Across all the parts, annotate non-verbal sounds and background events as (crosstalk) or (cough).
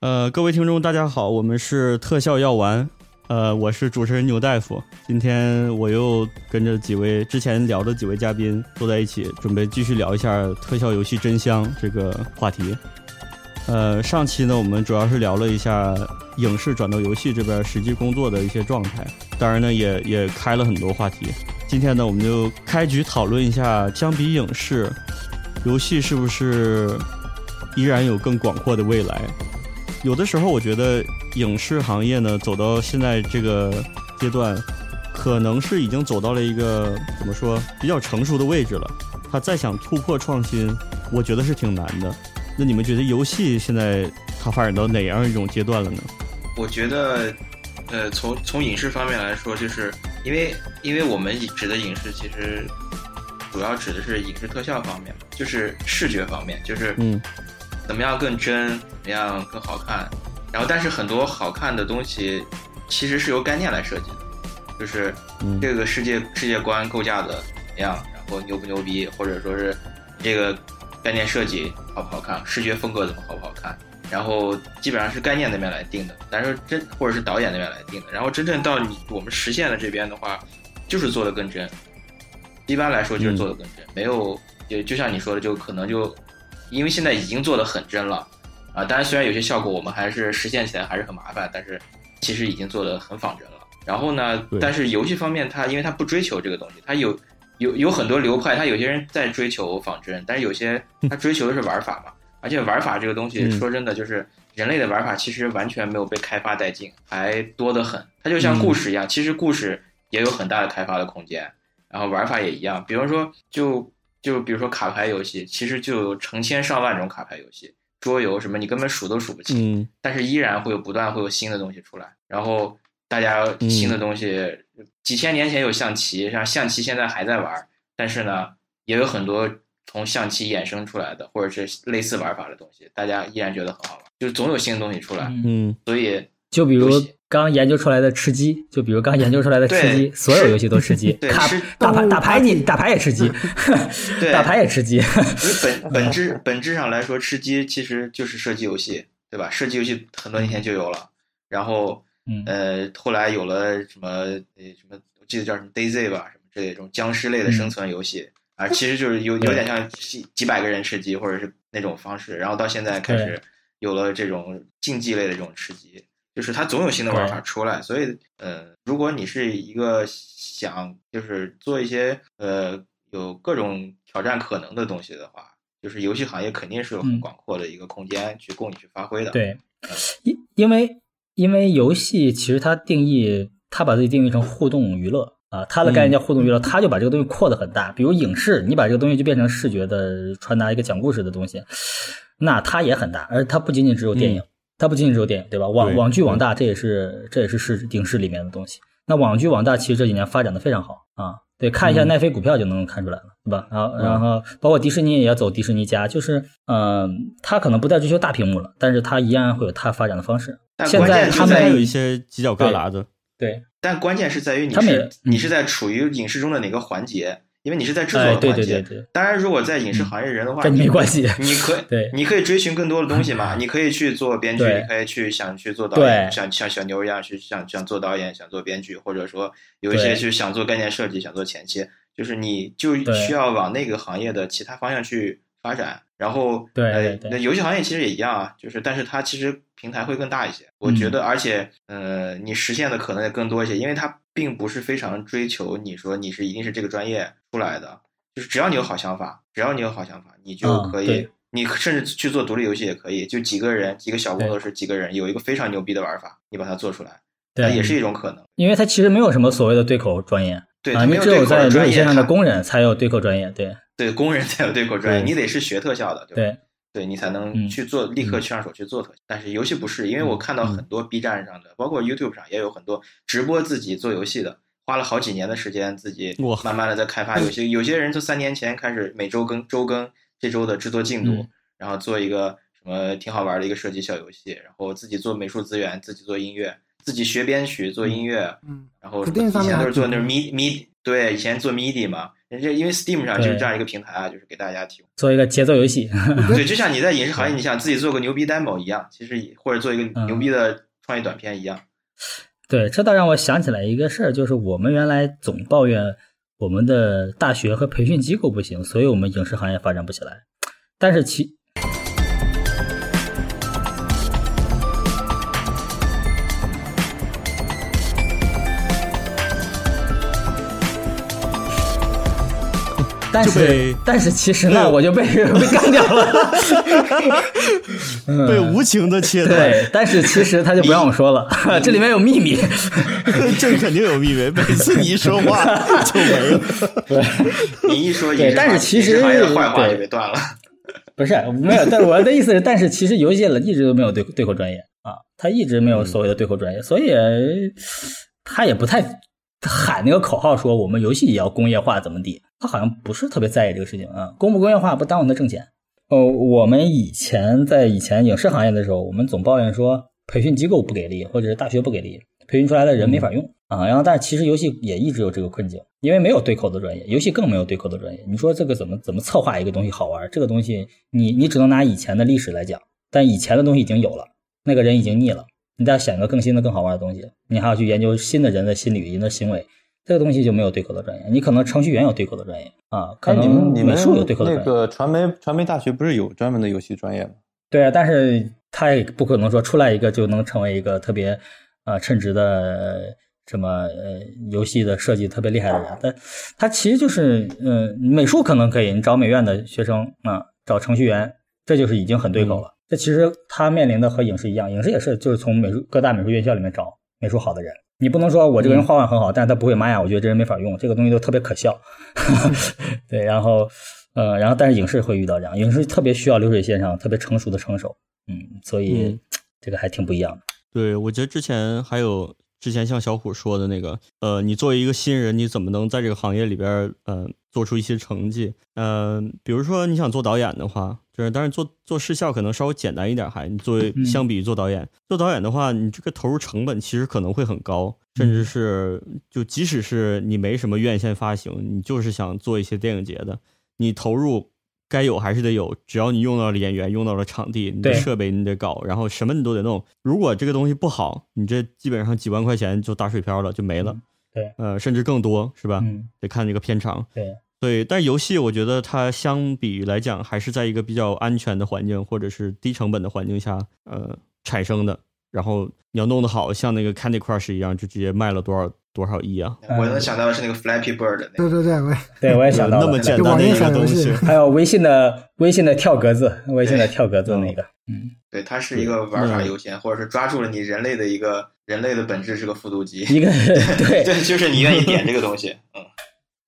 呃，各位听众，大家好，我们是特效药丸，呃，我是主持人牛大夫。今天我又跟着几位之前聊的几位嘉宾坐在一起，准备继续聊一下特效游戏真香这个话题。呃，上期呢，我们主要是聊了一下影视转到游戏这边实际工作的一些状态，当然呢，也也开了很多话题。今天呢，我们就开局讨论一下，相比影视，游戏是不是依然有更广阔的未来？有的时候，我觉得影视行业呢，走到现在这个阶段，可能是已经走到了一个怎么说比较成熟的位置了。他再想突破创新，我觉得是挺难的。那你们觉得游戏现在它发展到哪样一种阶段了呢？我觉得，呃，从从影视方面来说，就是因为因为我们指的影视其实主要指的是影视特效方面，就是视觉方面，就是嗯怎么样更真，怎么样更好看。然后，但是很多好看的东西其实是由概念来设计的，就是嗯这个世界世界观构架的怎么样，然后牛不牛逼，或者说是这个概念设计好不好看，视觉风格怎么好不好看，然后基本上是概念那边来定的，但是真或者是导演那边来定的，然后真正到你我们实现的这边的话，就是做的更真，一般来说就是嗯做的更真，没有也就像你说的，就可能就因为现在已经做的很真了啊，当然虽然有些效果我们还是实现起来还是很麻烦，但是其实已经做的很仿真了。然后呢对，但是游戏方面它因为它不追求这个东西，它有有有很多流派，它有些人在追求仿真，但是有些他追求的是玩法嘛，而且玩法这个东西，嗯说真的，就是人类的玩法其实完全没有被开发殆尽，还多得很。它就像故事一样，其实故事也有很大的开发的空间，然后玩法也一样。比如说，就就比如说卡牌游戏，其实就有成千上万种卡牌游戏，桌游什么你根本数都数不清。嗯但是依然会有不断会有新的东西出来，然后大家新的东西，几千年前有象棋，像象棋现在还在玩儿，但是呢，也有很多从象棋衍生出来的或者是类似玩法的东西，大家依然觉得很好玩，就是总有新的东西出来，嗯嗯所以就比如游戏刚研究出来的吃鸡，就比如刚研究出来的吃鸡对，所有游戏都吃鸡， (laughs) 对卡吃打动牌物打牌大你帝打牌也吃鸡， (laughs) 对打牌也吃鸡，因为本本质本质上来说，吃鸡其实就是射击游戏，对吧？射击游戏很多年前就有了，然后嗯呃，后来有了什么呃什么，我记得叫什么 DayZ 吧，什么之类的这种僵尸类的嗯生存游戏、 (laughs) 啊，其实就是有有点像几几百个人吃鸡或者是那种方式，然后到现在开始有了这种竞技类的这种吃鸡，就是它总有新的玩法出来，所以呃，如果你是一个想就是做一些呃有各种挑战可能的东西的话，就是游戏行业肯定是有很嗯广阔的一个空间去供你去发挥的。对，因因为因为游戏其实它定义，它把自己定义成互动娱乐啊，它的概嗯念叫互动娱乐，它就把这个东西扩得很大。比如影视，你把这个东西就变成视觉的传达一个讲故事的东西，那它也很大，而它不仅仅只有嗯电影，它不仅仅只有电影，对吧？网对网剧网大这也是这也是视影视里面的东西。那网剧网大其实这几年发展的非常好啊，对，看一下嗯奈飞股票就能看出来了，对吧？然嗯后，然后包括迪士尼也要走迪士尼家，就是，嗯、它可能不再追求大屏幕了，但是它依然会有它发展的方式。但现关在键是他还有们一些犄角旮旯的，对，但关键是在于你他们也是嗯你是在处于影视中的哪个环节，因为你是在制作的哎，环节。对对对对，当然，如果在影视行业人的话，跟你你没关系。你可以对你可以追寻更多的东西嘛， (laughs) 你可以去做编剧，对你可以去想去做导演，对像像小牛一样去想想做导演，想做编剧，或者说有一些对去想做概念设计，想做前期，就是你就对需要往那个行业的其他方向去发展。然后，对呃对对那游戏行业其实也一样啊，就是但是它其实平台会更大一些，我觉得，而且呃，你实现的可能也更多一些，因为它并不是非常追求你说你是一定是这个专业出来的，就是只要你有好想法，只要你有好想法，你就嗯可以，对你甚至去做独立游戏也可以，就几个人、几个小工作室、几个人有一个非常牛逼的玩法，你把它做出来，那对，哎也是一种可能。因为它其实没有什么所谓的对口专业对，啊，它因没为有只对有口的在流专水业线上的它工人才有对口专业。对对工人才有对口专业，对你得是学特效的，对吧？对，对你才能嗯去做，立刻去上手去做特效。但是游戏不是，因为我看到很多 B 站上的，包括 YouTube 上也有很多直播自己做游戏的，花了好几年的时间自己哇慢慢的在开发游戏。有些人从三年前开始每周更周更这周的制作进度嗯，然后做一个什么挺好玩的一个射击小游戏，然后自己做美术资源，自己做音乐，自己学编曲做音乐，嗯，然后不定以上面前还都是做那挺种 mid mid，对，以前做 midi 嘛，人家因为 Steam 上就是这样一个平台啊，就是给大家提供。做一个节奏游戏，对，就像你在影视行业，你想自己做个牛逼 demo 一样，其实也或者做一嗯个牛逼的创业短片一样。对，这倒让我想起来一个事儿，就是我们原来总抱怨我们的大学和培训机构不行，所以我们影视行业发展不起来。但 (laughs) 是其但就被是但是其实呢，对我就被 (laughs) 被干掉了。 (laughs) 嗯被无情的切断，对，但是其实他就不让我说了，这里面有秘密。 (laughs) 这肯定有秘密。每次你一说话就没了。你一说影对视但行业，是其影视实行业的坏话对就被断了。不是没有，但是我的意思是，但是其实游戏界了一直都没有对对口专业啊，他一直没有所谓的对口专业，所以他也不太喊那个口号说我们游戏也要工业化怎么地，他好像不是特别在意这个事情啊，工不工业化不耽误他挣钱。哦，我们以前在以前影视行业的时候，我们总抱怨说培训机构不给力，或者是大学不给力，培训出来的人没嗯法用、啊。然后，但是其实游戏也一直有这个困境，因为没有对口的专业，游戏更没有对口的专业。你说这个怎么怎么策划一个东西好玩？这个东西你你只能拿以前的历史来讲，但以前的东西已经有了，那个人已经腻了，你再想一个更新的、更好玩的东西，你还要去研究新的人的心理、人的行为。这个东西就没有对口的专业，你可能程序员有对口的专业啊，可哎，你们能你美们术有对口的专那业。个传媒传媒大学不是有专门的游戏专业吗？对啊，但是他也不可能说出来一个就能成为一个特别呃称职的呃什么呃游戏的设计特别厉害的人，但他其实就是嗯、呃美术可能可以，你找美院的学生啊、找程序员，这就是已经很对口嗯了。这其实他面临的和影视一样，影视也是就是从美术各大美术院校里面找美术好的人。你不能说我这个嗯人画画很好，但是他不会玛雅，我觉得这人没法用，这个东西都特别可笑。嗯 (laughs) 对，然后呃，然后但是影视会遇到这样，影视特别需要流水线上特别成熟的成手，嗯，所以、嗯这个还挺不一样的。对，我觉得之前还有之前像小虎说的那个，呃，你作为一个新人，你怎么能在这个行业里边儿，呃，做出一些成绩？呃，比如说你想做导演的话，就是当然做做视效可能稍微简单一点儿，还你作为嗯相比于做导演，做导演的话，你这个投入成本其实可能会很高，甚至是就即使是你没什么院线发行，你就是想做一些电影节的，你投入该有还是得有，只要你用到了演员，用到了场地，你的对设备你得搞，然后什么你都得弄。如果这个东西不好，你这基本上几万块钱就打水漂了，就没了。嗯对，呃，甚至更多，是吧？嗯，得看这个片长。对，对，但游戏我觉得它相比来讲，还是在一个比较安全的环境或者是低成本的环境下，呃，产生的。然后你要弄得好，像那个 Candy Crush 一样，就直接卖了多少多少亿啊！嗯我能想到的是那个 Flappy Bird 的那对个，对对，我对我有也想到了那么简就单网的页一个上游东戏西，还有微信的微信的跳格子，微信的跳格子那个，嗯，对，它是一个玩法优先，或者是抓住了你人类的一个人类的本质是个复读机， (laughs) 一 (laughs) 个对对，就是你愿意点这个东 (laughs) 西，嗯，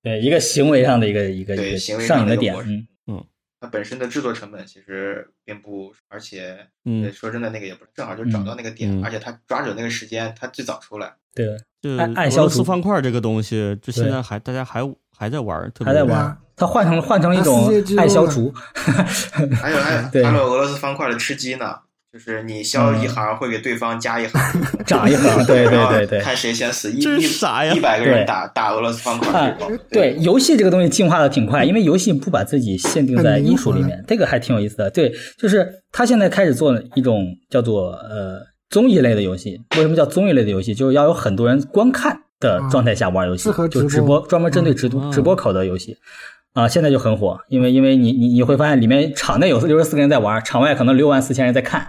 对一个行为上的一个一个对一个行为上上瘾的的一个点模，式嗯，它本身的制作成本其实并不，而且对 (laughs) 嗯，说真的，那个也不是正好就找到那个点，嗯嗯而且他抓准那个时间，他最早出来，对的，就按按俄消罗斯除方块这个东西，就现对在还大家还还在玩儿，特别还在对玩啊，它换成换成一它种世界之爱路啊消了除，还有还 (laughs) 对嗯有还有俄罗斯方块的吃鸡呢，就是你消一行会给对方加一 (laughs) 行，长一 (laughs) 行，对对对对 (laughs) 然后。看谁先死，一这一是啥呀一百个对人打打俄罗斯方块啊这 (laughs) 种，对，游戏这个东西进化的挺快，因为游戏不把自己限定在艺术里很灵面，这个还挺有意思的。对，就是他现在开始做一种叫做呃综艺类的游戏。为什么叫综艺类的游戏？就是要有很多人观看的状态下玩游戏，适合直就播直播，专门针对直播、嗯直播口的游戏。啊，现在就很火，因为因为你你你会发现里面场内有六十四个人在玩，场外可能六万四千人在看，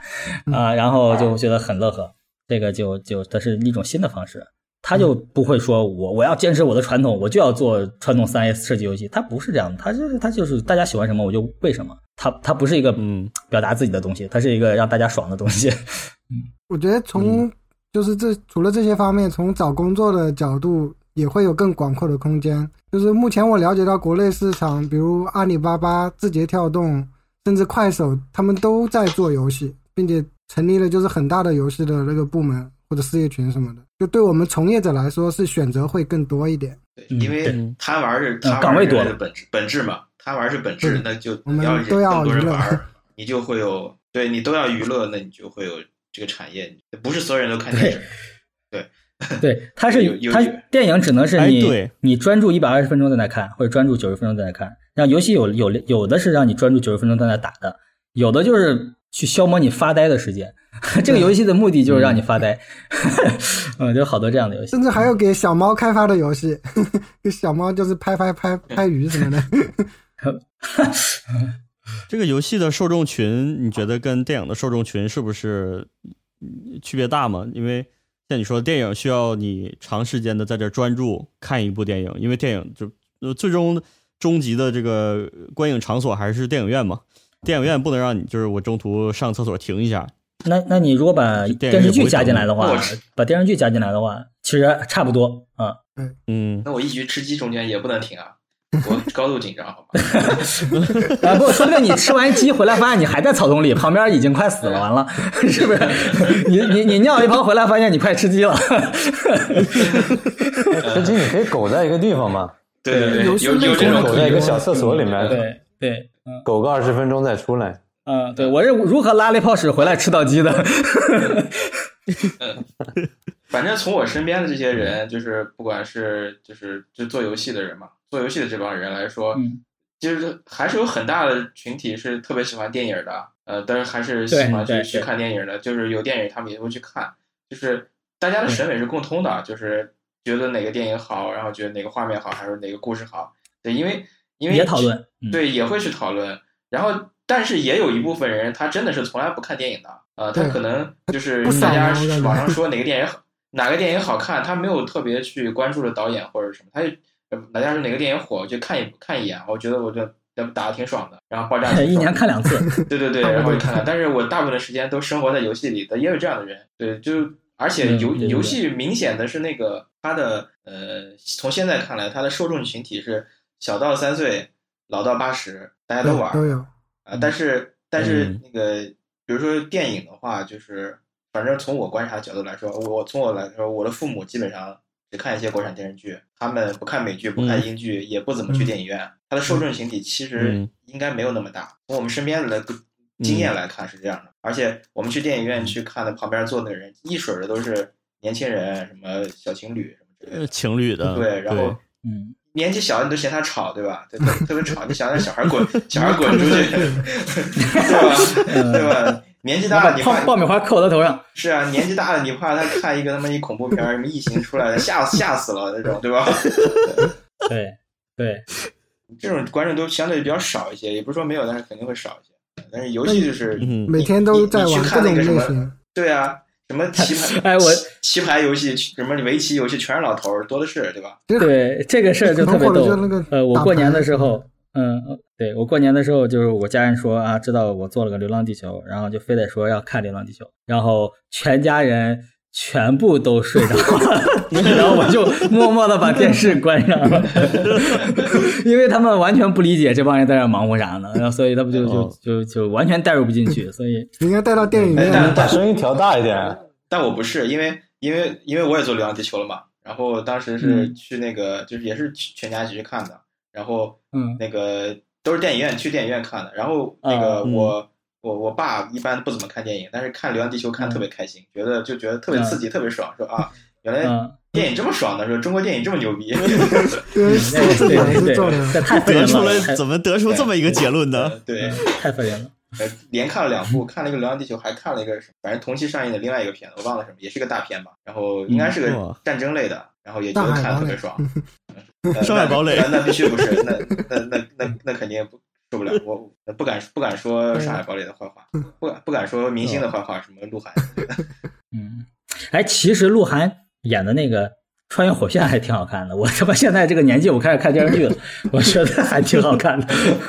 啊，然后就觉得很乐呵。这个就就它是一种新的方式，他就嗯不会说我我要坚持我的传统，我就要做传统三 A 设计游戏，他不是这样的，他就是他就是大家喜欢什么我就为什么，他他不是一个嗯表达自己的东西，它是一个让大家爽的东西。 (laughs) 我觉得嗯从就是这除了这些方面，从找工作的角度也会有更广阔的空间。就是目前我了解到国内市场，比如阿里巴巴、字节跳动，甚至快手，他们都在做游戏，并且成立了就是很大的游戏的那个部门或者事业群什么的。就对我们从业者来说，是选择会更多一点。对，嗯因为对贪玩是贪玩岗位是人类多了的本质本质嘛，贪玩是本质嗯，那就我们你要都更要多人娱乐玩儿，你就会有，对你都要娱乐，那你就会有这个产业，不是所有人都看电视，对，对，有它是有它有电影只能是哎你、对你专注一百二十分钟在那看，或者专注九十分钟在那看。让游戏有有有的是让你专注九十分钟在那打的，有的就是去消磨你发呆的时间。 (laughs) 这个游戏的目的就是让你发呆， (laughs) 嗯，就好多这样的游戏甚。至还有给小猫开发的游戏， (laughs) 给小猫就是拍拍拍嗯拍鱼什么的。这个游戏的受众群，你觉得跟电影的受众群是不是嗯区别大吗？因为像你说，电影需要你长时间的在这儿专注看一部电影，因为电影就呃最终终极的这个观影场所还是电影院嘛。电影院不能让你就是我中途上厕所停一下，那那你如果把电影电视剧也不会加进来的话懂我，把电视剧加进来的话，其实差不多啊。嗯，那我一局吃鸡中间也不能停啊，我高度紧张，好吧？啊，不，说不定你吃完鸡回来，发现你还在草丛里，旁边已经快死了，完了， (laughs) 是不是？你你你尿一泡回来，发现你快吃鸡了。吃鸡你可以苟在一个地方嘛，对对对，有游戏类有这嗯种苟可在以 (laughs) 一 (laughs) 个小厕所里面，对对，苟个二十分钟再出来。嗯，对我是如何拉了一泡屎回来吃到鸡的？嗯反正从我身边的这些人，就是不管是就是就做游戏的人嘛，做游戏的这帮人来说，嗯其实还是有很大的群体是特别喜欢电影的，呃，但是还是喜欢对去对去对看电影的，就是有电影他们也会去看，就是大家的审美是共通的，就是觉得哪个电影好，然后觉得哪个画面好，还是哪个故事好，对，因为因为也讨论，嗯，对，也会去讨论。然后，但是也有一部分人，他真的是从来不看电影的，呃，他对可能就是不大扫家描的网上说哪个电影好，哪个电影好看，他没有特别去关注的导演或者什么，他就呃大家说哪个电影火，我就看一看一眼，我觉得我这打的挺爽的，然后爆 (laughs) 炸挺一爽年看两次， (laughs) (laughs) 对对对，差不然后多就看看。但是我大部分的时间都生活在游戏里的，也有这样的人。对，就而且嗯游、对对游对戏明显的是那个它的呃，从现在看来，它的受众群体是小到三岁，老到八十，大家都玩儿 (laughs) 都有，啊、但是但是嗯那个，比如说电影的话，就是反正从我观察的角度来说，我从我来说，我的父母基本上只看一些国产电视剧，他们不看美剧，不嗯看英剧，也不怎么去电影院。他的受众群体其实嗯应该没有那么大，从我们身边的经验来看是这样的。而且我们去电影嗯院去看的，旁边坐的人一水儿的都是年轻人，什么小情侣什么之类呃，的。情侣的，对，然后嗯，年纪小你都嫌他吵，对吧？对，特特别吵，你想让小孩 (laughs) 滚，小孩滚出去，对吧？对吧？年纪大了，你泡怕爆米花扣我的头上，是啊，年纪大了，你怕他看一个他妈一恐怖片儿，什么异形出来的，吓吓死了那种，对吧？ (laughs) 对对，这种观众都相对比较少一些，也不是说没有，但是肯定会少一些。但是游戏就是，嗯每天都在你玩你去各看那种个类什么型。对啊，什么棋牌， (laughs) 哎我棋棋牌游戏，什么围棋游戏，全是老头儿，多的是，对吧？对这个事儿就特别很火的逗就是那个。呃，我打过年牌的时候，嗯，对我过年的时候，就是我家人说啊，知道我做了个《流浪地球》，然后就非得说要看《流浪地球》，然后全家人全部都睡着了， (laughs) 然后我就默默的把电视关上了， (laughs) 因为他们完全不理解这帮人在这忙活啥呢，然后所以他们就就哦就就完全带入不进去，所以你应该带到电影哎但院，把声音调大一点，但我不是，因为因为因为我也做《流浪地球》了嘛，然后当时是嗯去那个，就是也是去全家一起去看的，然后嗯那个都是电影院去电影院看的，然后那个啊嗯我、我我爸一般不怎么看电影，但是看《流浪地球》看嗯得特别开心，觉得就觉得特别刺激，特别爽，说 (laughs) 啊，原哎来嗯。电影这么爽的，说中国电影这么牛逼，对，对数字对也哎是对做对，这的。太分得人出了，来太嗯怎么得出这么一个结论呢？对，太分人了。呃连看了两部，看了一个《流浪地球》，还看了一个什么，反正同期上映的另外一个片子，我忘了什么，也是个大片吧，然后应该是嗯哇个战争类的，然后也觉得看得特别爽。 (laughs) 呃上海堡垒那那那必须不是，那那那那那肯定不受不了，我我不敢不敢哎说上海堡垒的坏话，不敢不敢说明星的坏话，什么鹿晗，嗯，哎，其实鹿晗演的那个《穿越火线》还挺好看的。我他妈现在这个年纪，我开始看电视剧了，我觉得还挺好看的。 (laughs)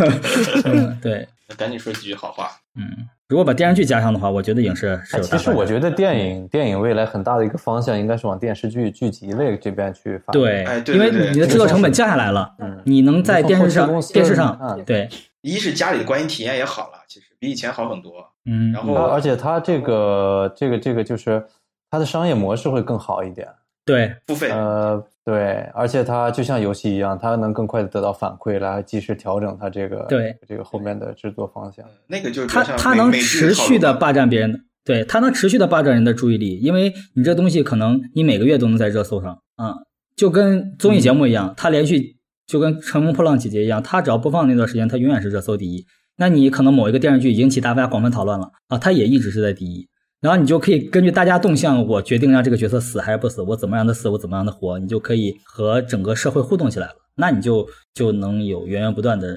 嗯，对，赶紧说几句好话。嗯，如果把电视剧加上的话，我觉得影视是哎有大其实发展我觉得电影电影未来很大的一个方向应该是往电视剧剧集类这边去发展。对，哎对因对为对你的制作成本降下来了，嗯，你能在你电从视后期上公司嗯电视看上对，一是家里的观影体验也好了，其实比以前好很多。嗯，然它后而且它这个这个这个就是它的商业模式会更好一点。对付费，呃，对，而且它就像游戏一样，它能更快的得到反馈，来及时调整它这个对这个后面的制作方向。那个就比他较像他美能美剧的持套路续的霸占别人的，对，它能持续的霸占人的注意力，因为你这东西可能你每个月都能在热搜上啊，就跟综艺节目一样，它连续就跟《乘风破浪》姐姐一样，它只要播放那段时间，它永远是热搜第一。那你可能某一个电视剧引起大家广泛讨论了啊，它也一直是在第一。然后你就可以根据大家动向，我决定让这个角色死还是不死，我怎么让他死，我怎么让他活，你就可以和整个社会互动起来了。那你就就能有源源不断的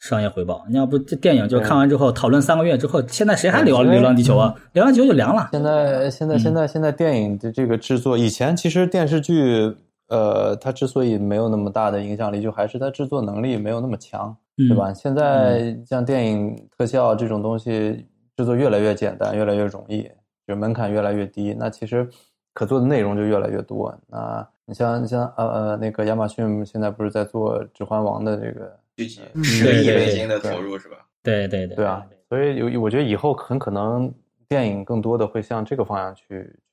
商业回报。你要不这电影就是看完之后、讨论三个月之后，现在谁还聊《流浪地球》嗯啊？《流浪地球》就凉了。现嗯在现在现在现在电影的这个制作，以前其实电视剧，呃，它之所以没有那么大的影响力，就还是它制作能力没有那么强，嗯对吧？现在嗯像电影特效这种东西，制作越来越简单，越来越容易，就门槛越来越低。那其实可做的内容就越来越多。那你像你像呃呃那个亚马逊现在不是在做《指环王》的这个聚集嗯十个亿对对美对金的投对入是吧？对对对，对啊，所以有我觉得以后很可能电影更多的会向这个方向去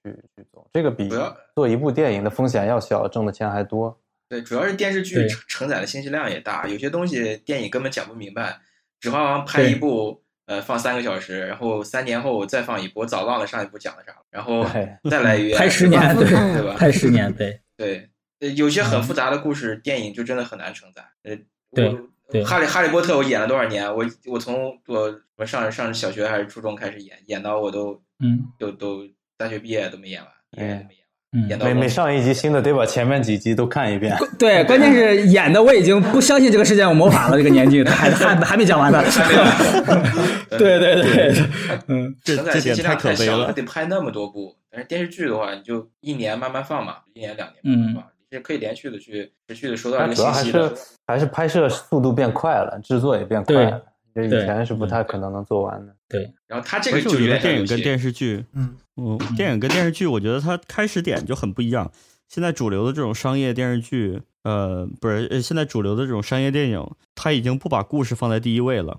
去去走，这个比主要做一部电影的风险要小，挣的钱还多。对，主要是电视剧对承承载的信息量也大，有些东西电影根本讲不明白。《指环王》拍一对部，呃，放三个小时，然后三年后再放一部，我早忘了上一部讲的啥了，然后对再来 (laughs) 一遍，拍十反年，复对，看对吧？拍十年，对，对，呃有些很复杂的故事，电影就真的很难承载。呃，对我对哈利哈利波特我演了多少年？我我从我我上上小学还是初中开始演，演到我都嗯都都大学毕业都没演完，一个人都没演嗯完，演，到每我每上一集 (laughs) 新 (laughs) 的得把前面几集都看一遍。对，关键是演的我已经不相信这个世界有魔法了，这个年纪还还还没讲完呢。还没完 (laughs) 对对对，嗯，这承载这信点息太量可太悲小了，了得拍那么多部。但是电视剧的话，你就一年慢慢放嘛，一年两年嗯慢慢放，你是可以连续的去持续的收到它这个主要信还息是的。还是拍摄速度变快了，制作也变快了，这以对嗯前是不太可能能做完的。然后他这而个且就我觉有得点像电游影跟戏，电视剧，嗯嗯，电影跟电视剧，我觉得它开始点就很不一样。现在主流的这种商业电视剧，呃，不是，呃现在主流的这种商业电影，它已经不把故事放在第一位了，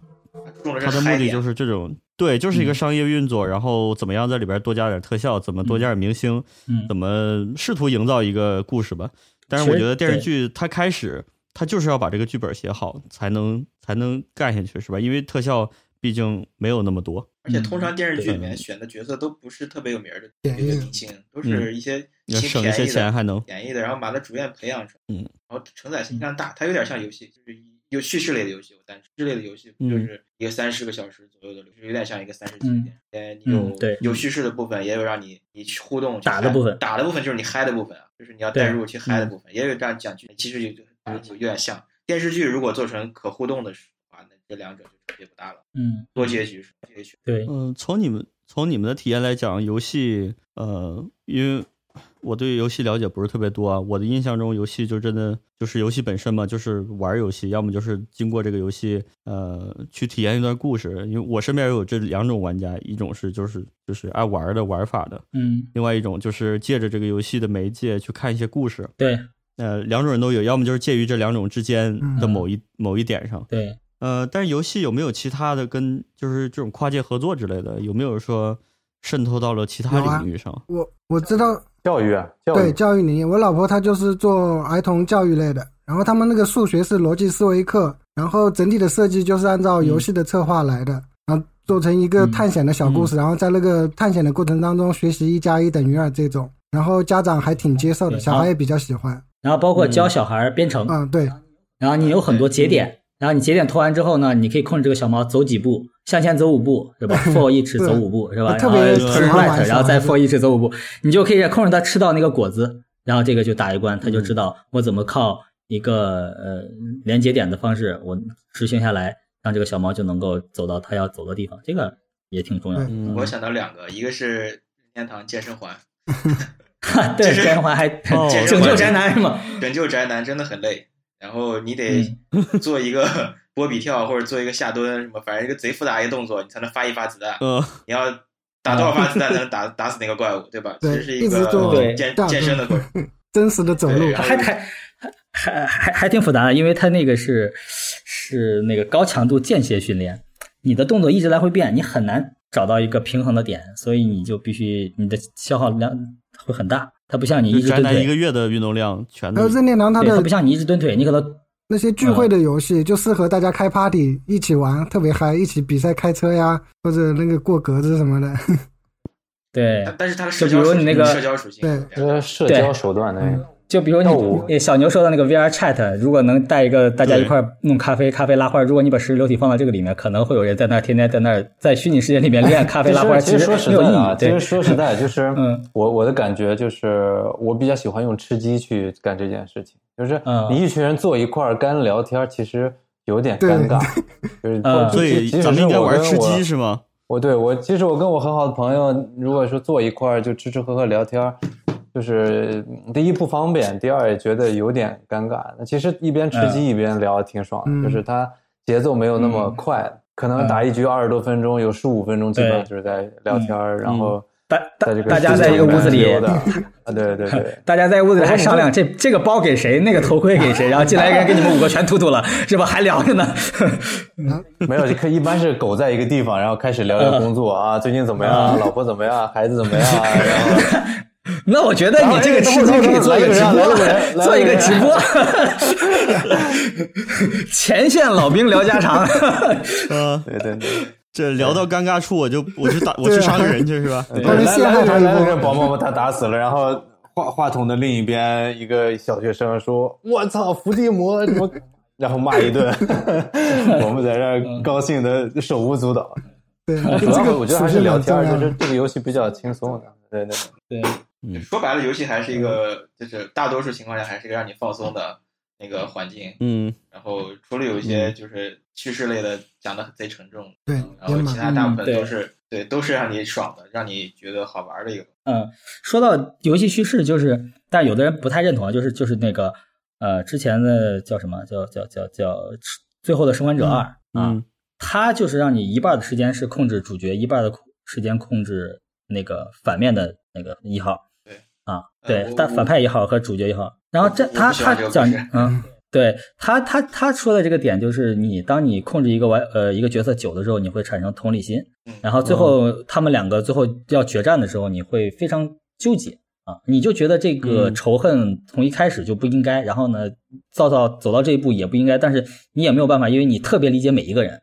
重的是它的目嗨的点就是这种，对，就是一个嗯商业运作，然后怎么样在里边多加点特效，怎么多加点明星，嗯怎么试图营造一个故事吧。但是我其实觉得电视剧它开始，它就是要把这个剧本写好，才能才能干下去，是吧？因为特效毕竟没有那么多，而且通常电视剧里面嗯选的角色都不是特别有名儿的便这宜些明星，都是一些要挺省便一些宜的、钱还能便宜的，然后把它逐渐培养成，嗯，然后承载信息量大，它有点像游戏，就是有叙事类的游戏，有单叙事类的游戏，嗯就是一个三十个小时左右的流，就是有点像一个三十集嗯电影，呃，你有嗯对有叙事的部分，也有让你你去互动去打的嗨部分打的部分就是你嗨的部分啊，就是你要带对入去嗯嗨的部分，也有这样讲剧，其实就啊就有点像电视剧，如果做成可互动的话，那这两者就差别不大了，嗯，多结局是结局。对，嗯，从你们从你们的体验来讲，游戏呃，因为我对游戏了解不是特别多啊，我的印象中游戏就真的就是游戏本身嘛，就是玩儿游戏，要么就是经过这个游戏呃去体验一段故事。因为我身边有这两种玩家，一种是就是就是爱玩儿的玩法的，嗯，另外一种就是借着这个游戏的媒介去看一些故事。对呃，两种人都有，要么就是介于这两种之间的嗯某一、某一点上。对，呃，但是游戏有没有其他的跟就是这种跨界合作之类的，有没有说渗透到了其有啊他领域上？我我知道，教育啊，教对育，教育理念，我老婆她就是做儿童教育类的，然后他们那个数学是逻辑思维课，然后整体的设计就是按照游戏的策划来的，然后做成一个探险的小故事，然后在那个探险的过程当中学习一加一等于二这种，然后家长还挺接受的，对小孩也比较喜欢。然后包括教小孩编程，嗯，对，然后你有很多节点，然后你节点拖完之后呢，你可以控制这个小猫走几步，向前走五步，是 (laughs) 吧？for 一尺走五步，是吧？我然特后别喜 turn 欢玩 right，小然后再孩子 for 一尺走五步，你就可以控制它吃到那个果子，然后这个就打一关，嗯它就知道我怎么靠一个呃连节点的方式，我执行下来，让这个小猫就能够走到它要走的地方，这个也挺重要的。嗯我想到两个，一个是任天堂健身环， (laughs) 对，就是宅男还哦拯救宅男是吗？拯救宅男真的很累，然后你得做一个 (laughs) 波比跳或者做一个下蹲什么，反正一个贼复杂一个动作，你才能发一发子弹。呃，你要打多少发子弹才能打打死那个怪物，对吧？对这是一直做个对健大健身的过程。真实的 (laughs) 走路对，还还还还还挺复杂的，因为它那个是是那个高强度间歇训练，你的动作一直来回变，你很难找到一个平衡的点，所以你就必须你的消耗量会很大。它不像你一就直宅蹲男一个腿，月的运动量全还都有任天堂它对，它的不像你一直蹲腿，你可能那些聚会的游戏就适合大家开 party 一起玩，特别嗨，一起比赛开车呀，或者那个过格子什么的。 (laughs) 对，但但是它的就社比交如属你性那个社交属性对不一样这社交手嗯段那个，就比如那我你呃小牛说到那个 VR Chat，如果能带一个大家一块儿弄咖啡，咖啡拉花，如果你把实时流体放到这个里面，可能会有人在那儿天天在那儿在虚拟世界里面练咖啡拉花，其实说没实有在意的啊，义。其对实，说实在，就是 (laughs) 嗯我我的感觉就是，我比较喜欢用吃鸡去干这件事情，就是嗯你一群人坐一块儿干聊天，其实有点尴尬，就是嗯所以即使咱们是应该我玩跟吃我鸡是吗？ (laughs) 我对我，其实我跟我很好的朋友，如果说坐一块儿就吃吃喝喝聊天儿，就是嗯第一不方便，第二也觉得有点尴尬。那其实一边吃嗯鸡一边聊挺爽的，嗯就是它节奏没有那么快，可能打一局二十多分钟，有十五分钟基本上嗯对就是在聊天儿，然后大大在这个大家世界在一个屋子里里， (laughs) 面溜达啊，对对对。大家在屋子里还商量这这个包给谁，那个头盔给谁，然后进来一个人给你们五个全突突了，是吧？还聊着呢。没有，可一般是狗在一个地方，然后开始聊嗯聊工作啊，最近怎么样啊，老婆怎么样，孩子怎么样啊，然 (laughs) 后那我觉得你这个吃鸡可以做一个直播了，做一个直播，前线老兵聊家常。嗯，对对对。这聊到尴尬处，我就我去打我去杀个人去是吧？他们陷害他一来来来波，保姆把他打死了，然后话话筒的另一边一个小学生说：“我操，伏地魔什么？”然后骂一 (laughs) 顿，我们在这儿高兴的手舞足蹈。对，主嗯这要个嗯我觉得还属是性聊很天重儿，要就。是这个游戏比较轻松的。对对，对，说白了，游戏还是一个，就是大多数情况下还是一个让你放松的那个环境。嗯，然后除了有一些就是叙事类的讲的贼沉重，嗯对然后也蛮其他大部分嗯都是对都是让你爽的，让你觉得好玩的一个。嗯，说到游戏叙事，就是，但有的人不太认同啊，就是就是那个呃，之前的叫什么叫叫叫叫《最后的生还者二》啊嗯，它就是让你一半的时间是控制主角，一半的时间控制那个反面的那个一号。对啊，呃对我，但我反派一号和主角一号，然后这我不他喜欢他这个讲故事嗯。对他，他他说的这个点就是你，当你控制一个玩呃一个角色久的时候，你会产生同理心，嗯，然后最后他们两个最后要决战的时候，你会非常纠结啊，你就觉得这个嗯仇恨从一开始就不应该，然后呢，造到走到这一步也不应该，但是你也没有办法，因为你特别理解每一个人，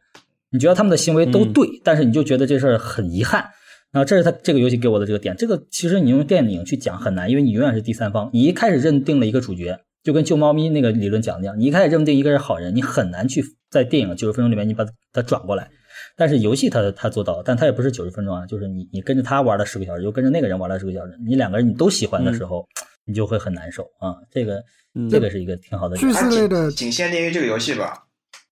你觉得他们的行为都嗯对，但是你就觉得这事儿很遗憾。然后这是他这个游戏给我的这个点，这个其实你用电影去讲很难，因为你永远是第三方，你一开始认定了一个主角，就跟救猫咪那个理论讲的一样，你一开始认定一个人好人，你很难去在电影九十分钟里面你把它转过来。但是游戏它它做到了，但它也不是九十分钟啊，就是你你跟着他玩了十个小时，又跟着那个人玩了十个小时，你两个人你都喜欢的时候，你就会很难受啊。这个嗯这个是一个挺好的点叙事类的仅限定于这个游戏吧。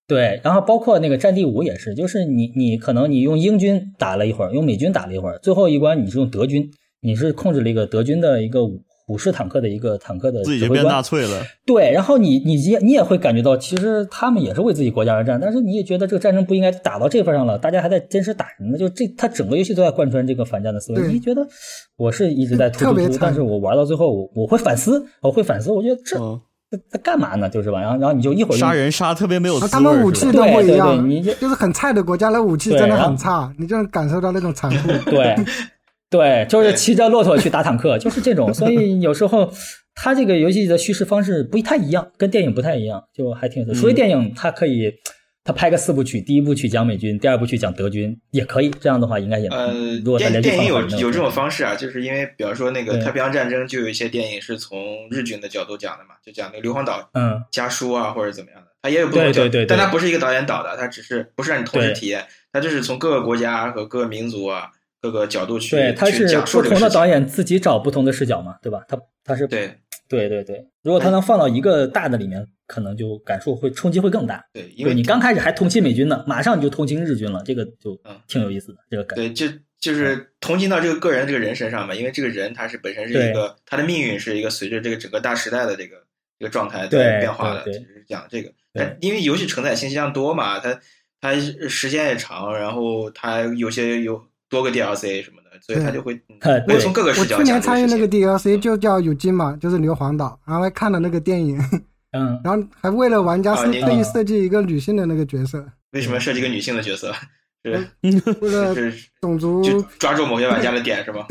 对，然后包括那个《战地五》也是，就是你你可能你用英军打了一会儿，用美军打了一会儿，最后一关你是用德军，你是控制了一个德军的一个虎虎式坦克的一个坦克的自己指就挥变官纳粹了。对，然后你你也你也会感觉到，其实他们也是为自己国家而战，但是你也觉得这个战争不应该打到这份上了，大家还在真实打什么呢？就这，他整个游戏都在贯穿这个反战的思维。对你觉得我是一直在突特突别突，惨但是我玩到最后，我我会反思，我会反思，我觉得这嗯，这这干嘛呢？就是吧，然后然后你就一会儿就杀人杀得特别没有滋味啊儿。他们武器是吧都不一样对对对你这，就是很菜的国家的武器真啊的很差，你就能感受到那种残 (laughs) 酷。对，对，就是骑着骆驼去打坦克，就是这种。所以有时候它这个游戏的叙事方式不太一样，跟电影不太一样，就还挺有意思。嗯所以电影它可以，它拍个四部曲，第一部去讲美军，第二部去讲德军也可以。这样的话应该也，呃嗯如果，它电连续电放影的话有也没有这种问题方式啊，就是因为比方说那个对太平洋战争，就有一些电影是从日军的角度讲的嘛，就讲那个硫磺岛嗯，家书啊，或者怎么样的，它也有不同的角对对对对但它不是一个导演导的，它只是不是让你同时对体验，它就是从各个国家和各个民族啊、各个角度去对，它去是讲述不这个同事的情。导演自己找不同的视角嘛，对吧？它它是对对对对，如果它能放到一个大的里面，可能就感受会冲击会更大。对，因因为为你刚开始还同情美军呢，马上你就同情日军了，这个就嗯挺有意思的，这个感觉。对就就是同情到这个个人这个人身上嘛，因为这个人他是本身是对一个他的命运是一个随着这个整个大时代的这个这个状态对在变化的，对就对是讲这个。但因为游戏承载信息量多嘛，它它时间也长，然后它有些有多个 DLC 什么的，所以它对就会嗯呃会对从各个我视角去讲这年个参与那事个情 DLC 就叫有金嘛，就是硫磺岛，然后还看了那个电影，嗯，然后还为了玩家啊设你特意设计一个女性的那个角色，为什么设计一个女性的角色？ (laughs) 是为了是是种族就抓住某些玩家的点是吧？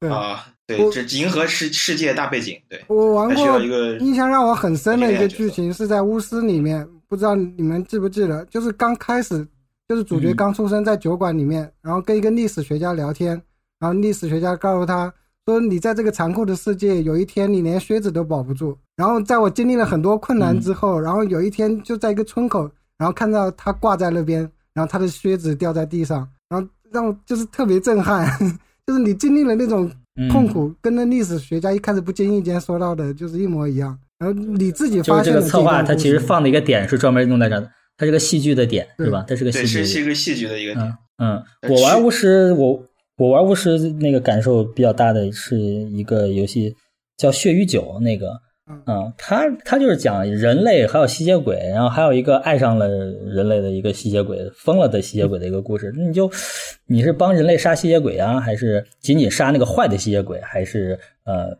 对啊，对，我这迎合世世界大背景，对，我玩它需过要一个印象让我很深的一个剧一个情是在巫师里面，不知道你们记不记得，就是刚开始，就是主角嗯刚出生在酒馆里面，然后跟一个历史学家聊天，然后历史学家告诉他说：“你在这个残酷的世界，有一天你连靴子都保不住。”然后在我经历了很多嗯困难之后，然后有一天就在一个村口，然后看到他挂在那边，然后他的靴子掉在地上，然后让我就是特别震撼， (laughs) 就是你经历了那种嗯痛苦，跟那历史学家一开始不经意间说到的就是一模一样。然后你自己就是发这现个了自己策划，的它故其实事放的一个点是专门用在这儿的，它是个戏剧的点，对是吧？它是个戏对，剧是的是点。一个戏剧的一个点嗯。嗯，但我玩是巫师，我我玩巫师那个感受比较大的是一个游戏叫《血与酒》，那个嗯，嗯，它它就是讲人类还有吸血鬼，然后还有一个爱上了人类的一个吸血鬼，疯了的吸血鬼的一个故事。你就你是帮人类杀吸血鬼啊，还是仅仅杀那个坏的吸血鬼，还是呃？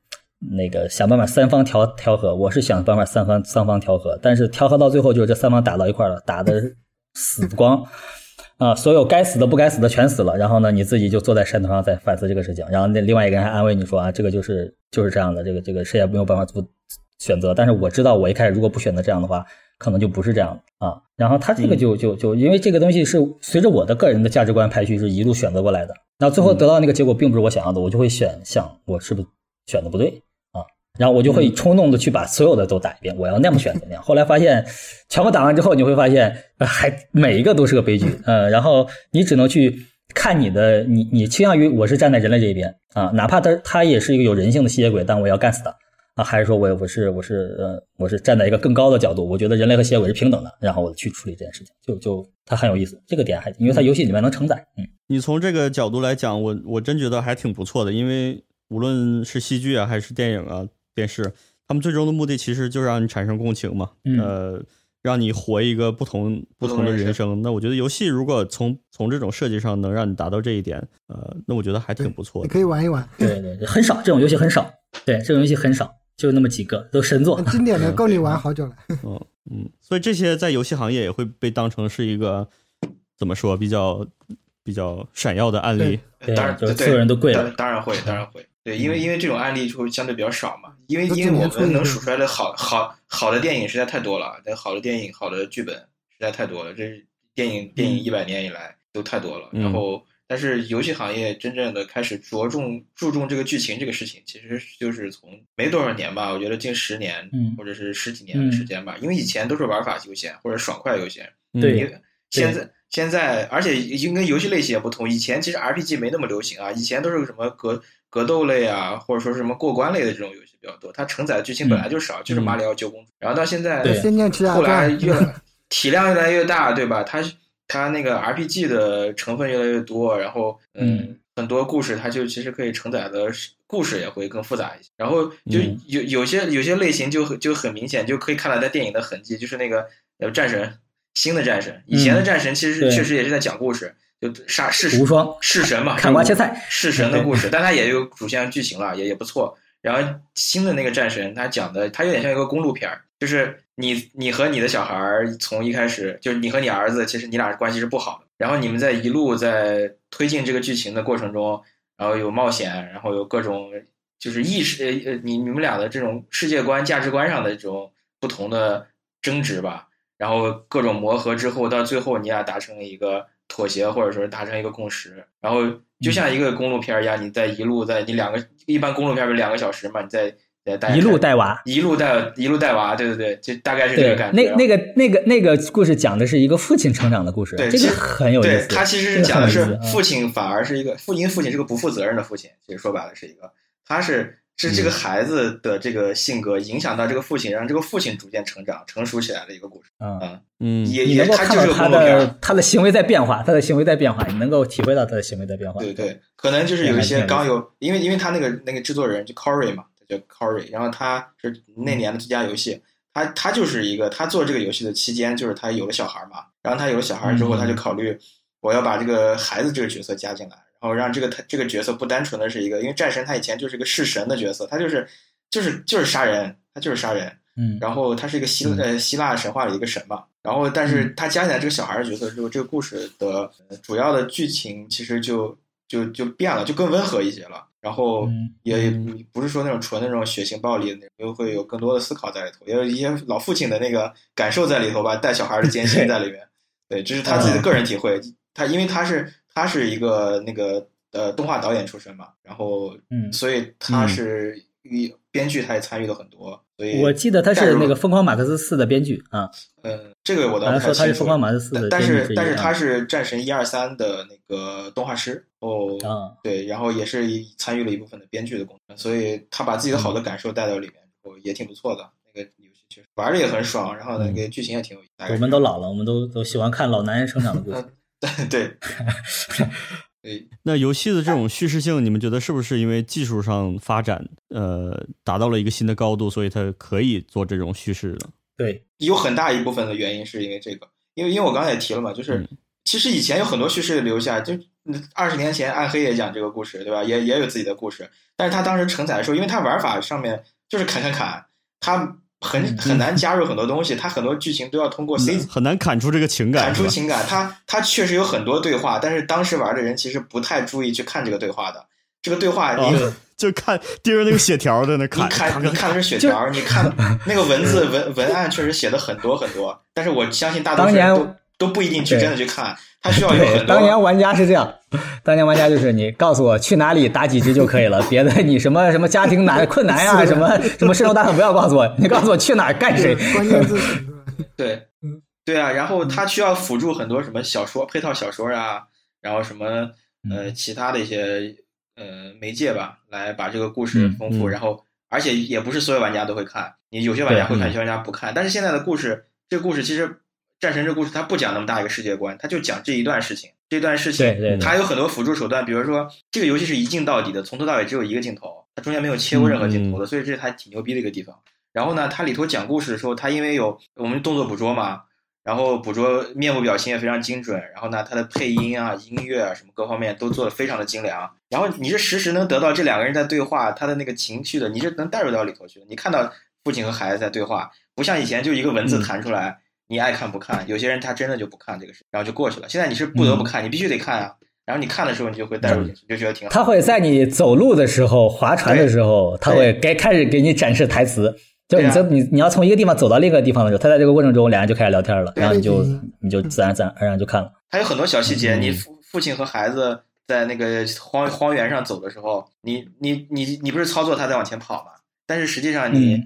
那个想办法三方调调和，我是想办法三方三方调和，但是调和到最后就是这三方打到一块儿了，打的死不光，啊，所有该死的不该死的全死了，然后呢，你自己就坐在山头上在反思这个事情，然后那另外一个人还安慰你说啊，这个就是就是这样的，这个这个谁也没有办法做选择，但是我知道我一开始如果不选择这样的话，可能就不是这样的啊。然后他这个就就就因为这个东西是随着我的个人的价值观排序是一路选择过来的，然后最后得到那个结果并不是我想要的，我就会选想我是不是选的不对，然后我就会冲动的去把所有的都打一遍，我要那么选择那样。后来发现，全部打完之后，你会发现，呃还每一个都是个悲剧。呃，然后你只能去看你的，你你倾向于我是站在人类这一边啊，哪怕他他也是一个有人性的吸血鬼，但我要干死他啊，还是说我我是我是呃我是站在一个更高的角度，我觉得人类和吸血鬼是平等的，然后我去处理这件事情，就就它很有意思，这个点还因为它游戏里面能承载，嗯你从这个角度来讲，我我真觉得还挺不错的，因为无论是戏剧啊，还是电影啊、电视，他们最终的目的其实就是让你产生共情嘛，嗯呃，让你活一个不同不不同同的人人生生。那我觉得游戏如果从从这种设计上能让你达到这一点，呃，那我觉得还挺不错你的。可以玩一玩。对对对，很少这种游戏很少，对这种游戏很少，就那么几个都神作很，经典的，够你玩 (laughs) 好久了。嗯嗯，所以这些在游戏行业也会被当成是一个怎么说比较比较闪耀的案例。对当然，就是对，所有人都跪了嗯当当然会，当然会。对，因为因为这种案例就会相对比较少嘛，因为都因为我只能出们一能个数出来的好好好的电影实在太多了，但好的电影、好的剧本实在太多了，这是电影电影一百年以来都太多了。嗯然后，但是游戏行业真正的开始着重注重这个剧情这个事情，其实就是从没多少年吧，我觉得近十年 (laughs) 嗯或者是十几年的时间吧，因为以前都是玩法优先或者爽快优先，嗯对因为现在现在，而且已经跟游戏类型也不同。以前其实 RPG 没那么流行啊，以前都是什么格格斗类啊，或者说是什么过关类的这种游戏比较多，它承载的剧情本来就少，就是马里奥救公主。然后到现在，嗯对仙剑奇侠后来传，越来 (laughs) 体量越来越大，对吧？它它那个 RPG 的成分越来越多，然后嗯，嗯很多故事它就其实可以承载的是故事也会更复杂一些。然后就嗯有有些有些类型就很就很明显，就可以看到它电影的痕迹，就是那个呃战神新的战神，以前的战神其实嗯对确实也是在讲故事，就杀是无双弑神嘛，砍瓜切菜弑神的故事，但它也有主线剧情了，也也不错。然后新的那个战神，他讲的他有点像一个公路片儿，就是你你和你的小孩儿从一开始，就是你和你儿子，其实你俩关系是不好的。然后你们在一路在推进这个剧情的过程中，然后有冒险，然后有各种就是意识呃呃你你们俩的这种世界观、价值观上的这种不同的争执吧，然后各种磨合之后，到最后你俩达成一个妥协，或者说是达成一个共识，然后就像一个公路片儿一样，你在一路在你两个一般公路片儿不是两个小时嘛，你在在带一路带娃。一路带一路带娃，对对对，就大概是这对个，感觉。啊那那个那个那个故事讲的是一个父亲成长的故事，对这其个实很有意对思。他其实这是个讲的很有是意思嗯父亲反而是一个父亲，父亲是个不负责任的父亲，其实说白了是一个，他是是嗯这个孩子的这个性格影响到这个父亲，让这个父亲逐渐成长成熟起来的一个故事。嗯，嗯嗯，嗯，也你也能够就看是到个他公路片儿的，他的行为在变化，他的行为在变化，你能够体会到他的行为在变化。对对，可能就是有一对还挺些有意思刚有，因为因为他那个那个制作人就 Corey 嘛，他叫 Corey，然后他是那年的最佳游戏，他他就是一个他做这个游戏的期间，就是他有了小孩嘛，然后他有了小孩之后，嗯他就考虑我要把这个孩子这个角色加进来，然后让这个他这个角色不单纯的是一个，因为战神他以前就是个弑神的角色，他就是就是就是杀人，他就是杀人，嗯，嗯然后他是一个希呃希腊神话里的一个神嘛，然后但是他加进来这个小孩儿的角色之后，这个故事的呃主要的剧情其实就就就变了，就更温和一些了。然后嗯也也不是说那种纯那种血腥暴力的那种，又会有更多的思考在里头，也有一些老父亲的那个感受在里头吧，带小孩 (laughs) 儿的艰嗯辛在里面。对，这是他自己的个人体会。他因为他是他是一个那个呃动画导演出身嘛，然后嗯所以他是与编剧他也参与了很多，所以我记得他带是入那个《疯狂马克思四》的编剧啊，嗯，这个我倒好不像太说他清是《楚疯。狂马克思》的但但编剧是之一但是他啊是战神一二三的那个动画师哦，啊，对，然后也是参与了一部分的编剧的工作，所以他把自己的嗯好的感受带到里面之后，也挺不错的。那个游戏确实玩的也很爽，然后那个剧情也挺有意思。大概嗯我是们都老了，我们都都喜欢看老男人成长的 (laughs) 故事。 (laughs) 对，对，那游戏的这种叙事性，你们觉得是不是因为技术上发展，呃，达到了一个新的高度，所以它可以做这种叙事了？对，有很大一部分的原因是因为这个，因为因为我刚才也提了嘛，就是嗯其实以前有很多叙事留下，就嗯二十年前暗黑也讲这个故事，对吧？也也有自己的故事，但是他当时承载的时候，因为他玩法上面就是砍砍砍，他嗯很很难加入很多东西，他很多剧情都要通过 C 很难砍出这个情嗯感，产是出吧情感，他 (laughs) 他确实有很多对话，但是当时玩的人其实不太注意去看这个对话的。这个对话你，啊，就看盯着那个血条在那你砍，看你看的是血条，你 (laughs) 看那个文字文文案确实写的很多很多，但是我相信大多数人当都年都不一定去对真的去看，他需要有对，很当年多。玩家是这样，当年玩家就是你告诉我去哪里打几只就可以了，别的你什么什么家庭难困难 (laughs) 呀、什么什么深仇大恨不要告诉我，你告诉我去哪儿干谁。关键字词是吧？对，嗯对啊，然后他需要辅助很多什么小说配套小说啊，然后什么嗯呃其他的一些呃媒介吧，来把这个故事嗯丰富。嗯然后而且也不是所有玩家都会看，你有些玩家会看，对嗯有些玩家不看。但是现在的故事，这个故事其实《战神》这个故事它不讲那么大一个世界观，它就讲这一段事情，这段事情对对对它有很多辅助手段，比如说这个游戏是一镜到底的，从头到尾只有一个镜头，它中间没有切过任何镜头的，所以这是它挺牛逼的一个地方。然后呢，它里头讲故事的时候，它因为有我们动作捕捉嘛，然后捕捉面部表情也非常精准，然后呢，它的配音啊、音乐啊什么各方面都做的非常的精良。然后你是实时能得到这两个人在对话，他的那个情绪的，你是能带入到里头去的。你看到父亲和孩子在对话，不像以前就一个文字弹出来，你爱看不看。有些人他真的就不看这个事，然后就过去了。现在你是不得不看，你必须得看啊。然后你看的时候，你就会带入进去，就觉得挺好。他会在你走路的时候、划船的时候，他会该开始给你展示台词。就是你对这啊你你要从一个地方走到另一个地方的时候，他在这个过程中，俩人就开始聊天了，对然后你就嗯你就自然自然而然就看了。还有很多小细节，嗯你父父亲和孩子在那个荒荒原上走的时候，你你你你不是操作他在往前跑吗？但是实际上你，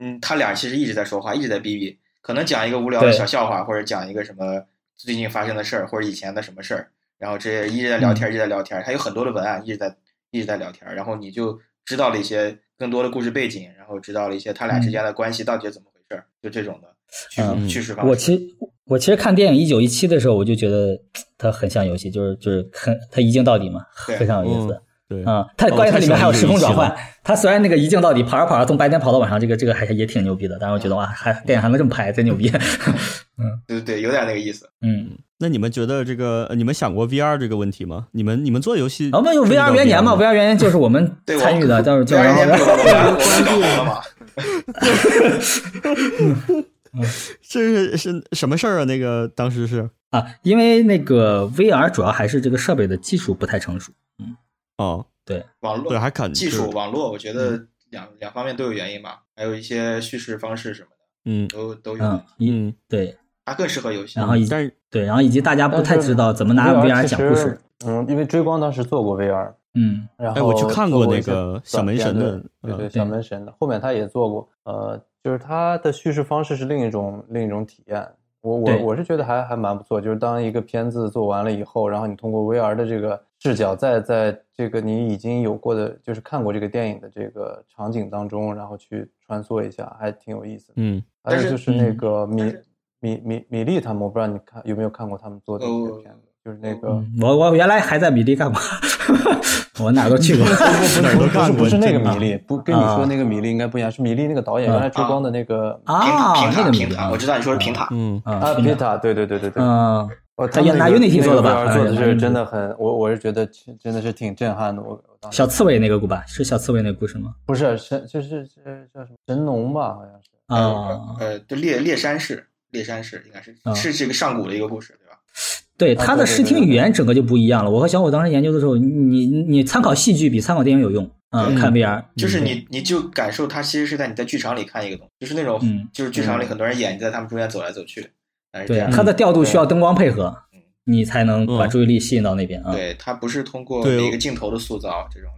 嗯他俩其实一直在说话，一直在逼逼，可能讲一个无聊的对小笑话，或者讲一个什么最近发生的事儿，或者以前的什么事儿，然后这一直在聊天，一直在聊天，还有很多的文案一直在一直在聊天，然后你就知道了一些更多的故事背景，然后知道了一些他俩之间的关系到底是怎么回事儿，就这种的叙述嗯叙事方式。我其实我其实看电影《一九一七》的时候，我就觉得它很像游戏，就是就是很它一镜到底嘛，对非常有意思。嗯对啊、它哦关键它里面还有时空转太喜欢换，它虽然那个一镜到底跑着跑着从白天跑到晚上，这个这个还也挺牛逼的，但是我觉得哇，还电影还能这么拍，真牛逼。 (laughs) 对对对，有点那个意思。嗯，那你们觉得这个，呃你们想过 VR 这个问题吗？你们你们做游戏，然后有 VR 啊元年嘛吗，VR 元年就是我们 (laughs) 对我参与的，但是就第二然后天被我们我们搞疯了嘛？这是是什么事儿啊？那个当时是 (laughs) 啊，因为那个 VR 主要还是这个设备的技术不太成熟。哦，网络对，还砍技就是术、网络，我觉得嗯两两方面都有原因吧，还有一些叙事方式什么的嗯都都有嗯。，一嗯，对它更适合游戏然。后以但是对，然后以及大家不太但是知道怎么拿 VR 其讲故事实。。嗯，因为追光当时做过 VR，嗯，然后哎我去看做过过那一些个小短门片神对的对嗯对，对小门神的，后面他也做过，呃，就是他的叙事方式是另一种另一种体验。我我对我是觉得还还蛮不错，就是当一个片子做完了以后，然后你通过 VR 的这个视角，在在这个你已经有过的，就是看过这个电影的这个场景当中，然后去穿梭一下，还挺有意思的。嗯，还但是有就是那嗯个米但是米米米粒他们，我不知道你看有没有看过他们做的一些哦片子，就是那哦个。嗯我我原来还在米粒干过， (laughs) 我哪儿都去 (laughs) 过。 (laughs) (laughs) 哪儿都不是干过，不是那个真的米粒，不跟你说那个米粒应该不一样，是米粒那个导演啊原来追光的那个啊平那塔，平个塔，米粒平塔，啊我知道你说是平塔。嗯，啊啊，皮塔，对对对对对，嗯，哦，在他们拿那个 Unity 那做的个吧 VR 啊做的拿是 Unity 真的很，我我是觉得真的是挺震撼的，我我当时小刺猬那个故吧，是小刺猬那个故事吗？不是神就是是叫什么神农吧，好像是。啊，呃，就猎猎山市，猎山市应该是啊嗯是这个上古的一个故事，对吧？对，啊它的对对视对听对语言整个就不一样了。我和小伙当时研究的时候，你你你参考戏剧比参考电影有用啊，对看 VR 就是你你就感受它其实是在你在剧场里看一个东西，就是那种嗯哎就是剧场里很多人演，你在他们中间走来走去，但是这对样它的调度需要灯光配合。你才能把嗯注意力吸引到那边啊。对，它不是通过对每一个镜头的塑造这种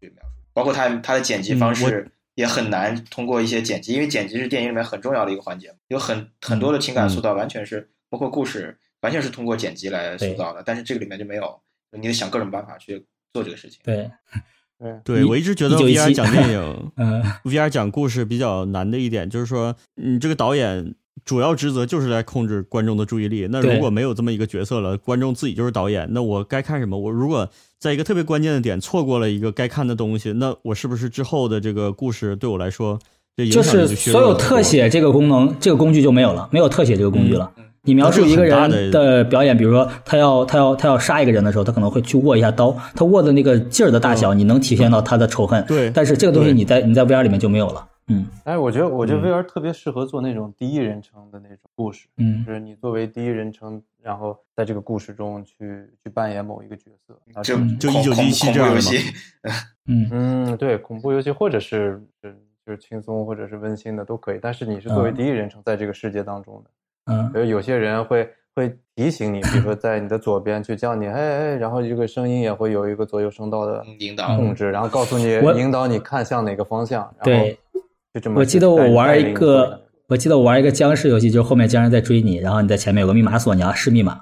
去描述，包括它它的嗯剪辑方式也很难通过一些剪辑，因为剪辑是电影里面很重要的一个环节，有很很多的嗯情感塑造完全是包括故事完全是通过剪辑来塑造的，但是这个里面就没有，你得想各种办法去做这个事情。对，对，对一我一直觉得1917 VR 讲电影、嗯， VR 讲故事比较难的一点，就是说，你这个导演主要职责就是来控制观众的注意力。那对如果没有这么一个角色了，观众自己就是导演，那我该看什么？我如果在一个特别关键的点错过了一个该看的东西，那我是不是之后的这个故事对我来说，这影就响力是削所弱有了特写这个功能，这个工具就没有了，没有特写这个工具了。嗯嗯你描述一个那这个人很大的表演，比如说他要他要他要杀一个人的时候，他可能会去握一下刀，他握的那个劲儿的大小，你能体现到他的仇恨。对但是这个东西嗯对你在你在 VR 里面就没有了。嗯但是我觉得，我觉得嗯 VR 特别适合做那种第一人称的那种故事，嗯就，是你作为第一人称，然后在这个故事中去去扮演某一个角色，然后就这个啊嗯就恐1917恐恐怖这样的游嘛戏， (laughs) 嗯，嗯，对，恐怖游戏或者是是就是轻松或者是温馨的都可以，但是你是作为嗯第一人称在这个世界当中的，嗯比，如有些人会会提醒你，比如说在你的左边去叫你，哎哎，然后这个声音也会有一个左右声道的嗯引导控制，然后告诉你我引导你看向哪个方向，然后对就这么我去记得我带你带玩一领你做个，我记得我玩一个僵尸游戏，就是后面僵尸在追你，然后你在前面有个密码锁，你要试密码，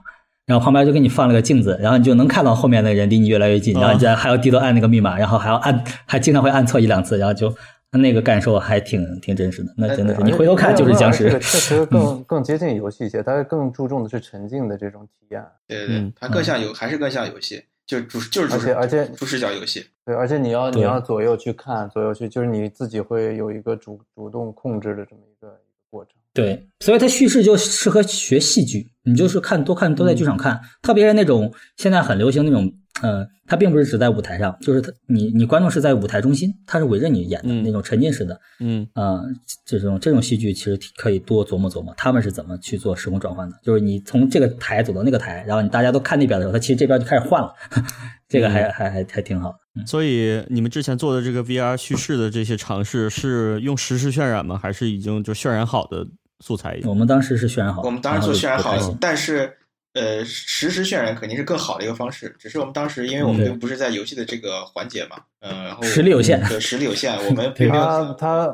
然后旁边就给你放了个镜子，然后你就能看到后面的人离你越来越近，啊然后你再还要低头按那个密码，然后还要按，还经常会按错一两次，然后就那个感受还挺挺真实的，那真的是哎你回头看就是僵这尸个确，(laughs) 实更更接近游戏一些，它更注重的是沉浸的这种体验。对对对嗯，它更像游，还是更像游戏，就是主就是主而且而且主视角游戏，对，而且你要你对要左右去看，左右去，就是你自己会有一个主主动控制的这么一个一个过程。对，所以它叙事就适合学戏剧，你就是看多看多在剧场看，特别是那种现在很流行那种，呃，它并不是只在舞台上，就是它你你观众是在舞台中心，它是围着你演的、嗯那种沉浸式的，嗯，啊、这种这种戏剧其实挺可以多琢磨琢磨，他们是怎么去做时空转换的。就是你从这个台走到那个台，然后你大家都看那边的时候，他其实这边就开始换了， (laughs) 这个还、嗯还还还挺好的。所以你们之前做的这个 VR 叙事的这些尝试，是用实时渲染吗？还是已经就渲染好的素材？我们当时是渲染好的，我们当时做就渲染好就开始了，但是呃，实时渲染肯定是更好的一个方式。只是我们当时，因为我们嗯对并不是在游戏的这个环节嘛，嗯，然后实力有限对实力有限，我们并没它有它，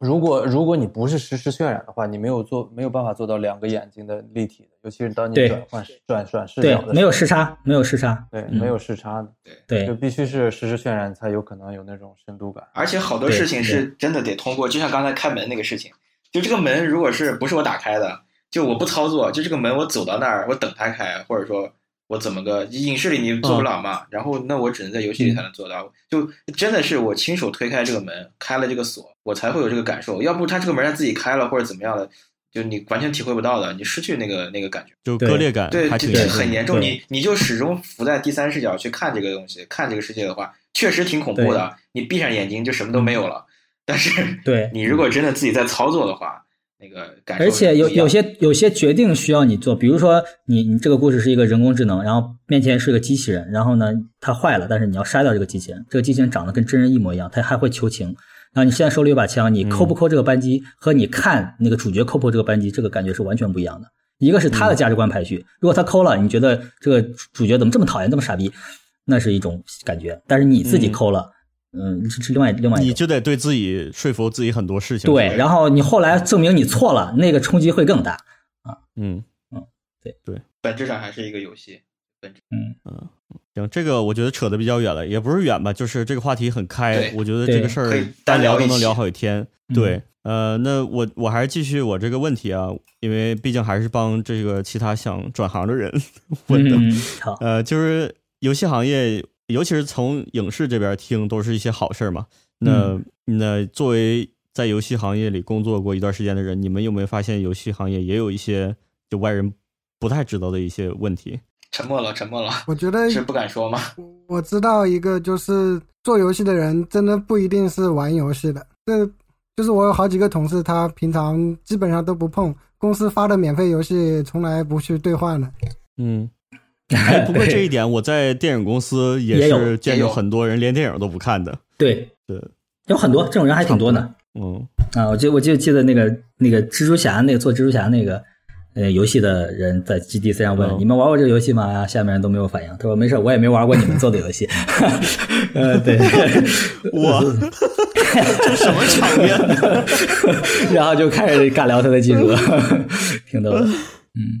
如果如果你不是实时渲染的话，你没有做没有办法做到两个眼睛的立体的，尤其是当你对转换转转视角的时对候，没有时差，没有时差，对嗯没有视差的，对就必须是实时渲染才有可能有那种深度感。而且好多对事情是真的得通过，就像刚才开门那个事情，就这个门如果是不是我打开的，就我不操作，就这个门我走到那儿，我等它开，或者说我怎么个影视里你做不了嘛，嗯然后那我只能在游戏里才能做到，就真的是我亲手推开这个门，开了这个锁，我才会有这个感受，要不它这个门它自己开了或者怎么样的。就你完全体会不到的，你失去那个那个感觉，就割裂感对，还这挺这严对重很的。严重。对你你就始终伏在第三视角去看这个东西，看这个世界的话，确实挺恐怖的。你闭上眼睛就什么都没有了。但是对。你如果真的自己在操作的话，那个感受而且有是不一样有些有些决定需要你做，比如说你你这个故事是一个人工智能，然后面前是个机器人，然后呢它坏了，但是你要杀掉这个机器人，这个机器人长得跟真人一模一样，它还会求情。然后你现在手里有把枪，你嗯扣不扣这个扳机、和你看那个主角扣不扣这个扳机，这个感觉是完全不一样的。一个是嗯他的价值观排序，如果他抠了，你觉得这个主角怎么这么讨厌，这么傻逼，那是一种感觉；但是你自己嗯抠了，嗯，是是另外另外一你种。就得对自己说服自己很多事情。是对，吧然后你后来证明你错了，那个冲击会更大。嗯，本质上还是一个游戏。嗯，行，这个我觉得扯得比较远了，也不是远吧，就是这个话题很开对，我觉得这对嗯个事可以儿单单聊聊都一能期聊好几天。对，呃，那我我还是继续我这个问题啊，因为毕竟还是帮这个其他想转行的人 (laughs) 问的。嗯，好，呃，就是游戏行业，尤其是从影视这边听，都是一些好事儿嘛。那、那作为在游戏行业里工作过一段时间的人，你们有没有发现游戏行业也有一些就外人不太知道的一些问题？沉默了，沉默了， (laughs) 我觉得是不敢说吗？我知道一个，就是做游戏的人真的不一定是玩游戏的。这就是我有好几个同事，他平常基本上都不碰公司发的免费游戏，从来不去兑换的。嗯， (laughs) 哎，不过这一点我在电影公司也也有是见也有着很多人连电影都不看的。 (laughs) 对，对，有很多这种人还挺多的嗯 (laughs) 啊。我记我就记得那个那个蜘蛛侠那个做蜘蛛侠那个呃游戏的人在 GDC 上问、嗯你们玩过这个游戏吗？啊下面人都没有反应。他说没事，我也没玩过你们做的游戏。 (laughs) 呃，对， (laughs) 我这什么场面？ (laughs) 然后就开始尬聊他的技术，挺逗的。 (laughs)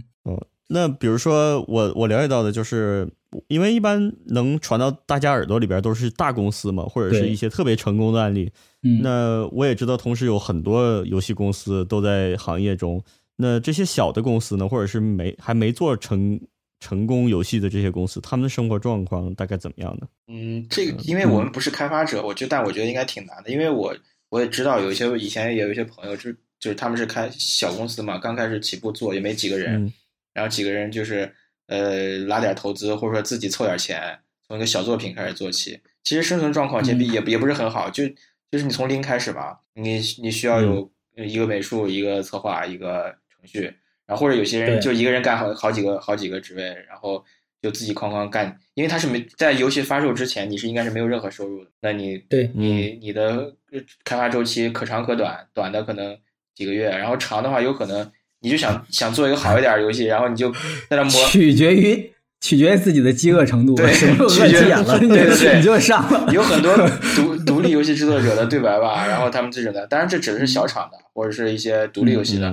那比如说我我了解到的就是，因为一般能传到大家耳朵里边都是大公司嘛，或者是对一些特别成功的案例。嗯，那我也知道，同时有很多游戏公司都在行业中。那这些小的公司呢，或者是没还没做成成功游戏的这些公司，他们的生活状况大概怎么样呢？嗯，这个因为我们不是开发者，我觉得但我觉得应该挺难的，因为我我也知道有一些以前也有一些朋友，就是就是他们是开小公司嘛，刚开始起步做也没几个人，嗯然后几个人就是呃拉点投资，或者说自己凑点钱，从一个小作品开始做起。其实生存状况也嗯比也也不是很好，就就是你从零开始吧，你你需嗯要有呃一个美术、一个策划、一个程序，然后或者有些人对就一个人干好好几个好几个职位，然后就自己哐哐干，因为他是没在游戏发售之前，你是应该是没有任何收入的，那你对你你的呃开发周期可长可短，短的可能几个月，然后长的话有可能你就想想做一个好一点儿的游戏，然后你就在那磨， (laughs) 取决于取决于自己的饥饿程度，对什么时候饿取决急眼了，对对对 (laughs) 你就上了。有很多独独立游戏制作者的对白吧，然后他们这种的，当然这指的是小厂的或者是一些独立游戏的，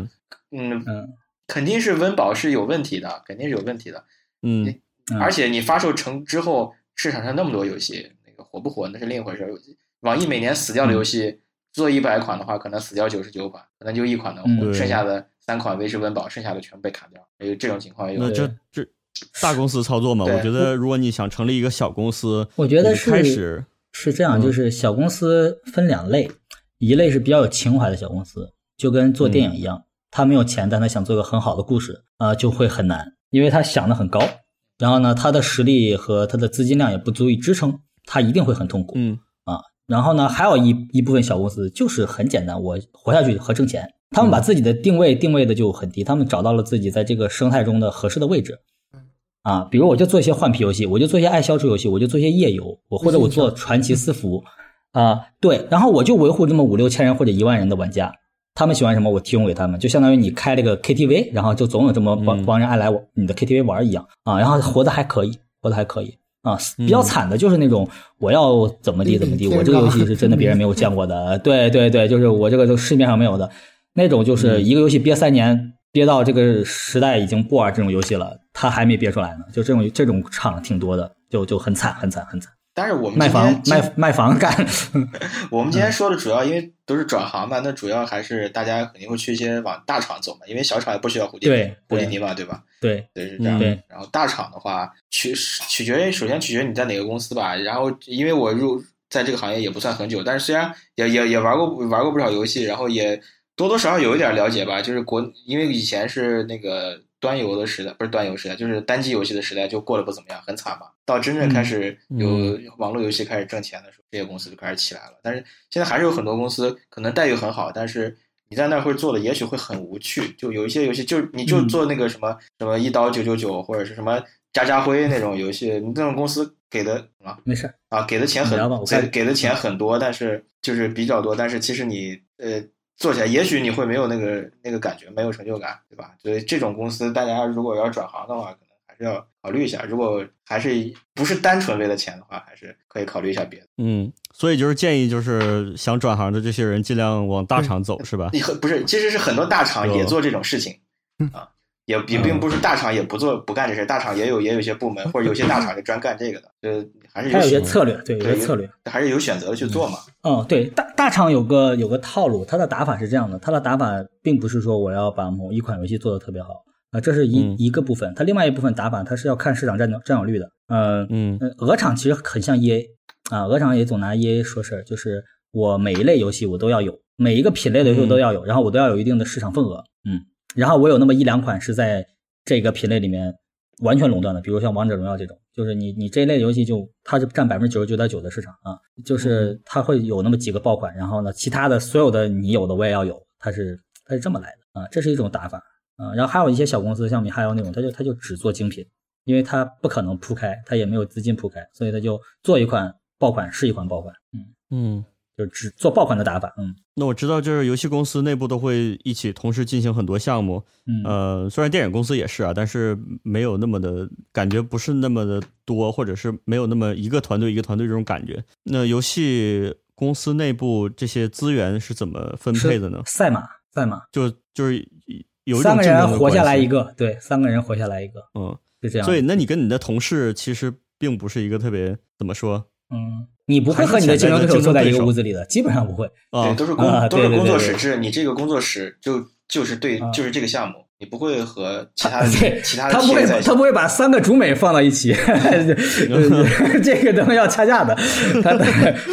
嗯，嗯肯定是温饱是有问题的，肯定是有问题的，嗯嗯而且你发售成之后，市场上那么多游戏，那个火不火那是另一回事儿。网易每年死嗯掉的游戏，做一百款的话，可能死掉九十九款，可能就一款能嗯火，对剩下的三款维持温饱，剩下的全被砍掉。有这种情况也有那。这这大公司操作嘛，对我觉得如果你想成立一个小公司，我觉得你是开始，是这样，嗯就是小公司分两类，一类是比较有情怀的小公司，就跟做电影一样，嗯他没有钱，但他想做一个很好的故事啊、就会很难，因为他想的很高，然后呢，他的实力和他的资金量也不足以支撑，他一定会很痛苦。嗯啊然后呢，还有一一部分小公司就是很简单，我活下去和挣钱。他们把自己的定位定位的就很低，他们找到了自己在这个生态中的合适的位置。啊，比如我就做一些换皮游戏，我就做一些爱消除游戏，我就做一些夜游，我或者我做传奇私服，啊，对，然后我就维护这么五六千人或者一万人的玩家，他们喜欢什么我提供给他们，就相当于你开了个 KTV，然后就总有这么帮嗯帮人爱来我你的 KTV 玩一样啊，然后活得还可以，活得还可以啊，比较惨的就是那种我要怎么地怎么地，嗯我这个游戏是真的别人没有见过的，对对对，就是我这个就市面上没有的那种，就是一个游戏憋三年，憋到这个时代已经不玩这种游戏了，他还没憋出来呢，就这种这种厂挺多的，就就很惨很惨很惨，但是我们卖今天房卖嗯卖房干。 (laughs) 我们今天说的主要，因为都是转行嘛，那主要还是大家肯定会去一些往大厂走嘛，因为小厂也不需要胡迪对胡迪对尼嘛，对吧？对，对，是这样。嗯对然后大厂的话，取取决于首先取决于你在哪个公司吧。然后因为我入在这个行业也不算很久，但是虽然也也也玩过玩过不少游戏，然后也多多少少有一点了解吧。就是国因为以前是那个端游的时代，不是端游时代，就是单机游戏的时代，就过得不怎么样，很惨嘛。到真正开始有网络游戏开始挣钱的时候，这些公司就开始起来了。但是现在还是有很多公司可能待遇很好，但是你在那儿会做的也许会很无趣。就有一些游戏，就是你就嗯做那个什么、什么一刀九九九或者是什么渣渣辉那种游戏，你这种公司给的啊没事儿，啊给的钱很你聊吧我给看给的钱很多，但是就是比较多，但是其实你呃做起来，也许你会没有那个那个感觉，没有成就感，对吧？所以这种公司，大家如果要转行的话，可能还是要考虑一下。如果还是不是单纯为了钱的话，还是可以考虑一下别的。嗯，所以就是建议就是想转行的这些人尽量往大厂走，是吧？你很不是，其实是很多大厂有也做这种事情嗯啊，也也并嗯不是大厂也不做不干这事，大厂也有也有一些部门或者有些大厂就专干这个的，呃，还是他有些选策略，对，有对些策略。还是有选择的去做嘛。嗯，对，大大厂有个有个套路，它的打法是这样的，它的打法并不是说我要把某一款游戏做的特别好啊、这是一、嗯一个部分，它另外一部分打法它是要看市场占有占有率的，嗯、嗯呃，鹅厂其实很像 EA 啊，鹅厂也总拿 EA 说事儿，就是我每一类游戏我都要有，每一个品类的游戏我都要有，然后我都要有一定的市场份额，嗯，然后我有那么一两款是在这个品类里面完全垄断的，比如像王者荣耀这种，就是你你这一类游戏就它是占百分之九十九点九的市场啊，就是它会有那么几个爆款，然后呢，其他的所有的你有的我也要有，它是它是这么来的啊，这是一种打法啊，然后还有一些小公司，像米哈游那种，它就它就只做精品。因为它不可能铺开，它也没有资金铺开，所以它就做一款爆款是一款爆款，嗯，嗯，就只做爆款的打法。嗯那我知道，就是游戏公司内部都会一起同时进行很多项目，嗯呃，虽然电影公司也是啊，但是没有那么的感觉，不是那么的多，或者是没有那么一个团队一个团队这种感觉。那游戏公司内部这些资源是怎么分配的呢？赛马，赛马，就就是有一种三个竞人争的活下关来系一，个，对，三个人活下来一个，嗯，是这样的。所以那你跟你的同事其实并不是一个特别怎么说嗯，你不会和你的竞争对手坐在一个屋子里的，基本上不会。啊对，都是工、啊都是对对工作对对室制，你这个工作室就就是对、啊就是这个项目，你不会和其他的、 (laughs) 对，其他的他企不业会在一起他不会把三个主美放到 (laughs) 一起，这个都要掐架的。 (laughs) 他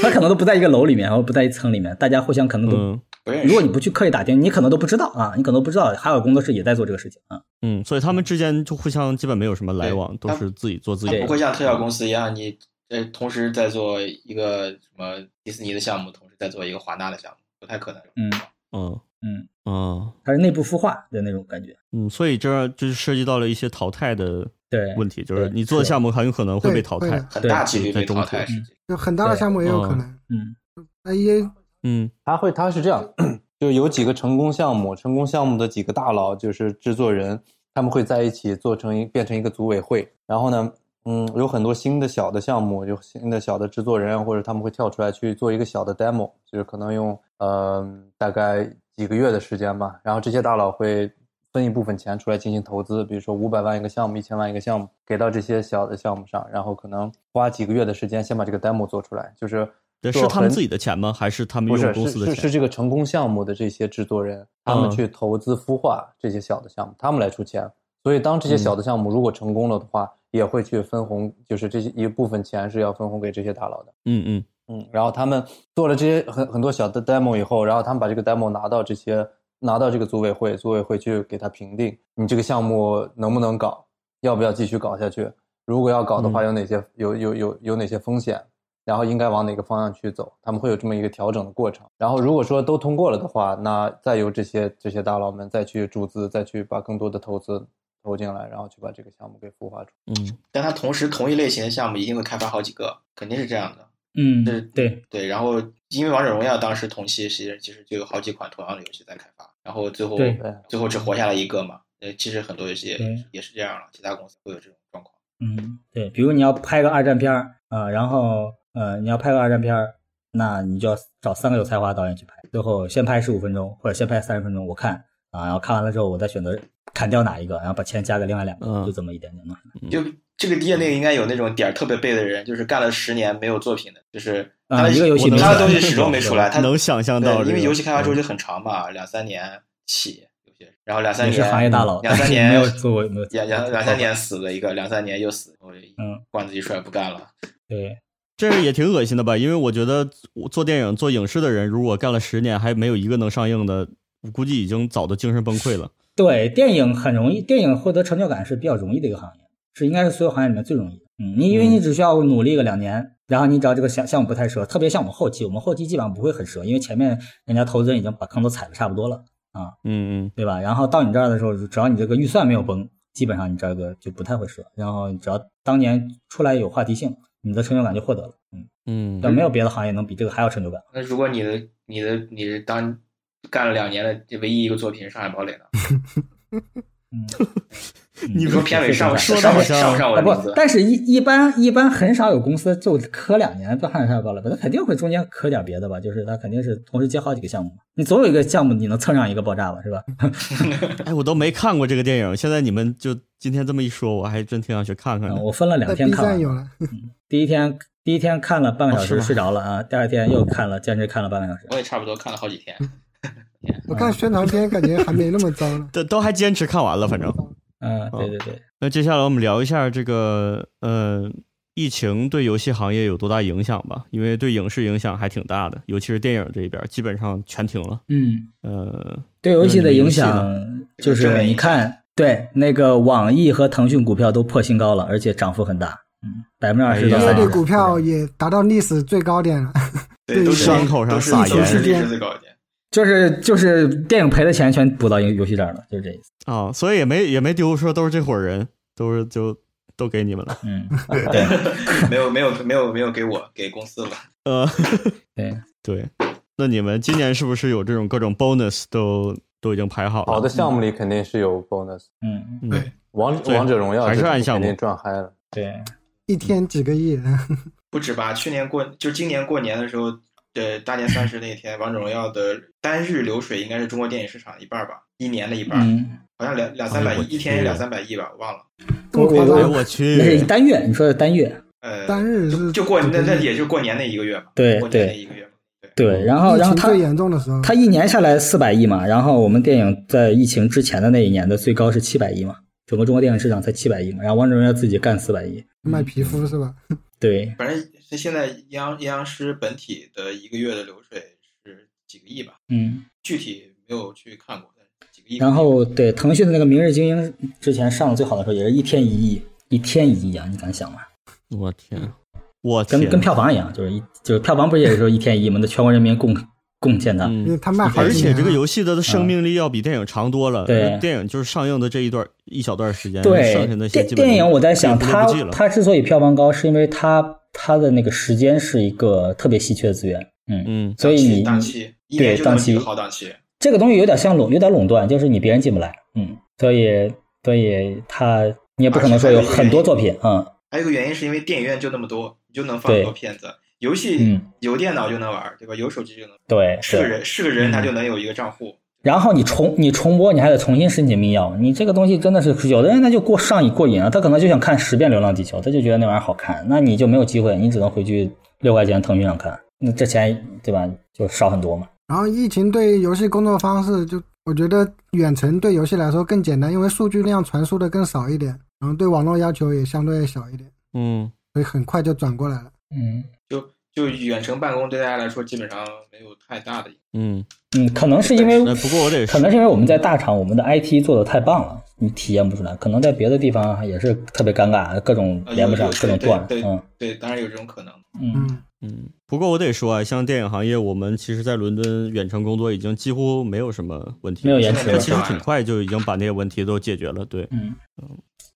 他可能都不在一个楼里面，或者不在一层里面，大家互相可能都。嗯不认识。如果你不去刻意打听，你可能都不知道啊，你可能都不知道还有工作室也在做这个事情啊。嗯，所以他们之间就互相基本没有什么来对往，都他是自己做自它己不的。会像特效公司一样，你呃同时在做一个什么迪士尼的项目，同时在做一个华纳的项目，不太可能。嗯嗯嗯，嗯它是内部孵化的那种感觉。嗯，所以这就是涉及到了一些淘汰的对，问题，就是对你做的是项目很有可能会被对淘会汰的。很大几对率在被中淘途嗯汰是这个。就很大的对项目也有嗯可能。嗯那 EA 嗯他会，他是这样， (clears throat) 就有几个成功项目，成功项目的几个大佬就是制作人，他们会在一起做成一变成一个组委会，然后呢，嗯，有很多新的小的项目，有新的小的制作人，或者他们会跳出来去做一个小的 demo，就是可能用呃大概几个月的时间吧，然后这些大佬会分一部分钱出来进行投资，比如说五百万一个项目，一千万一个项目，给到这些小的项目上，然后可能花几个月的时间先把这个 demo 做出来，就是。对，做是他们很自己的钱吗？还是他们不用是公司的是是是钱？这个成功项目的这些制作人，他们嗯去投资孵化这些小的项目，他们来出钱。所以当这些嗯小的项目如果成功了的话，也会去分红，就是这些一部分钱是要分红给这些大佬的。嗯嗯嗯，然后他们做了这些很很多小的 demo 以后，然后他们把这个 demo 拿到这些拿到这个组委会，组委会去给他评定你这个项目能不能搞，要不要继续搞下去。如果要搞的话，嗯有哪些有有有有哪些风险，然后应该往哪个方向去走，他们会有这么一个调整的过程。然后如果说都通过了的话，那再由这些这些大佬们再去注资，再去把更多的投资投进来，然后去把这个项目给孵化出来。嗯但它同时同一类型的项目一定会开发好几个，肯定是这样的。是嗯，对，对，然后因为王者荣耀当时同期其实其实就有好几款同样的游戏在开发，然后最后对对最后只活下来一个嘛。呃，其实很多游戏也对也是这样了，其他公司会有这种状况。嗯，对，比如你要拍个二战片儿啊、呃然后呃，你要拍个二战片儿，那你就要找三个有才华的导演去拍，最后先拍十五分钟或者先拍三十分钟，我看啊，然后看完了之后我再选择砍掉哪一个，然后把钱加给另外两个，嗯就这么一点点弄出来。就这个业内应该有那种点儿特别背的人，就是干了十年没有作品的，就是他啊的、一个游戏没他的出来东西始终没出来，他 (laughs) 能想象对到这个嗯因为游戏开发周期很长嘛，两三年起，有些然后两三也年嗯是行业大佬，两三 (laughs) 但是没年有做过，没有两两两三年死了一个，两三年又死，我嗯罐子一摔不干了，对，这个也挺恶心的吧？因为我觉得做电影、做影视的人，如果干了十年还没有一个能上映的，我估计已经早都精神崩溃了。对，电影很容易，电影获得成就感是比较容易的一个行业，是应该是所有行业里面最容易的。嗯，你因为你只需要努力个两年，然后你只要这个项项目不太适合，特别像我们后期，我们后期基本上不会很适合，因为前面人家投资人已经把坑都踩的差不多了，嗯嗯对吧？然后到你这儿的时候，只要你这个预算没有崩，基本上你这个就不太会适合。然后只要当年出来有话题性，你的成就感就获得了。嗯，嗯但没有别的行业能比这个还要成就感。那如果你的你的你的当干了两年的唯一一个作品是《上海堡垒》呢？嗯，你你说片尾上说上得上好像上不上我啊的不名，字？但是一一般一般很少有公司就磕两年不汉上高了吧，他肯定会中间磕点别的吧，就是他肯定是同时接好几个项目，你总有一个项目你能蹭上一个爆炸吧，是吧？ (laughs) 哎，我都没看过这个电影，现在你们就今天这么一说，我还真挺想去看看嗯啊的。我分了两在天呃 B 看站完有了，第一天第一天看了半个小哦是时吗。睡着了啊，第二天又看了，坚持看了半个小时。我也差不多看了好几天，我看宣传片感觉还没那么糟呢 (laughs) 都都还坚持看完了，反正。嗯，对对对，那接下来我们聊一下这个呃，疫情对游戏行业有多大影响吧？因为对影视影响还挺大的，尤其是电影这一边，基本上全停了。嗯。呃，对游戏的影那响就正是面你影响看，对那个网易和腾讯股票都破新高了，而且涨幅很大，嗯，百分之二十到哎呀业三内十。股票也达到历史最高点了，对都是伤口上都是撒都是盐历史最高点。就是就是电影赔的钱全补到游游戏这儿了，就是这意思。啊、所以也没也没丢，说都是这伙人，都是就都给你们了。嗯，对没有没有没有没有给我给公司了，呃，对，对，那你们今年是不是有这种各种 bonus 都都已经排好了？好的项目里肯定是有 bonus，嗯，嗯，对王对王者荣耀还是这按项目肯定赚嗨了。对，一天几个亿，嗯不止吧？去年过就今年过年的时候，呃，大年三十那天，《王者荣耀》的单日流水应该是中国电影市场一半儿吧，一年的一半儿，嗯，好像两两三哎百呦我亿，一天去两三百亿吧，我忘了。这么夸哎张？我那是去，单月，你说的单月，呃，单日就是就过那几个那亿也就过年那一个月吧，对过年那对一个月吧。对，然后疫然后情他最严重的时候，他一年下来四百亿嘛，然后我们电影在疫情之前的那一年的最高是七百亿嘛，整个中国电影市场才七百亿嘛，然后王者荣耀自己干四百亿，卖皮肤是吧？对，反正是现在阴阳阴阳师本体的一个月的流水是几个亿吧，嗯，具体没有去看过，但是几个亿。然后对腾讯的那个《明日精英》之前上的最好的时候也是一天一亿，一天一亿啊，你敢想吗？我天，我天，跟跟票房一样，就是一就是票房不是也是说一天一亿吗？那全国人民贡贡献的，嗯因为他卖 (laughs) 好而几且年这个了游戏它的生命力要比电影长多了。嗯对电影就是上映的这一段一小段时间，剩下对那些电基本电影，我在想就不它记了。它之所以票房高，是因为它它的那个时间是一个特别稀缺的资源，嗯，嗯，所以你档期一对年就那档么期几个好档期，这个东西有点像垄，有点垄断，就是你别人进不来，嗯，所以所以它你也不可能说有很多作品，嗯，还有一个原因是因为电影院就那么多，你就能放对很多片子。游戏嗯有电脑就能玩儿，对吧？有手机就能玩儿，对，嗯是个是。人是个人他就能有一个账户。然后你重你重播，你还得重新申请密钥，你这个东西真的是有的人他就过上瘾过瘾了，他可能就想看十遍《流浪地球》，他就觉得那玩意儿好看，那你就没有机会，你只能回去六块钱腾讯上看，那这钱对吧就少很多嘛。然后疫情对游戏工作方式就，我觉得远程对游戏来说更简单，因为数据量传输的更少一点，然后对网络要求也相对小一点，嗯，所以很快就转过来了。嗯就就远程办公对大家来说基本上没有太大的影响。嗯，嗯，可能是因为那不过我得可能是因为我们在大厂，我们的 IT 做的太棒了，你体验不出来。可能在别的地方也是特别尴尬，各种啊呃连不有上有，各种断。对对嗯对，当然有这种可能。嗯嗯，嗯，不过我得说啊，像电影行业，我们其实在伦敦远程工作已经几乎没有什么问题，没有延迟它其实挺快就已经把那些问题都解决了。对，嗯，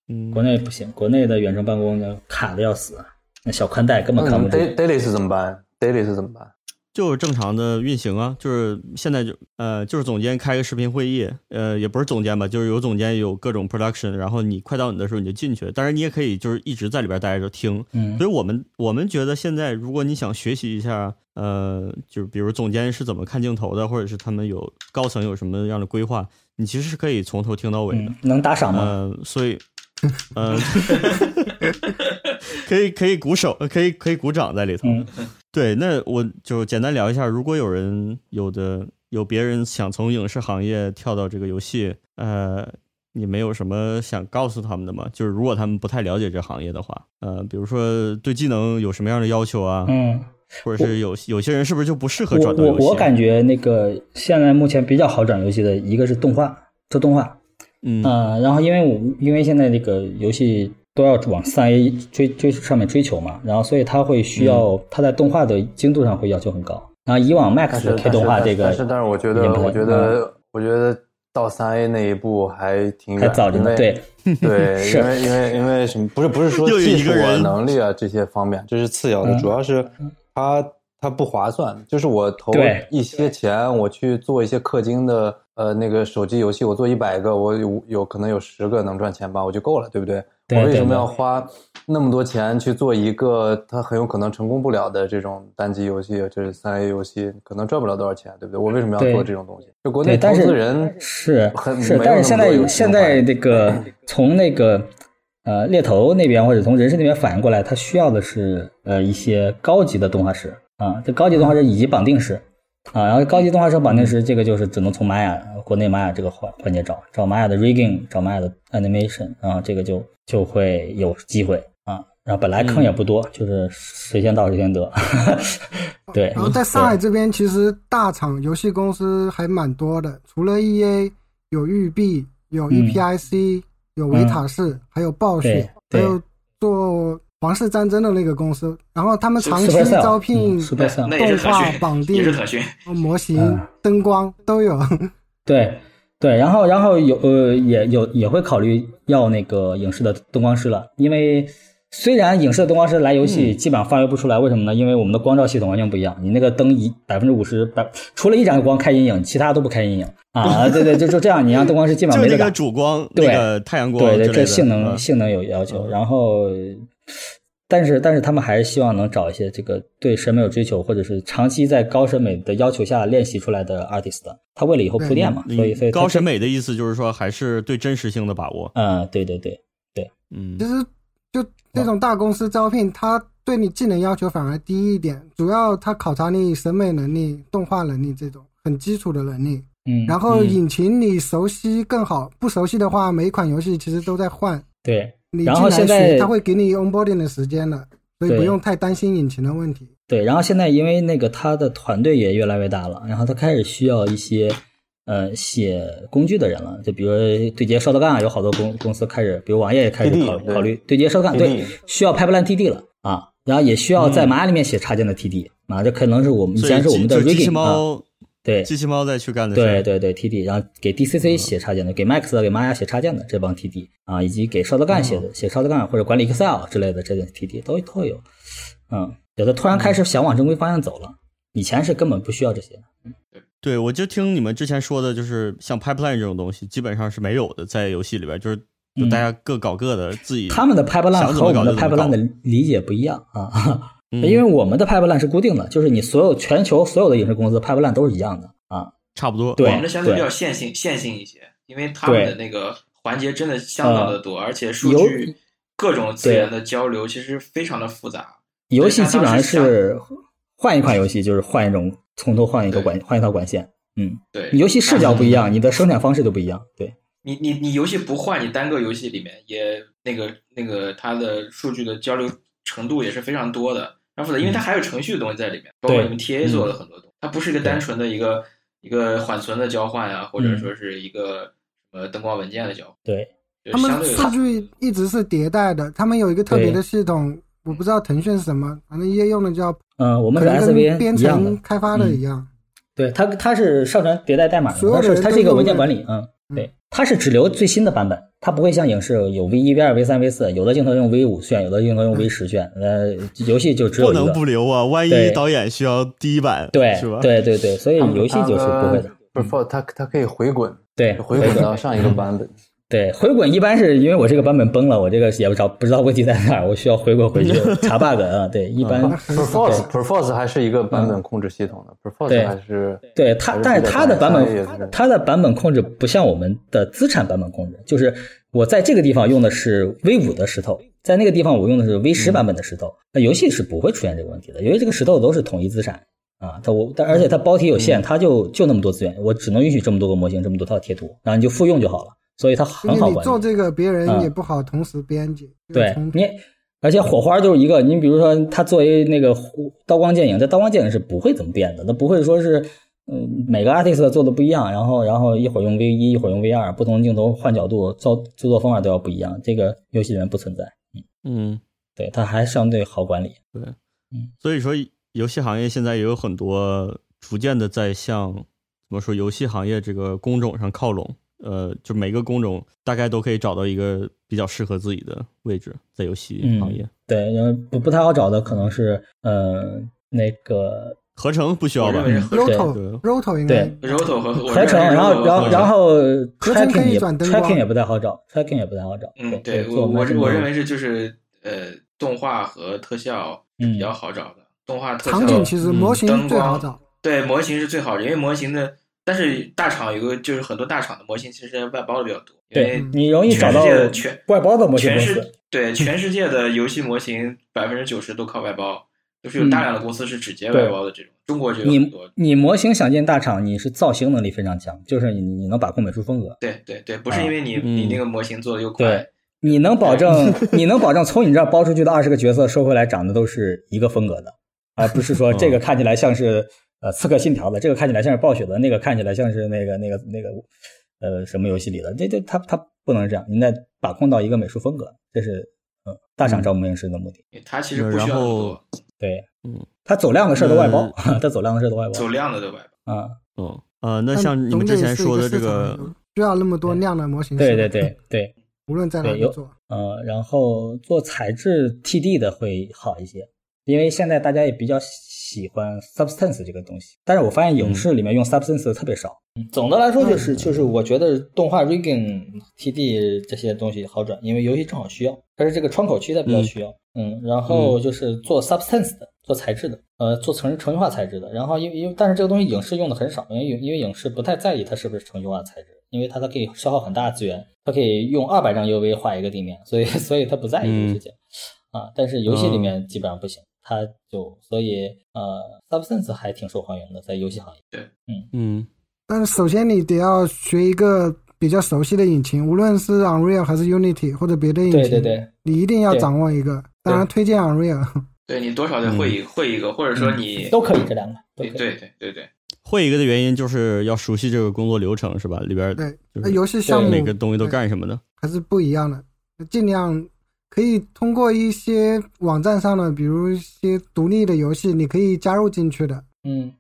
嗯国，内不行，国内的远程办公呢卡的要死，那小宽带根那本你看不们住。 daily daily 是怎么办？daily 是怎么办？就是正常的运行啊，就是现在就呃，就是总监开个视频会议，呃，也不是总监吧，就是有总监有各种 production，然后你快到你的时候你就进去，但是你也可以就是一直在里边待着听。嗯所以我们我们觉得现在如果你想学习一下，呃，就是比如总监是怎么看镜头的，或者是他们有高层有什么样的规划，你其实是可以从头听到尾的。嗯，能打赏吗？呃，所以，呃， (laughs) 可以可以鼓手，可以可以鼓掌在里头。嗯对，那我就简单聊一下，如果有人有的有别人想从影视行业跳到这个游戏，呃，你们有什么想告诉他们的吗？就是如果他们不太了解这行业的话，呃，比如说对技能有什么样的要求啊，嗯，或者是有有些人是不是就不适合我转到我游戏？啊我感觉那个现在目前比较好转游戏的一个是动画，做动画，嗯呃，然后因为我因为现在这个游戏都要往三 A 追追上面追求嘛，然后所以它会需要它在动画的精度上会要求很高。然后以往但 Max 是的但是推动画这个，但是但是我觉得也不嗯太我觉得我觉得到三 A 那一步还挺还远，早着因呢。为对，对， (laughs) 是因为因为因为什么？不是不是说又有技一术个啊、人能力啊这些方面，这是次要的，嗯主要是它它不划算。就是我投对一些钱，我去做一些氪金的呃那个手机游戏，我做一百个，我有有可能有十个能赚钱吧，我就够了，对不对？对我为什对么对要花那么多钱去做一个它很有可能成功不了的这种单机游戏，这是三 A 游戏，可能赚不了多少钱，对不对？我为什么对要做这种东西？就国内对，投但是资人是很是，没有但是那现么多有在嗯情现在怀这个从那个呃猎头那边或者从人事那边反映过来，他需要的是呃一些高级的动画师啊，这高级动画师以及绑定师啊，然后高级动画师绑定师这个就是只能从玛雅国内玛雅这个环环节找，找玛雅的 rigging，找玛雅的 animation 啊，这个就就会有机会啊。然后本来嗯坑也不多，就是谁先到谁先得。 (laughs) 哎对，然后在上海这边，其实大厂游戏公司还蛮多的，除了 E A 有育碧、有嗯 E P I C、有维塔士，还有暴雪，还对对有做皇室战争的那个公司。然后他们长期 Supercell，招聘嗯，Supercell 那也是腾动画绑讯，定也是腾讯。模型嗯、灯光都有。对对，然后然后有呃也有也会考虑要那个影视的灯光师了，因为虽然影视的灯光师蓝游嗯戏基本上发挥不出来，为什么呢？因为我们的光照系统完全不一样，你那个灯一百分之五十百，除了一盏光开阴影，其他都不开阴影啊。对对，就就这样，你让灯光师基本 (laughs) 就上没那得个打。主光，对那个太阳光对之对，类的这性能嗯性能有要求，然后，但是但是他们还是希望能找一些这个对审美有追求，或者是长期在高审美的要求下练习出来的 artist，他为了以后铺垫嘛，所以所以他嗯高这审，美的意思就是说还是对真实性的把握。嗯，对对对，嗯其，实就这种大公司招聘，他对你技能要求反而低一点，主要他考察你审美能力、动画能力这种很基础的能力。嗯，然后嗯引擎你熟悉更好，不熟悉的话，每一款游戏其实都在换。对，你然进后来现在学，他会给你 onboarding 的时间了，所以对不用太担心引擎的问题。对，然后现在因为那个他的团队也越来越大了，然后他开始需要一些呃写工具的人了，就比如对接烧刀杠，有好多公公司开始，比如网页也开始 TD 考对考虑对接烧刀杠，对 TD，需要 Pipeline TD 了啊，然后也需要在玛雅里面写插件的 TD、啊，这可能是我们以所前以是我们的就机器 rigging 啊，猫，对机器猫再去干的事对儿。对对 TD，然后给嗯 DCC 写插件的，给 Max 的、给玛雅写插件的这帮 TD 啊，以及给哦烧刀杠写的、写烧刀杠或者管理 Excel 之类的这些 TD 都都有，嗯，有的突然开始想往正规方向走了，以前是根本不需要这些，对，我就听你们之前说的，就是像 pipeline 这种东西，基本上是没有的，在游戏里边，就是就嗯大家各搞各的，自己他们的 pipeline 嗯想怎和么我搞们就的怎么搞 pipeline 的理解不一样啊， (laughs) 嗯因为我们的 pipeline 是固定的，就是你所有全球所有的影视公司 pipeline 都是一样的啊，差不多。对我们的相对比对较线性线性一些，因为他们的那个环节真的相当的多，而且数嗯有据各种资源的交流其实非常的复杂。游戏基本上是换一款游戏就是换一种从头换一个管换一套管线，嗯，对，你游戏视角不一样，你的生产方式就不一样，对。你你你游戏不换，你单个游戏里面也那个那个它的数据的交流程度也是非常多的，然后呢因为它还有程序的东西在里面，包括嗯对嗯你们 TA 做的很多东西，它不是一个单纯的一个一个缓存的交换啊，或者嗯说是一个什么灯光文件的交换，对，就他相们对数据一直是迭代的，他们有一个特别的系统，我不知道腾讯是什么，反正也用的叫，嗯，我可们的能 S 跟 V N 编一样的嗯程，开发的一样。对它它是上传迭代代码的所，有它的人是它都是一个用文件的管理，嗯，嗯对，它是只留最新的版本，它不会像影视有 V 一、V 二、V 三、V 四，有的镜头用 V 五炫，有的镜头用 V 十炫，呃，游戏就只有不一能不个，留啊！万一对导演需要第一版，对是吧？，对对对，所以他们游戏就是不会的，。嗯不是，不它它可以回滚，对，回回滚滚，到上一个版本。对，回滚一般是因为我这个版本崩了，我这个也不知道不知道问题在哪儿，我需要回滚回去查 bug 啊，对，一般 Perforce Perforce 还是一个版本控制系统的对，Perforce 还是对它，但是它的版还是比较专业本的，它的版本控制不像我们的资产版本控制，就是我在这个地方用的是 V 五的石头，在那个地方我用的是 V 嗯十版本的石头。那、游戏是不会出现这个问题的，因为这个石头都是统一资产啊。它我，但而且它包体有限，嗯它就就那么多资源，我只能允许这么多个模型，这么多套贴图，然后你就复用就好了，所以它因很好管为你理。做这个，别人嗯也不好同时编辑。就是对从你，而且火花就是一个，你比如说它作为那个火刀光剑影，这刀光剑影是不会怎么变的，它不会说是。嗯，每个 artist 做的不一样，然后然后一会儿用 V 一，一会儿用 V 二，不同镜头换角度、造制作方法都要不一样，这个游戏里面不存在。嗯，对，它还相对好管理。所以说游戏行业现在也有很多逐渐的在向怎么说游戏行业这个工种上靠拢。呃，就每个工种大概都可以找到一个比较适合自己的位置，在游戏嗯行业，对，然后不不太好找的可能是，呃，那个合成不需要我吧认？为是合成对 Roto Roto 应该对 Roto 和我合成，认为然后 Roto 然和后然后 tracking 也可以转灯光 tracking 也不太好找，tracking 也不太好找。嗯，对对所以我我们这我个认为是就是呃动画和特效是比嗯较好找的，动画特效场景其实嗯模型灯最好光找，对，模型是最好的，因为模型的，但是大厂有个就是很多大厂的模型其实外包的比较多，因对为你容易找全到世界的全外包的模型全公世司。 (laughs) 对全世界的游戏模型百分之九十都靠外包，就是有大量的公司是直接外包的这种，中国就有很嗯你多。你模型想进大厂，你是造型能力非常强，就是你你能把控美术风格，对对对，不是因为你、嗯你那个模型做的又啊对快，你能保证 (laughs) 你能保证从你这儿包出去的二十个角色收回来长得都是一个风格的，而不是说嗯这个看起来像是呃《刺客信条》的，这个看起来像是暴雪的，那个看起来像是那个那个那个呃什么游戏里的，这这他他不能这样，你得把控到一个美术风格，这是嗯大厂招模型师的目的。它其实不需要那么多对，嗯，他走量的事儿都外包， (laughs) 他走量的事儿都外包嗯走量的都外包。啊。嗯，呃，那但像你总们得之前是一说的市这场个需要那么多量的模型。对对，对对，无论在哪里对有做。呃，然后做材质 TD 的会好一些，因为现在大家也比较喜欢 Substance 这个东西。但是我发现影视里面用 Substance 的特别少。嗯总的来说就是就是，我觉得动画 rigging、TD 这些东西好转，因为游戏正好需要，但是这个窗口期它比较需要。嗯，然后就是做 Substance 的，做材质的，呃，做成程序化材质的。然后因为因为但是这个东西影视用的很少，因为因为影视不太在意它是不是程序化材质，因为它它可以消耗很大的资源，它可以用二百张 UV 画一个地面，所以 (laughs) 所以它不在意这个事情。啊，但是游戏里面基本上不行，它就所以呃，Substance 还挺受欢迎的，在游戏行业。嗯但是首先你得要学一个比较熟悉的引擎，无论是 Unreal 还是 Unity 或者别的引擎，对对对，你一定要对掌握一个。当然推荐 Unreal，对你多少得会一会一个，或者说你嗯都可以这两个。都对可以对对对对，会一个的原因就是要熟悉这个工作流程，是吧？里边儿对，就那是游戏项对目每个东西都干什么的。还是不一样的，尽量可以通过一些网站上的，比如一些独立的游戏，你可以加入进去的。嗯，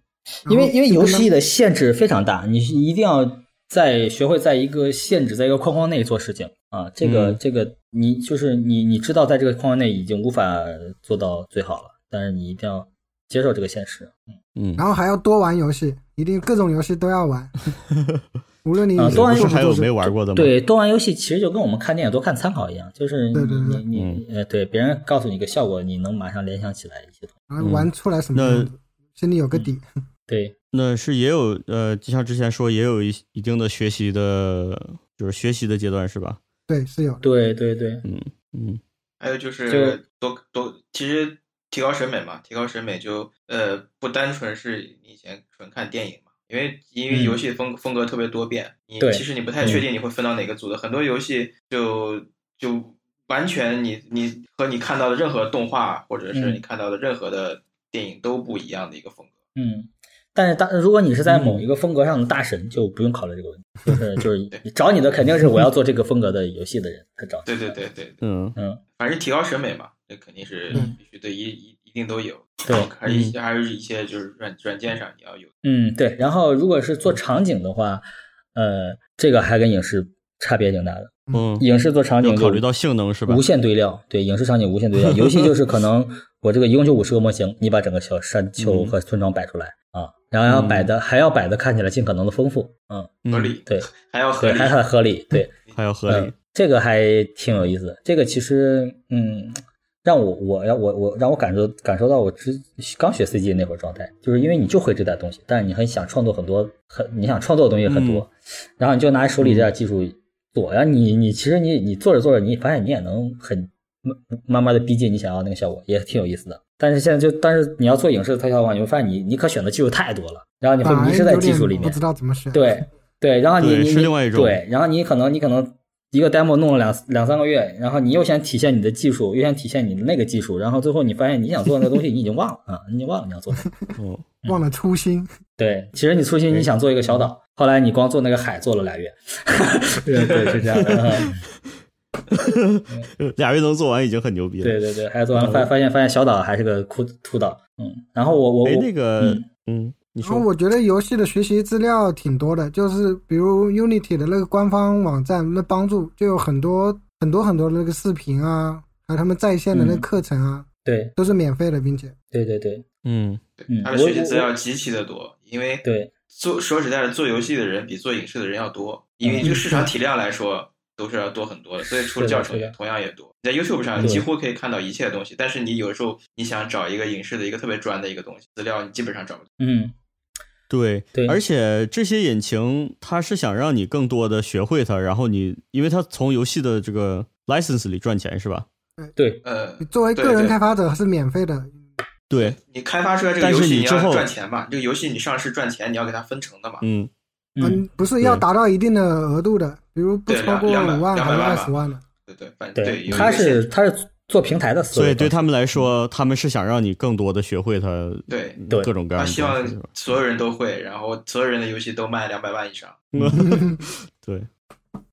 然因为后因为这个游呢戏的限制非常大，你一定要在学会在一个限制在一个框框内做事情啊。这个、嗯这个你就是你你知道在这个框框内已经无法做到最好了，但是你一定要接受这个现实。嗯，然后还要多玩游戏，一定各种游戏都要 (laughs) 玩，无论你啊是多玩不不是还游戏是有没玩过的吗？，对，多玩游戏其实就跟我们看电影多看参考一样，就是你对对对你嗯你呃，对别人告诉你一个效果，你能马上联想起来一些东西。然后玩出来什么样嗯子，心里有个底。对，那是也有呃，就像之前说，也有一一定的学习的，就是学习的阶段，是吧？对，是有的。对对对，嗯还有就是就多多，其实提高审美嘛，提高审美就呃不单纯是你以前纯看电影嘛，因为因为嗯游戏风、风格特别多变，你对嗯其实你不太确定你会分到哪个组的，很多游戏就就完全你你和你看到的任何动画或者是嗯你看到的任何的电影都不一样的一个风格。嗯，但是当如果你是在嗯某一个风格上的大神，就不用考虑这个问题，就是就是找你的肯定是我要做这个风格的游戏的人，他找你。对对对对，嗯反正提高审美嘛，这肯定是嗯必须对一一一定都有，对还有一些还有一些就是软软件上你要有。嗯，对。然后如果是做场景的话，呃，这个还跟影视差别挺大的。嗯，影视做场景要就考虑到性能是吧无？限堆料，对，影视场景无限堆料，游戏就是可能我这个一共就五十个模型，你把整个小山丘嗯和村庄摆出来啊，然后要摆的还要摆的看起来尽可能的丰富，嗯，嗯合理，对，还要合对，理，还很合理，对。还要合理嗯。这个还挺有意思的。这个其实，嗯，让我我让我我让我感受感受到我之刚学 CG 那会儿状态，就是因为你就会这点东西，但是你很想创作很多，很你想创作的东西很嗯多，然后你就拿手里这点技术做，然后你你其实你你做着做着，你发现你也能很慢慢慢的逼近你想要那个效果，也挺有意思的。但是现在就，但是你要做影视特效的话，你会发现你你可选的技术太多了，然后你会反而迷失在有技点术里不面知。道怎么选。对对，然后你对你是你另外一种对，然后你可能你可能一个 demo 弄了两两三个月，然后你又想体现你的技术，又想体现你的那个技术，然后最后你发现你想做的那个东西你已经忘了啊，你已经忘了你要做什么。嗯，忘了初心，对，其实你初心你想做一个小岛，后来你光做那个海做了俩月， (laughs) 对对是这样的。 (laughs) 嗯 (laughs) 俩月能做完已经很牛逼了。对对对，还做完了发发现发现小岛还是个枯秃岛，嗯，然后我我哎我，那个嗯，嗯，你然后说，我觉得游戏的学习资料挺多的，就是比如 Unity 的那个官方网站，那帮助就有很多很多很多的那个视频啊，还有他们在线的那个嗯课程啊，对都是免费的，并且对对对嗯嗯他的我学习我资料极其的多，因为对，做说实在的，做游戏的人比做影视的人要多，因为这个市场体量来说都是要多很多的，所以出嗯是的的教程也是的同样也多。你在 YouTube 上对几乎可以看到一切东西，但是你有的时候你想找一个影视的一个特别专的一个东西资料，你基本上找不到。嗯对对而且这些引擎它是想让你更多的学会它，然后你因为它从游戏的这个 license 里赚钱是吧？对呃，作为个对人对开发者是免费的，对，你开发出来这个但是游戏你之要后赚钱嘛？这个游戏你上市赚钱，你要给它分成的嘛？嗯，嗯嗯，不是要对达到一定的额度的，比如不对超过五两两百万两还百是万二吧十万的。对对，反正对，有一他个限是他是做平台的思维所方以式，对他们来说，他们是想让你更多的学会它，对对各种各样的他啊希东望西是吧。所有人都会，然后所有人的游戏都卖两百万以上。 (laughs) 对，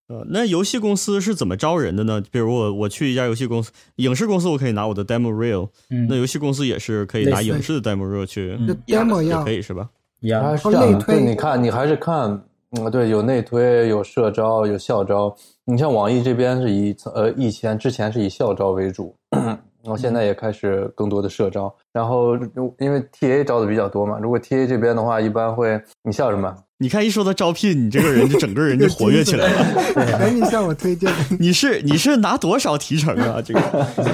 呃，那游戏公司是怎么招人的呢？比如我我去一家游戏公司，影视公司我可以拿我的 demo reel，嗯那游戏公司也是可以拿影视的 demo reel 去，嗯就一样的 (laughs) demo 也要可以是吧？一样它的啊是这样啊内的，对，推你看，你还是看嗯，对，有内推，有社招，有校招。你像网易这边是以呃以前之前是以校招为主，然后现嗯在也开始更多的社招。然后因为 TA 招的比较多嘛，如果 TA 这边的话，一般会你笑什么？你看一说到招聘，你这个人就整个人就活跃起来了。赶紧向我推荐你是你是拿多少提成啊？这个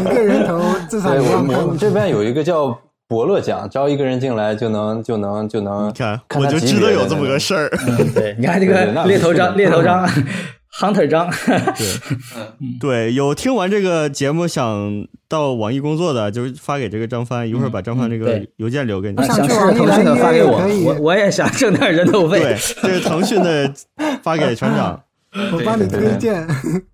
一个人头至少对一 (laughs) 我万块我吧们。这边有一个叫伯乐奖，招一个人进来就能就能就能你看，看我他就级知道别的有那这么种个事儿。对， (laughs) 你看这对个那猎头章，没猎事头章 (laughs) ，hunter 章，嗯，对，有听完这个节目想到网易工作的，就是发给这个张帆，一会儿把张帆这嗯个对邮件留给你。我想想去吃网易腾来讯的约发给也我可以，我我也想挣点人头费对。，这是腾讯的发给船长。 (laughs) 我帮你推荐，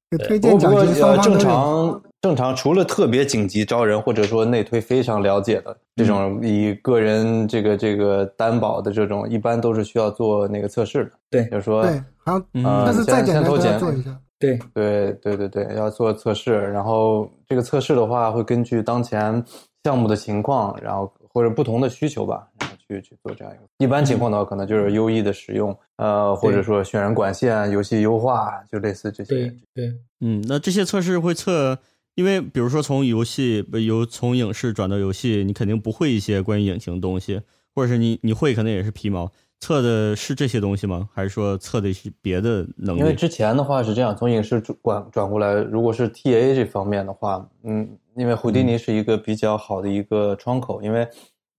有推不过荐奖不过金呃双，方正都有。常正常，除了特别紧急招人，或者说内推非常了解的嗯这种以个人这个这个担保的这种，一般都是需要做那个测试的。对就是说，对，好像嗯但是再简单都要做一下。对，对对对对，要做测试，然后这个测试的话会根据当前项目的情况，然后或者不同的需求吧，然后去去做这样一个。一般情况的话，可能嗯就是优异的使用，呃，或者说选人管线、游戏优化，就类似这些对。对，嗯，那这些测试会测，因为比如说从游戏不由从影视转到游戏，你肯定不会一些关于影形的东西，或者是你你会可能也是皮毛。测的是这些东西吗？还是说测的是别的能因为力？之前的话是这样，从影视转转转过来，如果是 TA 这方面的话，嗯，因为胡迪尼是一个比较好的一个窗口，因为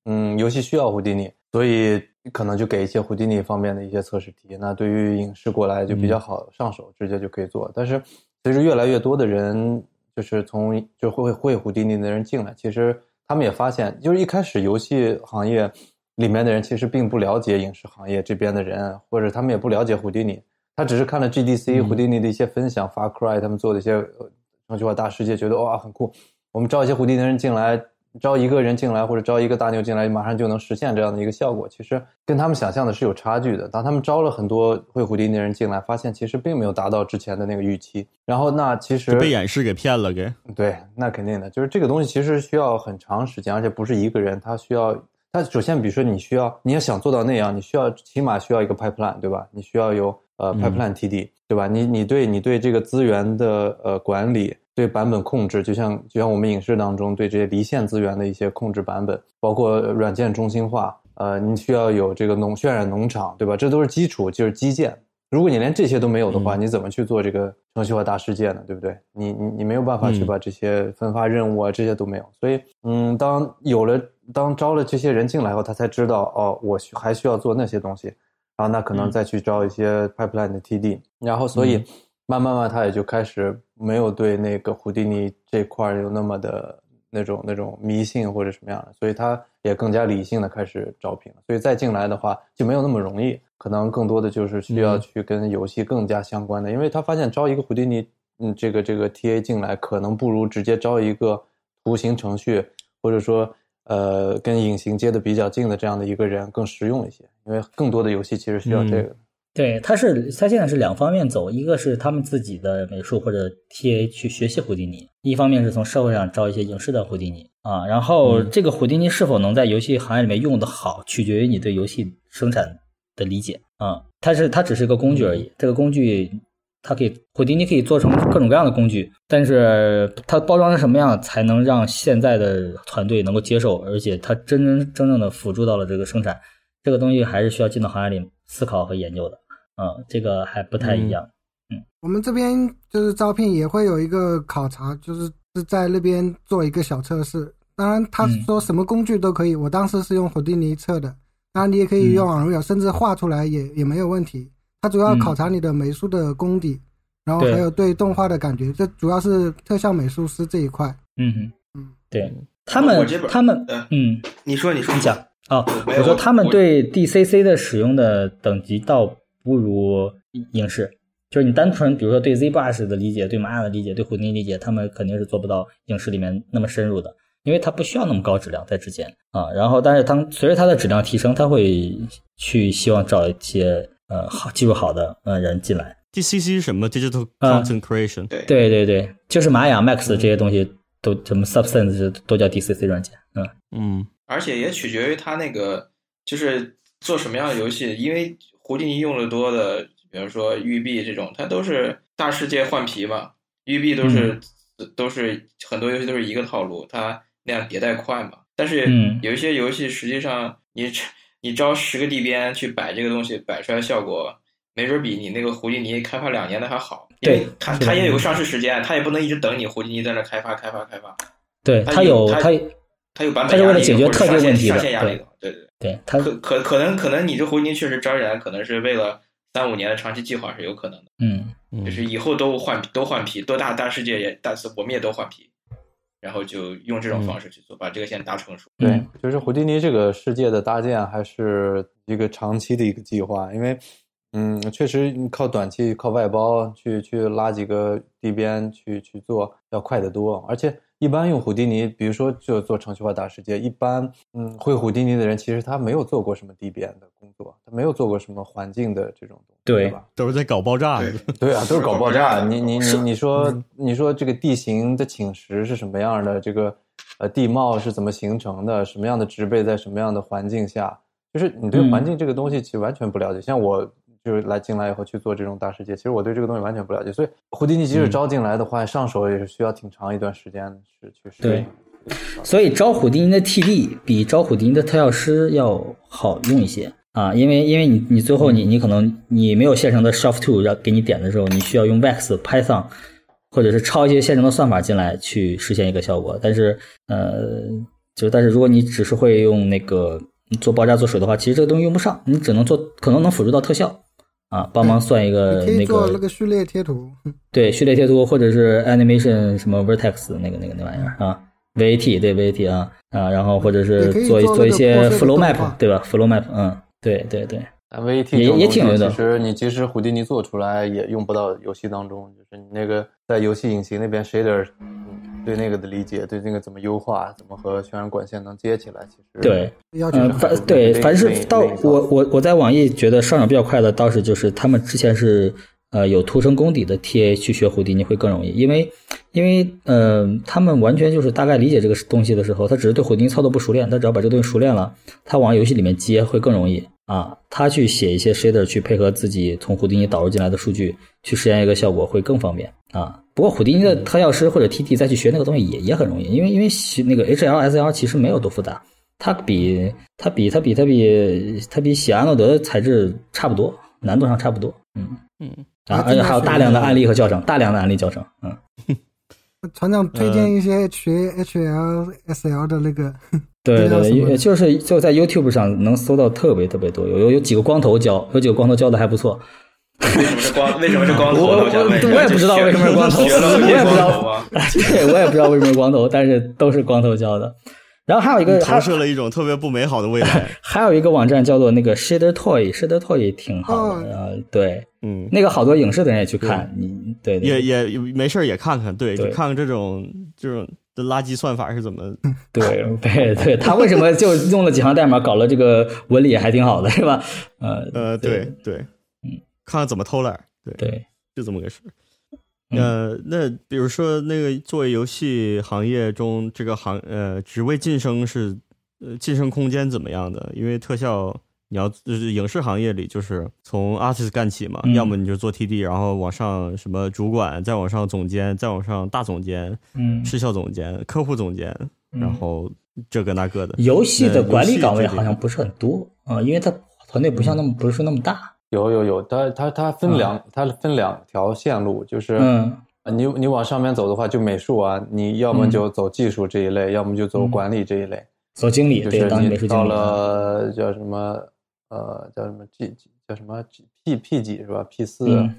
嗯，游戏需要胡迪尼，所以可能就给一些胡迪尼方面的一些测试题。那对于影视过来就比较好上手，直接就可以做。但是随着越来越多的人就是从就会会胡迪尼的人进来，其实他们也发现，就是一开始游戏行业里面的人其实并不了解影视行业这边的人，或者他们也不了解胡迪尼，他只是看了 GDC 胡迪尼的一些分享、f a r Cry 他们做的一些呃程序化大世界，觉得哇很酷，我们招一些胡迪尼人进来，招一个人进来或者招一个大牛进来，马上就能实现这样的一个效果。其实跟他们想象的是有差距的。当他们招了很多会胡迪尼人进来，发现其实并没有达到之前的那个预期。然后那其实就被演示给骗了，给对，那肯定的，就是这个东西其实需要很长时间，而且不是一个人，他需要，他首先比如说你需要，你要想做到那样，你需要起码需要一个 pipeline，对吧？你需要有呃嗯 pipeline TD，、对吧？你你对你对这个资源的呃管理，对版本控制，就像就像我们影视当中对这些离线资源的一些控制版本，包括呃软件中心化，呃，你需要有这个农渲染农场，对吧？这都是基础，就是基建。如果你连这些都没有的话，你怎么去做这个程序化大世界呢？对不对？你你你没有办法去嗯把这些分发任务啊，这些都没有。所以，嗯，当有了当招了这些人进来后，他才知道哦，我需还需要做那些东西，然后那可能嗯再去招一些 pipeline 的 TD，、然后所以嗯慢慢慢他也就开始没有对那个胡迪尼这块儿有那么的那种那种迷信或者什么样的，所以他也更加理性的开始招聘了。所以再进来的话就没有那么容易，可能更多的就是需要嗯去跟游戏更加相关的，因为他发现招一个胡迪尼，嗯，这个这个 TA 进来可能不如直接招一个图形程序或者说呃跟隐形接的比较近的这样的一个人更实用一些，因为更多的游戏其实需要这个。对，他是他现在是两方面走，一个是他们自己的美术或者 TA 去学习胡迪尼，一方面是从社会上招一些影视的胡迪尼啊，然后这个胡迪尼是否能在游戏行业里面用的好，取决于你对游戏生产的理解啊，它是它只是一个工具而已，这个工具它可以胡迪尼可以做成各种各样的工具，但是它包装成什么样才能让现在的团队能够接受，而且它真真正正的辅助到了这个生产，这个东西还是需要进到行业里思考和研究的。嗯，这个还不太一样。我们这边就是招聘也会有一个考察，就是是在那边做一个小测试。当然，他嗯说什么工具都可以，我当时是用火地尼测的。当然，你也可以用网络有，甚至画出来也也没有问题。它主要嗯考察你的美术的功底，然后对还有对动画的感觉，这主要是特效美术师这一块。嗯嗯嗯，对他们我这，边他们嗯，嗯，你说你说你讲啊，没有我说他们对 DCC 的使用的等级倒不如影视，就是你单纯比如说对 Z Brush 的理解、对玛雅的理解、对胡尼理解，他们肯定是做不到影视里面那么深入的，因为它不需要那么高质量在之前啊。然后，但是当随着它的质量提升，他会去希望找一些呃好技术好的呃人进来。 DCC 是什么 Digital 嗯 Content Creation，、对对对对，就是玛雅、Max 嗯这些东西都什么 Substance 都叫 DCC 软件。嗯嗯，而且也取决于他那个就是做什么样的游戏，因为胡迪尼用的多的比如说育碧这种，它都是大世界换皮嘛，育碧都是、嗯都是很多游戏都是一个套路，它那样迭代快嘛。但是嗯有一些游戏实际上你你招十个地编去摆这个东西，摆出来效果没准比你那个胡迪尼开发两年的还好。因为对它是的它也有个上市时间，它也不能一直等你胡迪尼在那开发开发开发，对它他有它他它有版本它是压为了力解决或者特上定线问题上的线压力对的，对对对。对他可可可能可能你这胡金确实招人，可能是为了三五年的长期计划是有可能的，嗯嗯就是以后都换都换皮，多大大世界也大，我们也都换皮，然后就用这种方式去做，把这个先搭成熟。对嗯，就是胡迪尼这个世界的搭建还是一个长期的一个计划，因为，嗯，确实你靠短期、靠外包去去拉几个地边去去做要快得多，而且一般用胡迪尼，比如说就做程序化大世界，一般嗯会胡迪尼的人其实他没有做过什么地边的工作，他没有做过什么环境的这种东西，对吧？都是在搞爆炸， (laughs) 对啊，都是搞爆炸。搞爆炸你你你你嗯说你说这个地形的侵蚀是什么样的？这个呃地貌是怎么形成的？什么样的植被在什么样的环境下？就是你对嗯环境这个东西其实完全不了解。像我就是来进来以后去做这种大世界，其实我对这个东西完全不了解。所以胡迪尼即使嗯招进来的话，上手也是需要挺长一段时间去去适对应。所以招虎丁的 TD 比招虎丁的特效师要好用一些啊，因为因为你你最后你你可能你没有现成的 s h o f t Two 要给你点的时候，你需要用 Vex、Python 或者是抄一些现成的算法进来去实现一个效果。但是呃，就是但是如果你只是会用那个做爆炸做水的话，其实这个东西用不上，你只能做可能能辅助到特效啊，帮忙算一个哎你可以那做个那个序列贴图，嗯对序列贴图或者是 animation 什么 vertex 那个那个那玩意儿啊，VAT 对 VAT 啊啊，然后或者是也可以做一做那个做一些破碎的 flow 动画 map 对吧？flow map 嗯，对对对，但 VT 也也挺有的啊其实你即使胡迪尼做出来，也用不到游戏当中。就是你那个在游戏引擎那边 shader，嗯，对那个的理解，对那个怎么优化，怎么和渲染管线能接起来，其实对，要求呃，是凡对，那凡是那那到一套我我我在网易觉得上手比较快的，倒是就是他们之前是呃有图生功底的 TA 去学胡迪尼会更容易，因为因为呃他们完全就是大概理解这个东西的时候，他只是对胡迪尼操作不熟练，他只要把这个东西熟练了，他往游戏里面接会更容易啊。他去写一些 shader 去配合自己从胡迪尼导入进来的数据去实现一个效果会更方便啊。不过胡迪尼嗯的特效师或者 TT 再去学那个东西也也很容易，因为因为学那个 HL、SL 其实没有多复杂。它比它比它比它比它比喜安诺德的材质差不多，难度上差不多。嗯嗯，啊，啊而且还有这个是大量的案例和教程，大量的案例教程。嗯，船呃长推荐一些学 HLSL 的那个，对对这个叫什么对，就是就在 YouTube 上能搜到特别特别多，有有有几个光头教，有几个光头教的还不错。为什么是 (laughs) 光？为什么是光头？我我我想问一下我也不知道就学为什么是光头学了我也不知道光头吗？对我也不知道为什么是光头，但是都是光头教的。然后还有哎一个投还射了一种特别不美好的未来。还有一个网站叫做那个 Shader Toy，Shader Toy 挺好哦的，呃，对，嗯，那个好多影视的人也去看，你对对也也也没事儿也看看，对，就对看看这种这种的垃圾算法是怎么，对对对，他为什么就用了几行代码搞了这个纹理还挺好的，是吧？呃呃，对对，嗯，看看怎么偷懒儿，对，对，就这么个事儿。嗯呃，那比如说那个作为游戏行业中这个行呃职位晋升是呃晋升空间怎么样的？因为特效你要就是影视行业里就是从 artist 干起嘛，嗯要么你就做 TD，然后往上什么主管，再往上总监，再往上大总监、嗯，视效总监、客户总监，然后这个那个的。游戏的管理岗位游戏这好个像不是很多啊、因为他团队不像那么不是说那么大，有有有，它它它分两、它分两条线路，就是呃嗯你你往上面走的话，就美术啊，你要么嗯就走技术这一类，要么就走嗯管理这一类。做经理就是对，当美你术到经理啊，了叫什么呃叫什么 G 几叫什么 G P P 几是吧？P 四、嗯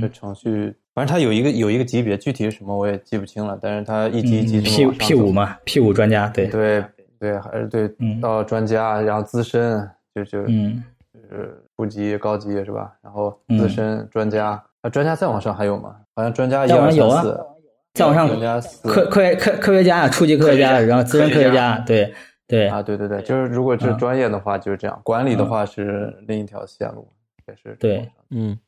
这嗯程序，反正它有一个有一个级别，具体是什么我也记不清了，但是它一级一级，P 这么往上 P 嗯五走嘛，P 五专家对，对对，还是对嗯到专家，然后资深就就嗯就是初级、高级是吧？然后嗯资深专家，那专家再往上还有吗？好像专家一再往二上有三啊四，再往上专家四科科学科科学家啊，初级科学科家，学家然后资深科科学学家家，对对啊，对对对，就是如果嗯是专业的话就是这样，管理的话是另一条线路，也是对往上。嗯，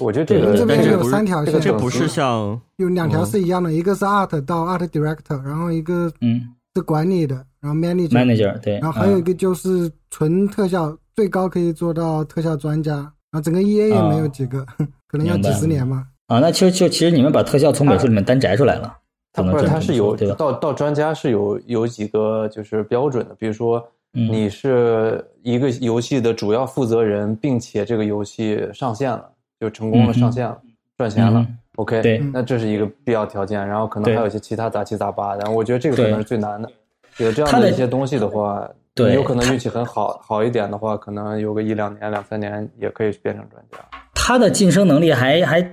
我觉得这对个这但边这有不是三条这个线，这不是嗯哦像有两条是一样的，一个是 art 到 art director，然后一个嗯是管理的，然后 manager， ，manager 对，然后还有一嗯个就是纯特效，最高可以做到特效专家，啊，整个 EA 哦也没有几个， (laughs) 可能要几十年嘛。啊，那其实就其实你们把特效从美术里面单摘出来了，它能不是这么它是说有对吧？到到专家是有有几个就是标准的，比如说嗯你是一个游戏的主要负责人，并且这个游戏上线了，就成功嗯了上线了，赚钱了。嗯 OK，对那这是一个必要条件，然后可能对还有一些其他杂七杂八，然后我觉得这个可能对是最难的。有这它样的的一些东西的话，对你有可能运气很好，好一点的话，可能有个一两年、两三年也可以变成专家。他的晋升能力还还挺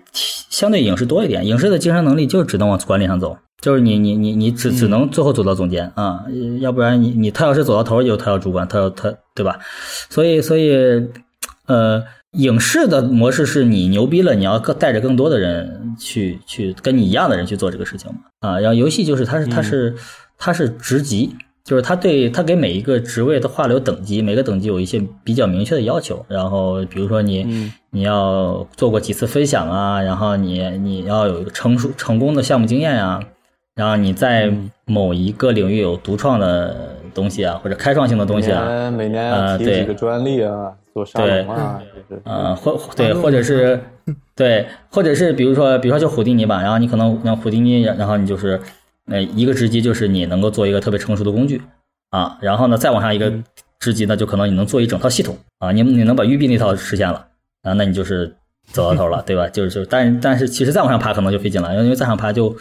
相对影视多一点，影视的晋升能力就只能往管理上走，就是你你你你只嗯只能最后走到总监啊、呃要不然你你他要是走到头儿，有他要主管，他要他对吧？所以所以呃，影视的模式是你牛逼了，你要更带着更多的人去去跟你一样的人去做这个事情嘛啊，然后游戏就是它是它是它是职级。就是他对他给每一个职位的划留等级，每个等级有一些比较明确的要求。然后比如说你、你要做过几次分享啊，然后你你要有一个成熟成功的项目经验呀、然后你在某一个领域有独创的东西啊，或者开创性的东西啊，每年每年呃要提对几个专利啊，做沙龙啊，就是呃，或对，或者是对，或者是比如说，比如说就虎迪尼吧，然后你可能让虎迪尼，然后你就是呃一个职级就是你能够做一个特别成熟的工具啊，然后呢再往上一个职级呢，就可能你能做一整套系统啊，你你能把育碧那套实现了啊，那你就是走到头了，对吧？就是就是，但但是其实再往上爬可能就费劲了，因为因为再上爬就。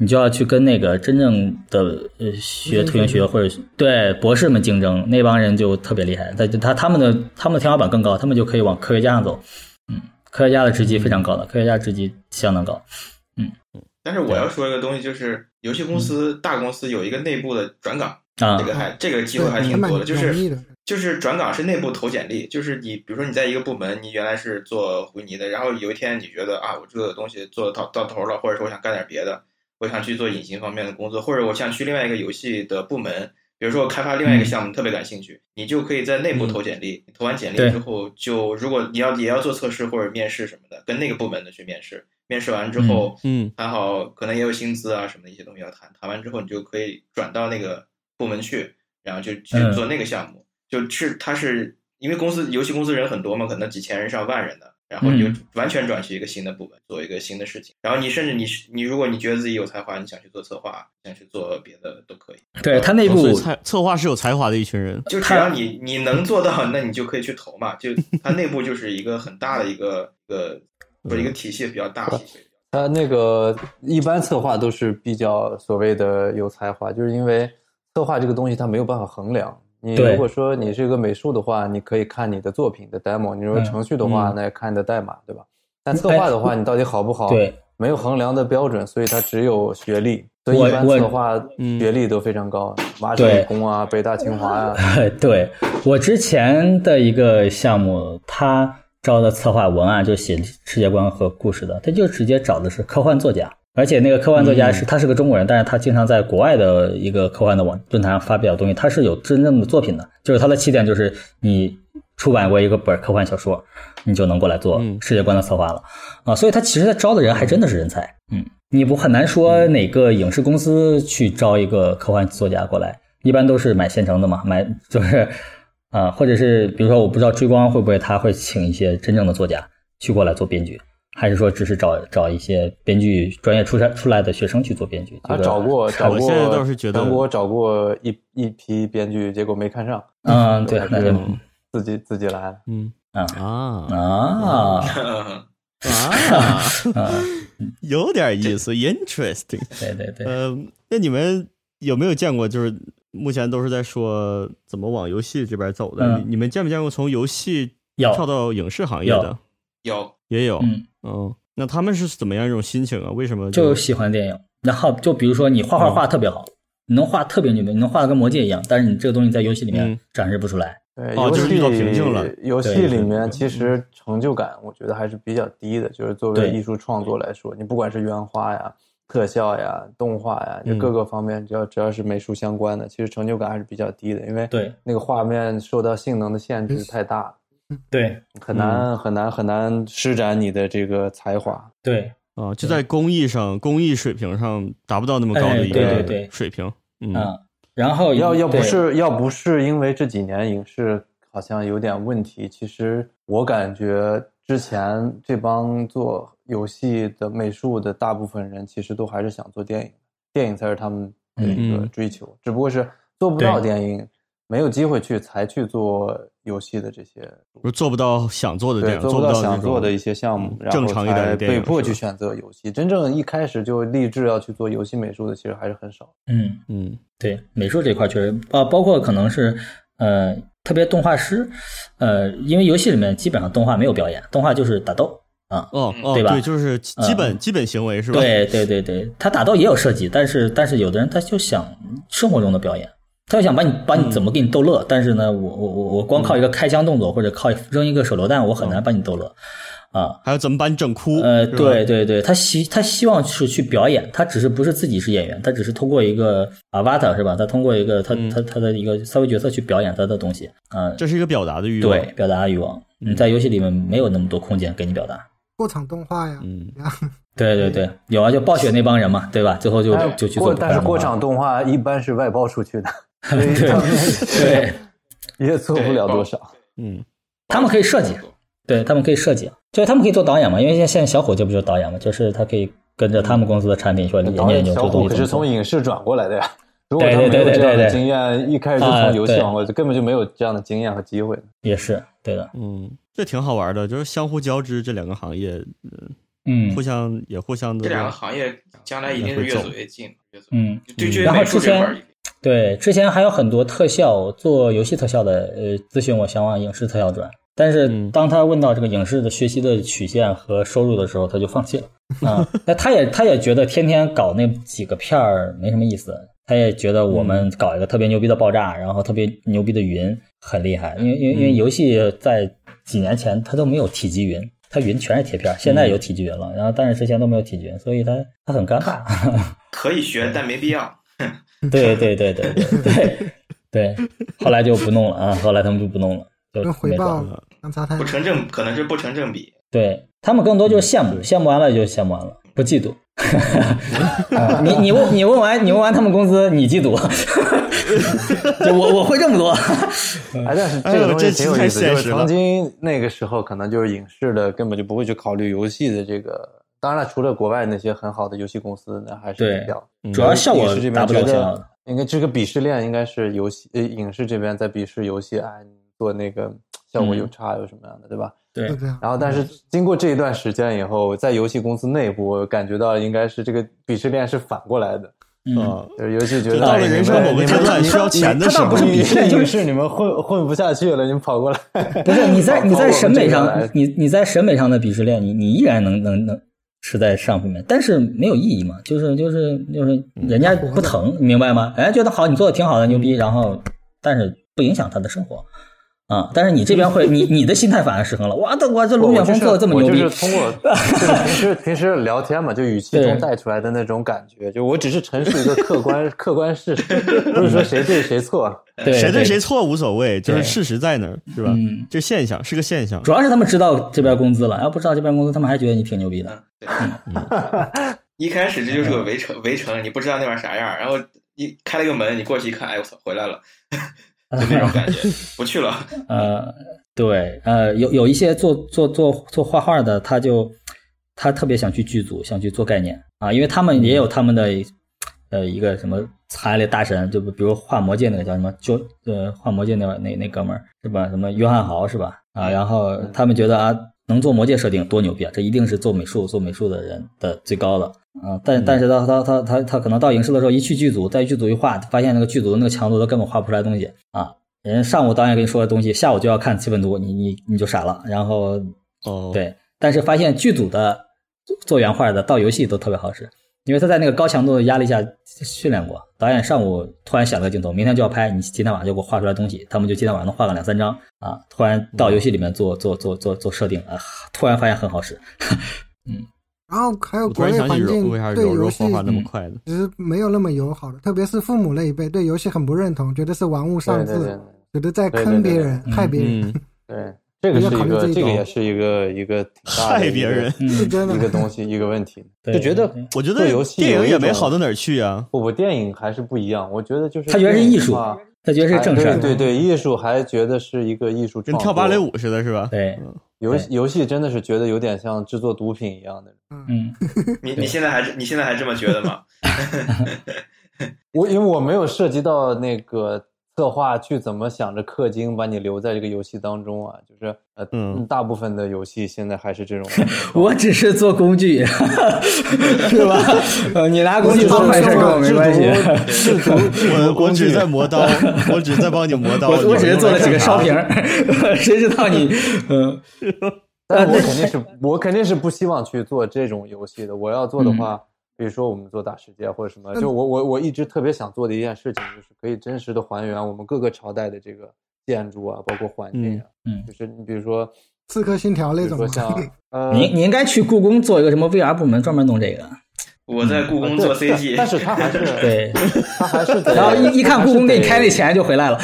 你就要去跟那个真正的呃学推行学或者对博士们竞争，那帮人就特别厉害。他他他们的他们的天花板更高，他们就可以往科学家上走。嗯，科学家的职级非常高的，科学家职级相当高。但是我要说一个东西，就是游戏公司、大公司有一个内部的转岗，嗯啊这个还这个机对，会还挺蛮多的，就容易是的。就是转岗是内部投简历，就是你比如说你在一个部门，你原来是做回泥的，然后有一天你觉得啊，我这个东西做到到头了，或者说我想干点别的，我想去做隐形方面的工作，或者我想去另外一个游戏的部门，比如说我开发另外一个项目，你特别感兴趣，你就可以在内部投简历。你投完简历对之后，就如果你要也要做测试或者面试什么的，跟那个部门的去面试。面试完之后，嗯，谈好，可能也有薪资啊什么的一些东西要谈，谈完之后你就可以转到那个部门去，然后就去嗯做那个项目。就是他是因为公司游戏公司人很多嘛，可能几千人上万人的，然后你就嗯完全转去一个新的部门，做一个新的事情。然后你甚至你是你如果你觉得自己有才华，你想去做策划，想去做别的都可以。对他内哦所以部策策划是有才华的一群人，就只要你你能做到，那你就可以去投嘛。就它内部就是一个很大的一个一个不嗯是一个体系比较大的体系。他那个一般策划都是比较所谓的有才华，就是因为策划这个东西它没有办法衡量。你对如果说你是一个美术的话，你可以看你的作品的 demo；你如果嗯哎程序的话，嗯那看你的代码，对吧？但策划的话，你到底好不好？对，没有衡量的标准，所以它只有学历。所以我一般我策划嗯学历都非常高，麻省对理工啊、北大、清华 (laughs) 啊，对我之前的一个项目，他招的策划文案就写世界观和故事的，他就直接找的是科幻作家，而且那个科幻作家是、他是个中国人，但是他经常在国外的一个科幻的网论坛上发表东西，他是有真正的作品的，就是他的起点就是你出版过一个本科幻小说，你就能过来做嗯世界观的策划了、啊，所以他其实他招的人还真的是人才，嗯，你不很难说哪个影视公司去招一个科幻作家过来，一般都是买现成的嘛，买 (laughs) 就是啊、或者是比如说我不知道追光会不会他会请一些真正的作家去过来做编剧，还是说只是找找一些编剧专业出身出来的学生去做编剧？这他个啊找过找我过，现在倒是觉得全国找过一一批编剧，结果没看上，嗯，对还，那是就自己自己来。嗯啊啊啊。啊，啊， (laughs) (laughs) 有点意思，interesting。对对对，呃，那你们有没有见过，就是目前都是在说怎么往游戏这边走的？嗯你你们见没见过从游戏有跳到影视行业有的？ (laughs) 有也有，嗯，嗯，那他们是怎么样一种心情啊？为什么就喜欢电影。然后就比如说你画画画特别好，你能画特别牛逼，你能画的跟魔戒一样，但是你这个东西在游戏里嗯面展示不出来。对，哦游就是戏遇到瓶颈了游戏对里面嗯其实成就感，我觉得还是比较低的。就是作为对艺术创作来说，你不管是原画呀、特效呀、动画呀，就嗯各个方面，只要只要是美术相关的，其实成就感还是比较低的，因为对那个画面受到性能的限嗯制太大了，对很嗯难很难很难施展你的这个才华。对，啊？就在工艺上、工艺水平上达不到那么高的一嗯哎对对个对水平。嗯啊，然后要要不对是要不是因为这几年影视。好像有点问题。其实我感觉之前这帮做游戏的美术的大部分人，其实都还是想做电影，电影才是他们的一个嗯追求，只不过是做不到对电影，没有机会去才去做游戏的这些。不是做不到想做的电影，对，做不到那到种想做的一些项目，然后正常一点才的电影被迫是去吧选择游戏。真正一开始就立志要去做游戏美术的，其实还是很少。嗯，嗯，对，美术这块确实，啊，包括可能是呃，特别动画师，呃，因为游戏里面基本上动画没有表演，动画就是打斗啊。哦嗯哦，对吧就是基基本嗯基本行为是吧？对对对对，他打斗也有设计，但是但是有的人他就想生活中的表演，他就想把你把你怎么给你逗乐，但是呢，我我我我光靠一个开枪动作或者靠扔一个手榴弹，我很难把你逗乐，啊，还有怎么把你整哭？嗯呃，是吧对，对对，他希他希望是去表演，他只是不是自己是演员，他只是通过一个 avatar 是吧？他通过一个他、嗯他他的一个三维角色去表演他的东西啊、呃这是一个表达的欲望。对，，表达欲望。你嗯在游戏里面没有那么多空间给你表达。过场动画呀，啊嗯，对对对，有啊，就暴雪那帮人嘛，对吧？最后就但是就去做哎过，动画但是过了场动画一般是外包出去 (laughs) 的，所以他们对，也做不了多少。嗯，他们可以设计，对他们可以设计，就是他们可以做导演嘛，因为现在现在小虎就不就是导演嘛，就是他可以跟着他们公司的产品说人家导研演究小这东西虎可怎么是做从影视转过来的呀。如果他没对对对对有这对样的对经验，一开始就啊从游戏对往过，根本就没有这样的经验和机会。也是对的，嗯，这挺好玩的，就是相互交织这两个行业，呃嗯互相也互相的这两个行业将来一定是越走越近，越走越近嗯。对，嗯至于然后美术之这块前儿也，对，之前还有很多特效做游戏特效的，呃，咨询我想往影视特效转，但是嗯当他问到这个影视的学习的曲线和收入的时候，他就放弃了。啊、那他也他也觉得天天搞那几个片儿没什么意思，他也觉得我们搞一个特别牛逼的爆炸，然后特别牛逼的云很厉害，因为因为因为游戏在几年前它都没有体积云，它云全是贴片儿，现在有体积云了，然后但是之前都没有体积云，所以他他很尴尬。可以学，但没必要。 (laughs) 对对对对对对对，后来就不弄了啊，后来他们就不弄了，就 (laughs) 跟回没报搞。相差太不远。成正可能是不成正比。对他们更多就是羡慕，嗯对羡慕完了就羡慕完了，不嫉妒。 (laughs) 啊你你问你问完你问完他们公司，你嫉 (laughs) 妒，就我我会这么多，哎，但是哎这呦个东西这挺有太意思，现就实是了曾经那个时候，可能就是影视的根本就不会去考虑游戏的这个。当然了，除了国外那些很好的游戏公司，那还对是比较。主要效果影视这达边不了觉想要的得。应该这个鄙视链应该是游戏，呃，影视这边在鄙视游戏，哎，你做那个效果有嗯差有什么样的，对吧？对就这样，然后，但是经过这一段时间以后，在游戏公司内部，我感觉到应该是这个鄙视链是反过来的，嗯，啊，就是游戏觉就得到哎了你人生们某个你阶们段你需要们钱的时他候倒不，是鄙你视链是就是影视，你们混混不下去了，你们跑过来。不是你 (laughs) 在你在审美跑过上来，你你在审美上的鄙视链，你你依然能能能是在上面，但是没有意义嘛，就是就是就是嗯人家不疼，你明白吗？人家觉得好，你做的挺好的，牛逼，然后但是不影响他的生活啊。但是你这边会，你你的心态反而失衡了。哇，这我这龙我卷就风是做的这么牛逼我就，是通 (laughs) 过就是平时平时聊天嘛，就语气对中带出来的那种感觉，就我只是陈述一个客观 (laughs) 客观事实，不是说谁对谁 (laughs) 错。对谁对对谁错无所谓，就是对事实在那儿，是吧？嗯这现象是个现象主。要是他们知道这边工资了，要不知道这边工资，他们还觉得你挺牛逼的。嗯，对。 (laughs) 一开始这就是个围城，围城，你不知道那边啥样，然后一开了个门，你过去一看，哎，我操，回来了，就 (laughs) 那种感觉，不去了。呃，对，呃，有有一些做做做做画画的，他就他特别想去剧组，想去做概念啊，因为他们也有他们的呃一个什么行业大神，就比如画魔戒那个叫什么就呃画魔戒那那那哥们儿是吧？什么约翰豪是吧？啊，然后他们觉得啊。能做魔戒设定多牛逼啊！这一定是做美术、做美术的人的最高的啊！但但是他他他他他可能到影视的时候，一去剧组，在剧组一画，发现那个剧组的那个强度，他根本画不出来东西啊！人上午导演跟你说的东西，下午就要看气氛图，你你你就傻了。然后哦，，对，但是发现剧组的做原画的到游戏都特别好使，因为他在那个高强度的压力下训练过。导演上午突然想了个镜头，明天就要拍，你今天晚上就给我画出来东西，他们就今天晚上能画个两三张啊。突然到游戏里面做做做做做设定啊，突然发现很好使。然后还有我突国然内想起环境柔为啥对柔柔游戏画画那么快呢？其实没有那么友好的，特别是父母那一辈对游戏很不认同，觉得是玩物丧对志，对对觉得在对对坑对别对人、害别人。嗯，对，这个要是考一虑这个一这个种也是一个一个挺大害的一别个人嗯，真的 (laughs) 一个东西一个问题， (laughs) 对嗯就觉得对我觉做得游戏电有影一也没种好到哪儿去啊。不不，电影还是不一样。我觉得就是他觉得是电影艺术的话他觉得是正事哎儿。对对对，艺术还觉得是一个艺术创跟作，跳芭蕾舞似的，是吧？对嗯游戏游戏真的是觉得有点像制作毒品一样的。嗯，你你现在还你现在还这么觉得吗？我因为我没有涉及到那个策划去怎么想着氪金把你留在这个游戏当中啊，就是呃，嗯大部分的游戏现在还是这种我只是做工具， (laughs) 是 (laughs) 吧？呃，你拿工具做坏事跟我没关系。制毒制毒 (laughs) 我我工具只在磨 (laughs) 刀，我只在帮你磨刀。我我只是做了几个烧你瓶用来干啥。儿， (laughs) 谁知道 (laughs) 你？嗯，但我肯定是我肯定是不希望去做这种游戏的。我要做的话，比如说我们做大世界或者什么，就我我我一直特别想做的一件事情，就是可以真实的还原我们各个朝代的这个建筑啊，包括环境嗯啊。嗯就是你比如说，刺客信条比那如种说吗？像 (laughs) 呃，你你应该去故宫做一个什么 VR 部门，专门弄这个。我在故宫做 CG，、但是他还是对， (laughs) 他还是得然后一一看故宫给你开那还是得钱就回 (laughs) 来了。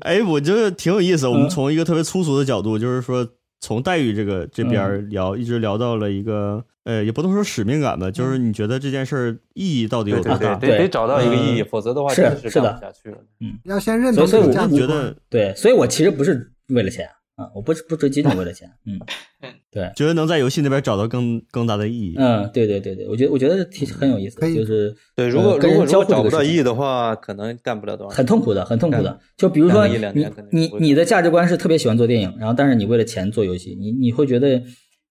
哎，我觉得挺有意思。我们从一个特别粗俗的角度，就是说从待遇这个这边儿聊，一直聊到了一个呃，也不能说使命感吧，就是你觉得这件事儿意义到底有对多对大对，？对得得找到一个意义，嗯否则的话是真的是是的干不下去了。要先认所以同所以这我个价你觉值观。得对，所以我其实不是为了钱啊，我不是不追金，我为了钱。嗯觉得能在游戏那边找到更更大的意义？嗯，对对对对，我觉得我觉得挺很有意思可的，以就是对，如呃果跟如果人如交果互找这不个到事意情义的话，可能干不了多少。很痛苦的，很痛苦干的。就比如干说个一你两年可能你不会你的价值观是特别喜欢做电影，然后但是你为了钱做游戏，你你会觉得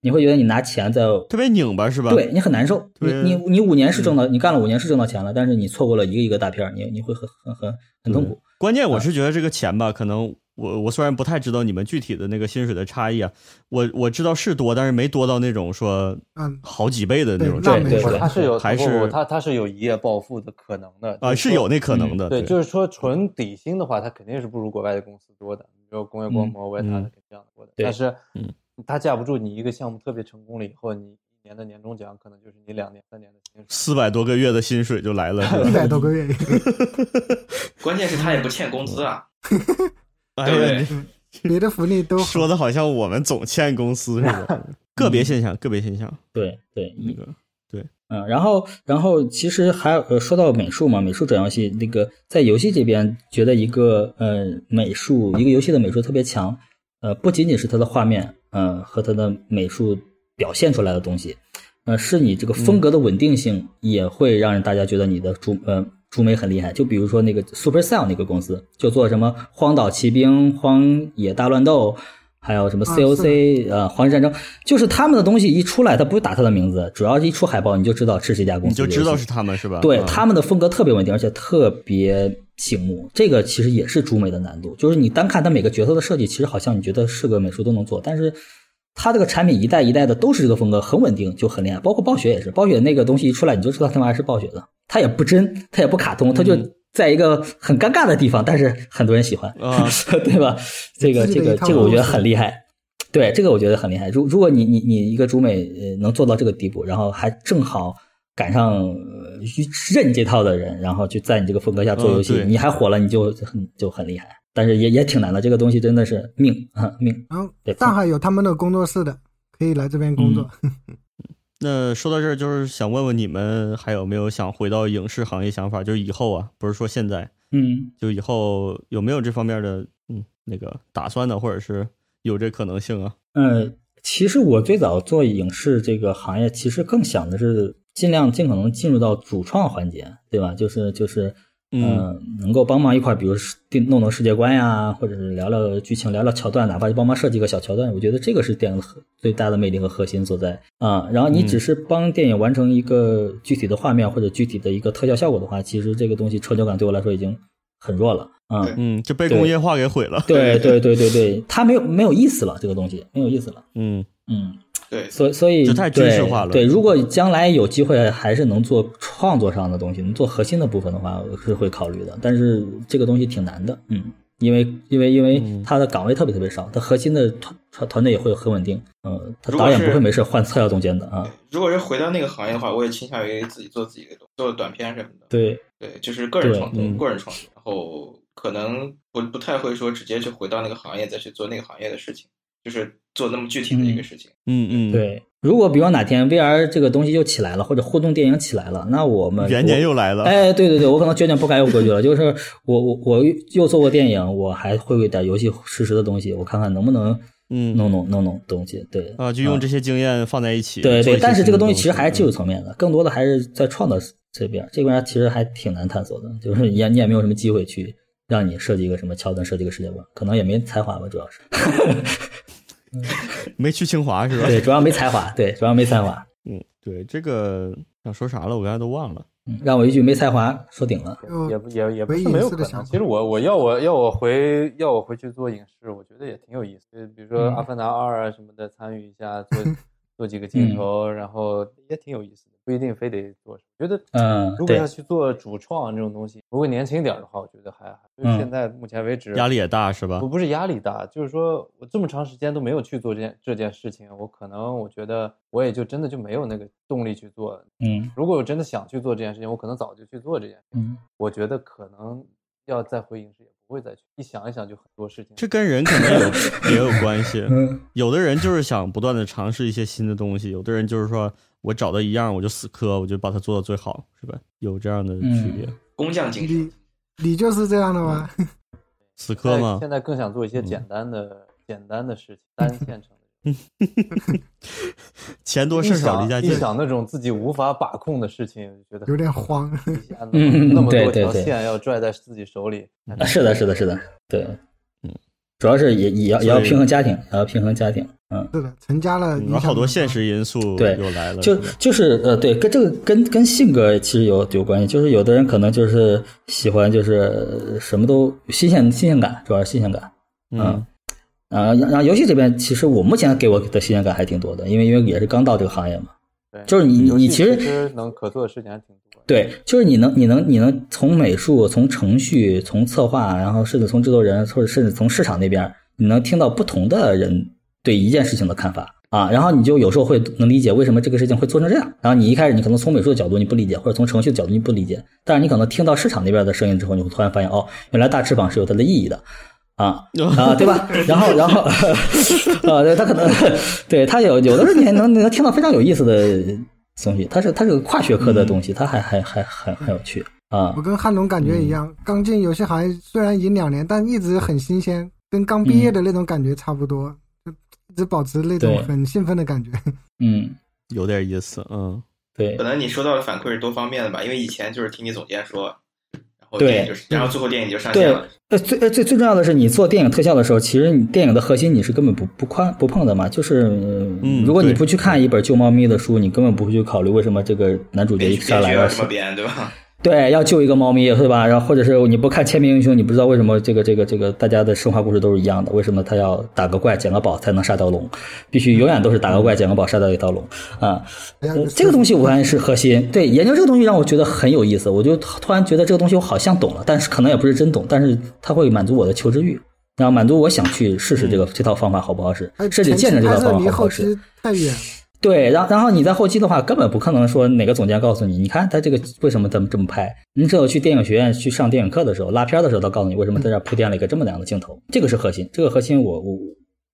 你会觉得你拿钱在特别拧巴是吧？对你很难受。你对嗯你你五年是挣到你干了五年是挣到钱了，但是你错过了一个一个大片儿，你你会很很很很痛苦。关键我是觉得这个钱吧，可能我我虽然不太知道你们具体的那个薪水的差异啊，我我知道是多，但是没多到那种说嗯，好几倍的那种对那程度没是错吧他是有还不不不是他他是有一夜暴富的可能的啊是有那那可能的，对，就是说纯底薪的话，他肯定是不如国外的公司多的，比如工业光魔、维塔嗯肯定这样的多的。对但是嗯他架不住你一个项目特别成功了以后，你一年的年终奖可能就是你两年三年的薪水。四百多个月的薪水就 (laughs) 来了，是一吧？百多 (laughs) 个月，关键是他也不欠工资啊，哎对不对呀，？别的福利都你好说的好像我们总欠公司似的， (laughs) 个别现象，个别现象，对对，那个嗯，然后，然后其实还有呃，说到美术嘛，美术转游戏那个在游戏这边，觉得一个呃美术一个游戏的美术特别强，呃，不仅仅是它的画面，呃和它的美术表现出来的东西，呃，是你这个嗯风格的稳定性也会让人大家觉得你的主呃主美很厉害。就比如说那个 Supercell 那个公司，就做什么《荒岛奇兵》《荒野大乱斗》，还有什么啊 COC 呃《黄石战争》，就是他们的东西一出来，他不会打他的名字，主要是一出海报你就知道是这家公你司的就游戏，知道是他们是吧？对嗯他们的风格特别稳定，而且特别醒目。这个其实也是主美的难度，就是你单看他每个角色的设计，其实好像你觉得是个美术都能做，但是他这个产品一代一代的都是这个风格，很稳定，就很厉害。包括暴雪也是，暴雪那个东西一出来，你就知道他妈是暴雪的，它也不真，它也不卡嗯通，它就在一个很尴尬的地方，但是很多人喜欢，啊 (laughs) 对吧？这个自己这的一个套这个，我觉得路数很厉害。对，这个我觉得很厉害。如如果你你你一个主美呃能做到这个地步，然后还正好赶上呃去认这套的人，然后就在你这个风格下做游嗯戏，对你还火了，你就很就很厉害。但是也也挺难的，这个东西真的是命啊命。然后对，上海有他们的工作室的，可以来这边工作。那说到这儿，就是想问问你们还有没有想回到影视行业想法？就是以后啊，不是说现在，嗯，就以后有没有这方面的嗯那个打算呢，或者是有这可能性啊？呃，其实我最早做影视这个行业，其实更想的是尽量尽可能进入到主创环节，对吧？就是就是，呃，能够帮忙一块儿，比如是定弄弄世界观呀，或者是聊聊剧情、聊聊桥段，哪怕是帮忙设计个小桥段，我觉得这个是电影的核最大的魅力和核心所在啊、然后你嗯只是帮电影完成一个具体的画面或者具体的一个特效效果的话，其实这个东西成就感对我来说已经很弱了啊。对嗯，就被工业化给毁了。对对对对对，它没有没有意思了，这个东西没有意思了。嗯，嗯，对，所以所以这太军事化了对。对，如果将来有机会，还是能做创作上的东西，能做核心的部分的话，我是会考虑的。但是这个东西挺难的，嗯，因为因为因为嗯它的岗位特别特别少，它核心的团团团队也会很稳定，嗯，他如果导演是不会没事换特效总监的啊。如果是回到那个行业的话，我也倾向于自己做自己的东西做短片什么的。对，对，就是个人对创作，嗯个人创作，然后可能不不太会说直接就回到那个行业再去做那个行业的事情，就是做那么具体的一个嗯事情。嗯嗯，，对，如果比方哪天 VR 这个东西又起来了，或者互动电影起来了，那我们元年又来了，哎，对对对，我可能卷卷铺盖又过去了。就是我我我又做过电影，我还会有一点游戏实时的东西，我看看能不能嗯弄弄弄弄东西。对啊，就用这些经验放在一起。对做一对，些但是这个新的东东西其实还是技术嗯层面的，更多的还是在创造这边，这边其实还挺难探索的，就是你也你也没有什么机会去让你设计一个什么桥段，设计一个世界观，可能也没才华吧，主 (laughs) 要是没去清华是吧？对，主要没才华，对，主要没才华，嗯，对，这个想说啥了，我刚才都忘了。嗯让我一句没才华说顶了。有也不也也不唯一是没有一次可的想能。法其实我我要我要我回要我回去做影视，我觉得也挺有意思。就比如说嗯《阿凡达二》啊什么的，参与一下，做做几个镜头，然后也挺有意思的，不一定非得做什么。觉得嗯如果对要去做主创这种东西，如果年轻点儿的话，我觉得还好。就嗯是现在目前为止，压力也大是吧不？不是压力大，就是说我这么长时间都没有去做这件这件事情，我可能我觉得我也就真的就没有那个动力去做。嗯如果我真的想去做这件事情，我可能早就去做这件事情。嗯，我觉得可能要再回影视也不会再去。一想一想，就很多事情。这跟人可能 (laughs) 有也有关系。嗯有的人就是想不断的尝试一些新的东西，有的人就是说我找到一样我就死磕，我就把它做到最好，是吧？有这样的区别，嗯工匠精神你。你就是这样的吗？嗯死磕嗯但嘛现。在更想做一些简单的、简单的事情，单线程的。钱多事少，一离家想一近。想那种自己无法把控的事情，就觉得有点慌。 (laughs) 很 (laughs) 心安嗯那么对多对条对线要拽在自己手里，啊，是的，是的，是的，对，嗯，主要是也也要也所要以平衡家庭，也要平衡家庭，嗯。是的，成家了，然后好多现实因素对又来了，就是吧就是呃，对，跟这个跟跟性格其实有有关系。就是有的人可能就是喜欢就是呃什么都新鲜新鲜感，主要是新鲜感。嗯，啊、然后游戏这边其实我目前给我的新鲜感还挺多的，因为因为也是刚到这个行业嘛。对，就是你游戏你其实能可做的事情还挺多的。对，就是你能你能你能从美术、从程序、从策划，然后甚至从制作人，或者甚至从市场那边，你能听到不同的人对一件事情的看法啊，然后你就有时候会能理解为什么这个事情会做成这样。然后你一开始你可能从美术的角度你不理解，或者从程序的角度你不理解，但是你可能听到市场那边的声音之后，你会突然发现哦，原来大翅膀是有它的意义的。啊哦啊，(laughs) 对吧？然后，然后， (laughs) 呃，对他可能对他有有的时候你还能能听到非常有意思的东西，它是它是个跨学科嗯的东西，它还还还还很有趣啊嗯我。跟汉龙感觉一样，刚进游戏行业虽然已两年，但一直很新鲜，跟刚毕业的那种感觉差不嗯多，就一直保持那种对很兴奋的感觉。嗯，有点意思，嗯，对可能你收到的反馈是多方面的吧，因为以前就是听你总监说，然后对电影就是，然后最后电影就上线对了。。呃，最呃最最重要的是，你做电影特效的时候，其实你电影的核心你是根本不不宽不碰的嘛。就是，嗯如果你对不去看一本救猫咪的书，你根本不会去考虑为什么这个男主角编一剧上编来剧要要啊这么编，对吧？对，要救一个猫咪，对吧？然后或者是你不看《签名英雄》，你不知道为什么这个这个这个大家的神话故事都是一样的，为什么他要打个怪捡个宝才能杀到龙，必须永远都是打个怪捡个宝杀到一条龙啊、哎呀呃这个东西我发现是核心，对研究这个东西让我觉得很有意思，我就突然觉得这个东西我好像懂了，但是可能也不是真懂，但是它会满足我的求知欲。然后满足我想去试试这个、这套方法好不好使，还有甚至见证这套前期拍摄方离法好不后好使。期太远了，对，然后然后你在后期的话，根本不可能说哪个总监告诉你，你看他这个为什么这么这么拍？你只有去电影学院去上电影课的时候，拉片儿的时候，他告诉你为什么在这儿铺垫了一个这么两个镜头，这个是核心，这个核心我我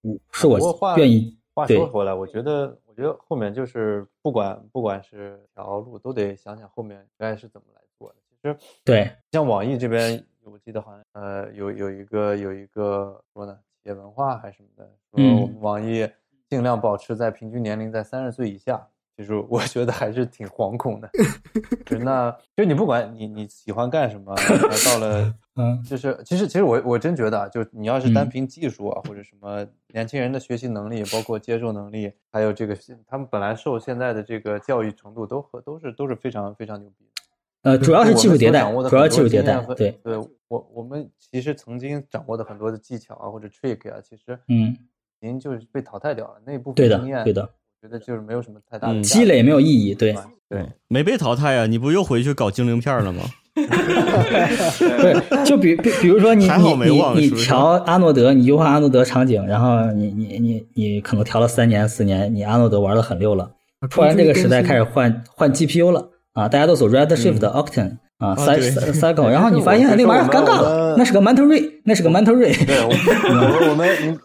我是不过我话愿意话对说回来，我觉得，我觉得后面就是不管不管是条路，都得想想后面该是怎么来做的。其实对，像网易这边，我记得好像呃有有一个有一个说呢，企业文化还是什么的，说嗯我们网易尽量保持在平均年龄在三十岁以下。其实我 (laughs) 觉得还是挺惶 (laughs) 恐的，就是那就你不管你你喜欢干什么，然后到 (laughs) 了嗯就是，其实其实我我真觉得啊，就是你要是单嗯凭技术啊，或者什么年轻人的学习能力，包括接受能力，还有这个他们本来受现在的这个教育程度都和都是都是非常非常牛逼的。呃，主要是我技术们迭所代掌握，的主要很技多术迭经验代和，对，对我我们其实曾经掌握的很多的技巧啊或者 trick 啊，其实嗯，已经就是被淘汰掉了。那部分对的经验，对的，我觉得就是没有什么太大的嗯价积值累没有意义，对。嘛对，没被淘汰啊，你不又回去搞精灵片了吗？不是，就比比比如说你还好你没你忘你是不是调阿诺德，你优化阿诺德场景，然后你你你你可能调了三年四年，你阿诺德玩的很溜了，突然这个时代开始换换 GPU 了啊，大家都走 Redshift、Octane 啊、啊 Cy 对 Cycle，嗯对然后你发现那玩意儿尴尬我觉得我了，们那是个 Manta Ray，那是个 Manta Ray，对，我我们我们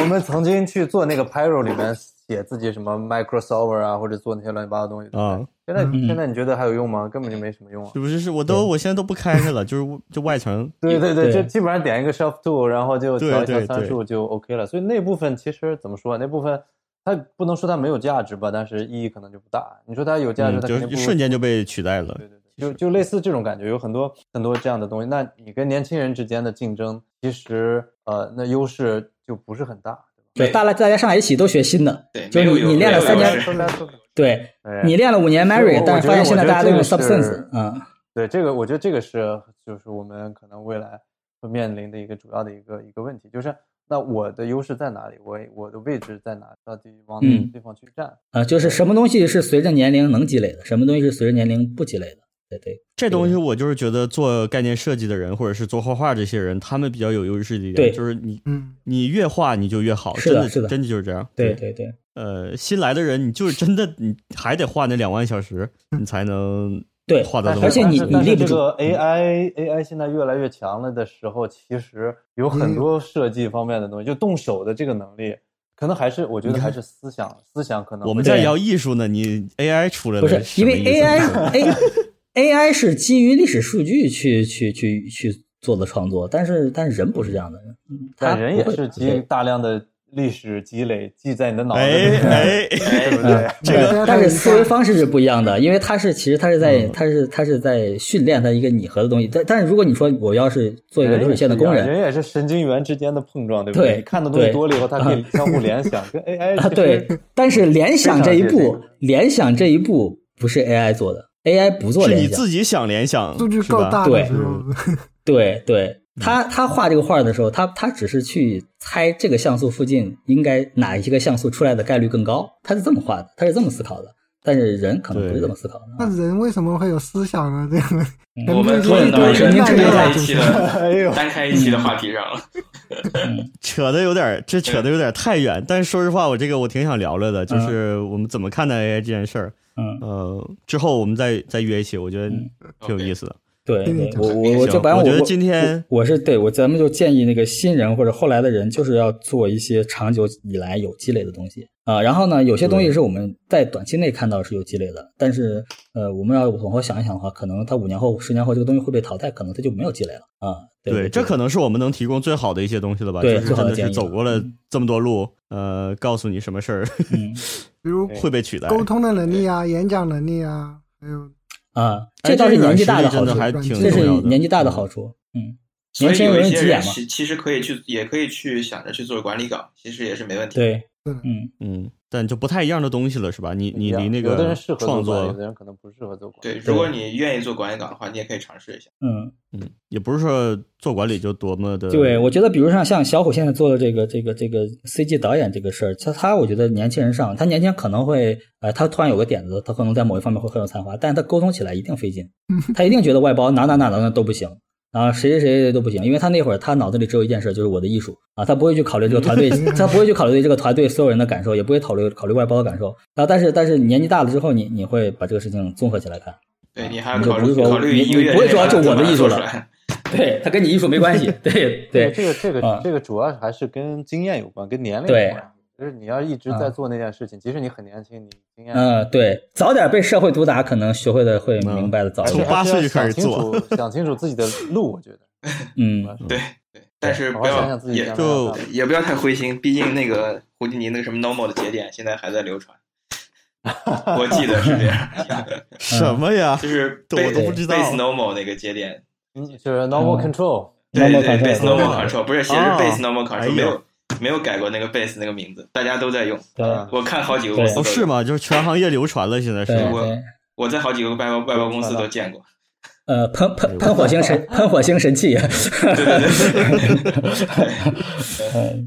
我们曾经去做那个 Pyro 里面写自己什么 Microsoft 啊，或者做那些乱七八糟东西。啊，现在嗯现在你觉得还有用吗？根本就没什么用啊。是不是？是我都我现在都不开开了，就是就外层对对对，对就基本上点一个 Shelf Tool，然后就对调一调对参数就 OK 了。所以那部分其实怎么说？啊那部分它不能说它没有价值吧，但是意义可能就不大。你说它有价值，嗯，它就肯定不如瞬间就被取代了对。对对，就就类似这种感觉，有很多很多这样的东西。那你跟年轻人之间的竞争，其实呃，那优势就不是很大。对，大家大家上来一起都学新的，对，就没有你有你练了有三有年有有有对对你练了五年所以 Mary，我但我是觉发得现现在我觉得大家都这用个 Substance，是嗯，对这个，我觉得这个是就是我们可能未来会面临的一个主要的一个一个问题，就是那我的优势在哪里？我我的位置在哪？到底往哪个嗯地方去站？啊，就是什么东西是随着年龄能积累的，什么东西是随着年龄不积累的。对对这东西我就是觉得做概念设计的人，或者是做画画这些人，他们比较有优势的一点，对就是你嗯，你越画你就越好，是真的的是的真的就是这样。对，对对，呃，新来的人你就是真的你还得画那两万小时，嗯你才能对画到但东是西。而且你但是但立嗯是不这住个 AI AI 现在越来越强了的时候，其实有嗯很多设计方面的东西，就动手的这个能力，可能还是我觉得还是思想思想可能我们会在对聊艺术呢，你 AI 出来了不是什因么为意思 AI A AI 是基于历史数据去去去去做的创作，但是但是人不是这样的人，嗯他但人也不会是基于对大量的历史积累记在你的脑子里哎面，哎，对不对？这个大家但都是一思样维方式是不一样的，因为它是其实它是在嗯它是它是在训练它一个拟合的东西。但但是如果你说我要是做一个人流水线的工也是一人，啊样人也是神经元之间的碰撞，对不对你看的东西对嗯多了以后，它可以相互联 (laughs) 想，跟 AI 啊其实对，但是联想这一非常接步近，联想这一步不是 AI 做的，AI 不 (laughs) 做是联你想。自己想联想，数据是够吧嗯大对嗯的时候，对对，他他画这个画的时候，他他只是去猜这个像素附近应该哪一些个像素出来的概率更高，他是这么画的，他是这么思考的。但是人可能不是这么思考的那啊。人为什么会有思想呢？这样，嗯我们人论到类一个人类单大开家一就是期的哎 (laughs) 呦，单开一期的话题上了。嗯扯的有点儿，这扯的有点儿太远。但是说实话，我这个我挺想聊聊的，就是我们怎么看待 AI 这件事儿。嗯，呃，之后我们再再约一期，我觉得挺有嗯意思的。对，对嗯我我我行就反正我觉我得今天我我是对我咱们就建议那个新人或者后来的人，就是要做一些长久以来有积累的东西啊、然后呢，有些东西是我们在短期内看到是有积累的，但是呃，我们要往后想一想的话，可能它五年后、十年后这个东西会被淘汰，可能它就没有积累了啊。对，这可能是我们能提供最好的一些东西了吧？对就是最好真的的是建议走过了这么多路，呃，告诉你什么事儿 (laughs) 嗯比如会被取代。沟通的能力啊、演讲能力啊，还有啊，哎这倒是个年纪实大力的真好的处，还这挺这重是要的年纪大的嗯好处。嗯，所年以轻有容一易些急人眼嘛。其其实可以去，也可以去想着去做管理岗，其实也是没问题。，对对，嗯，嗯，但就不太一样的东西了，是吧？你你离那有的个人适合做创管理，有作，的人可能不适合做管理。对，如果你愿意做管理岗的话，你也可以尝试一下。嗯，嗯，也不是说做管理就多么的对，我觉得比如像像小虎现在做的这个这个这个 CG 导演这个事儿，他他我觉得年轻人上，他年轻人可能会呃，他突然有个点子，他可能在某一方面会很有才华，但是他沟通起来一定费 (laughs) 劲，他一定觉得外包哪哪哪哪哪都不行。然后谁谁谁都不行，因为他那会儿他脑子里只有一件事，就是我的艺术啊，他不会去考虑这个 (laughs) 团队，他不会去考虑这个团队所有人的感受，也不会考虑考虑外包的感受。然后但是但是年纪大了之后，你你会把这个事情综合起来看。对你还要你就考不虑是说考虑你一个你月不会内说把它就我把的它艺术做了出 (laughs) 来 (laughs) 对，它跟你艺术没关系。对对这个这个啊这个主要还是跟经验有关，跟年龄对啊有关。就是你要一直在做那件事情，即使你很年轻，你经验嗯，对，早点被社会毒打，可能学会的会明白的早还一是从点。八还是要岁就开始想做清楚想清楚自己的路，我觉得。嗯，对对，但是好不好想想要自己也将来就要干嘛也不要太灰心，毕竟那个胡迪尼那个什么 normal 的节点现在还在流 (laughs) 传。我记得是这样，嗯什么呀就？是对我都 base- 不知道 base normal 那个节点，嗯就是 normal control。对对 Normal control base 啊 normal control 不是，其实啊 base normal 哎 control 呦没有没有改过那个 base 那个名字，大家都在用。对啊我看好几个公司都哦，有是？吗？就是全行业流传了，现在是嗯对吗？对我。我在好几个外包外包公司都见过。呃，喷喷喷火星神，喷火星神器。 (laughs) 呃对对对，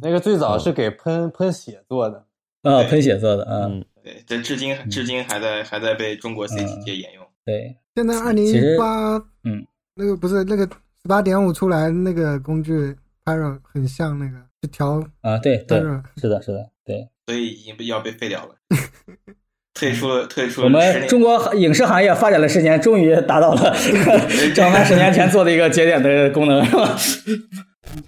那个最早嗯是给喷喷血做的，呃，喷血做的啊，嗯对，这至今至今还在还在被中嗯国 CT 界沿用。对，现在二零其一实八，嗯，那个不是那个十八点五出来那个工具 p y r o 很像那个去调啊，对 p 对 y，r 是的，是的，对。所以已经被要被废 (laughs) 掉了，退出了退出了我十们年中国影视行业发展了十年，终于达到了 (laughs) 张帆十年前做的一个节点的功能，是吧？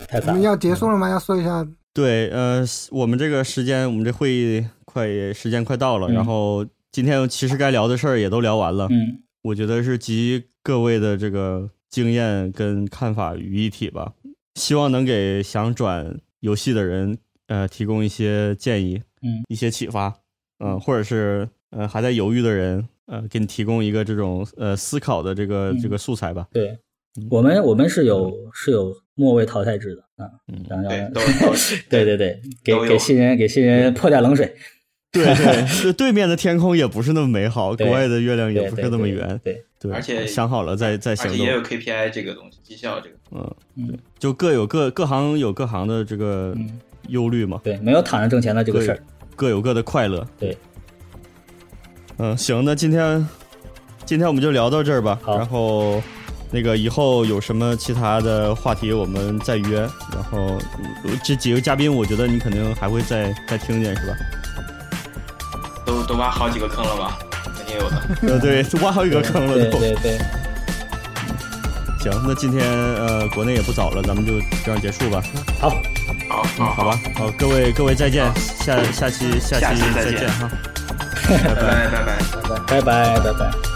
太我惨们了。嗯要结束了吗？要说一下，对，呃，我们这个时间，我们这会议快也时间快到了，嗯然后今天其实该聊的事儿也都聊完了，嗯我觉得是集各位的这个经验跟看法于一体吧，希望能给想转游戏的人呃提供一些建议，嗯，一些启发，嗯、或者是呃还在犹豫的人，呃，给你提供一个这种呃思考的这嗯个这个素材吧。对我们我们是有是有末位淘汰制的啊，嗯然后对，让都是都是 (laughs) 对对对，给都有给新人给新人泼点冷水， (laughs) 对对，是对面的天空也不是那么美好，对国外的月亮也对不对是那么对圆。对，对，而且想好了再再行而且动也。有 KPI 这个东西，绩效这个。嗯，嗯对，就各有各各行有各行的这个嗯忧虑嘛，对，没有躺着挣钱的这个事儿，各有各的快乐。 (laughs) 对，嗯，行，那今天今天我们就聊到这儿吧。好然后那个以后有什么其他的话题，我们再约。然后嗯这几个嘉宾，我觉得你肯定还会再再听见，是吧？ (laughs) 都都挖好几个坑了吧？肯定有的。呃，对，挖好几个坑了对都。对对，行，那今天呃国内也不早了，咱们就这样结束吧。好，好，嗯，好好吧，，好，各位各位再见，下下期下下期期再再见见哈。拜拜，拜拜。拜拜拜拜。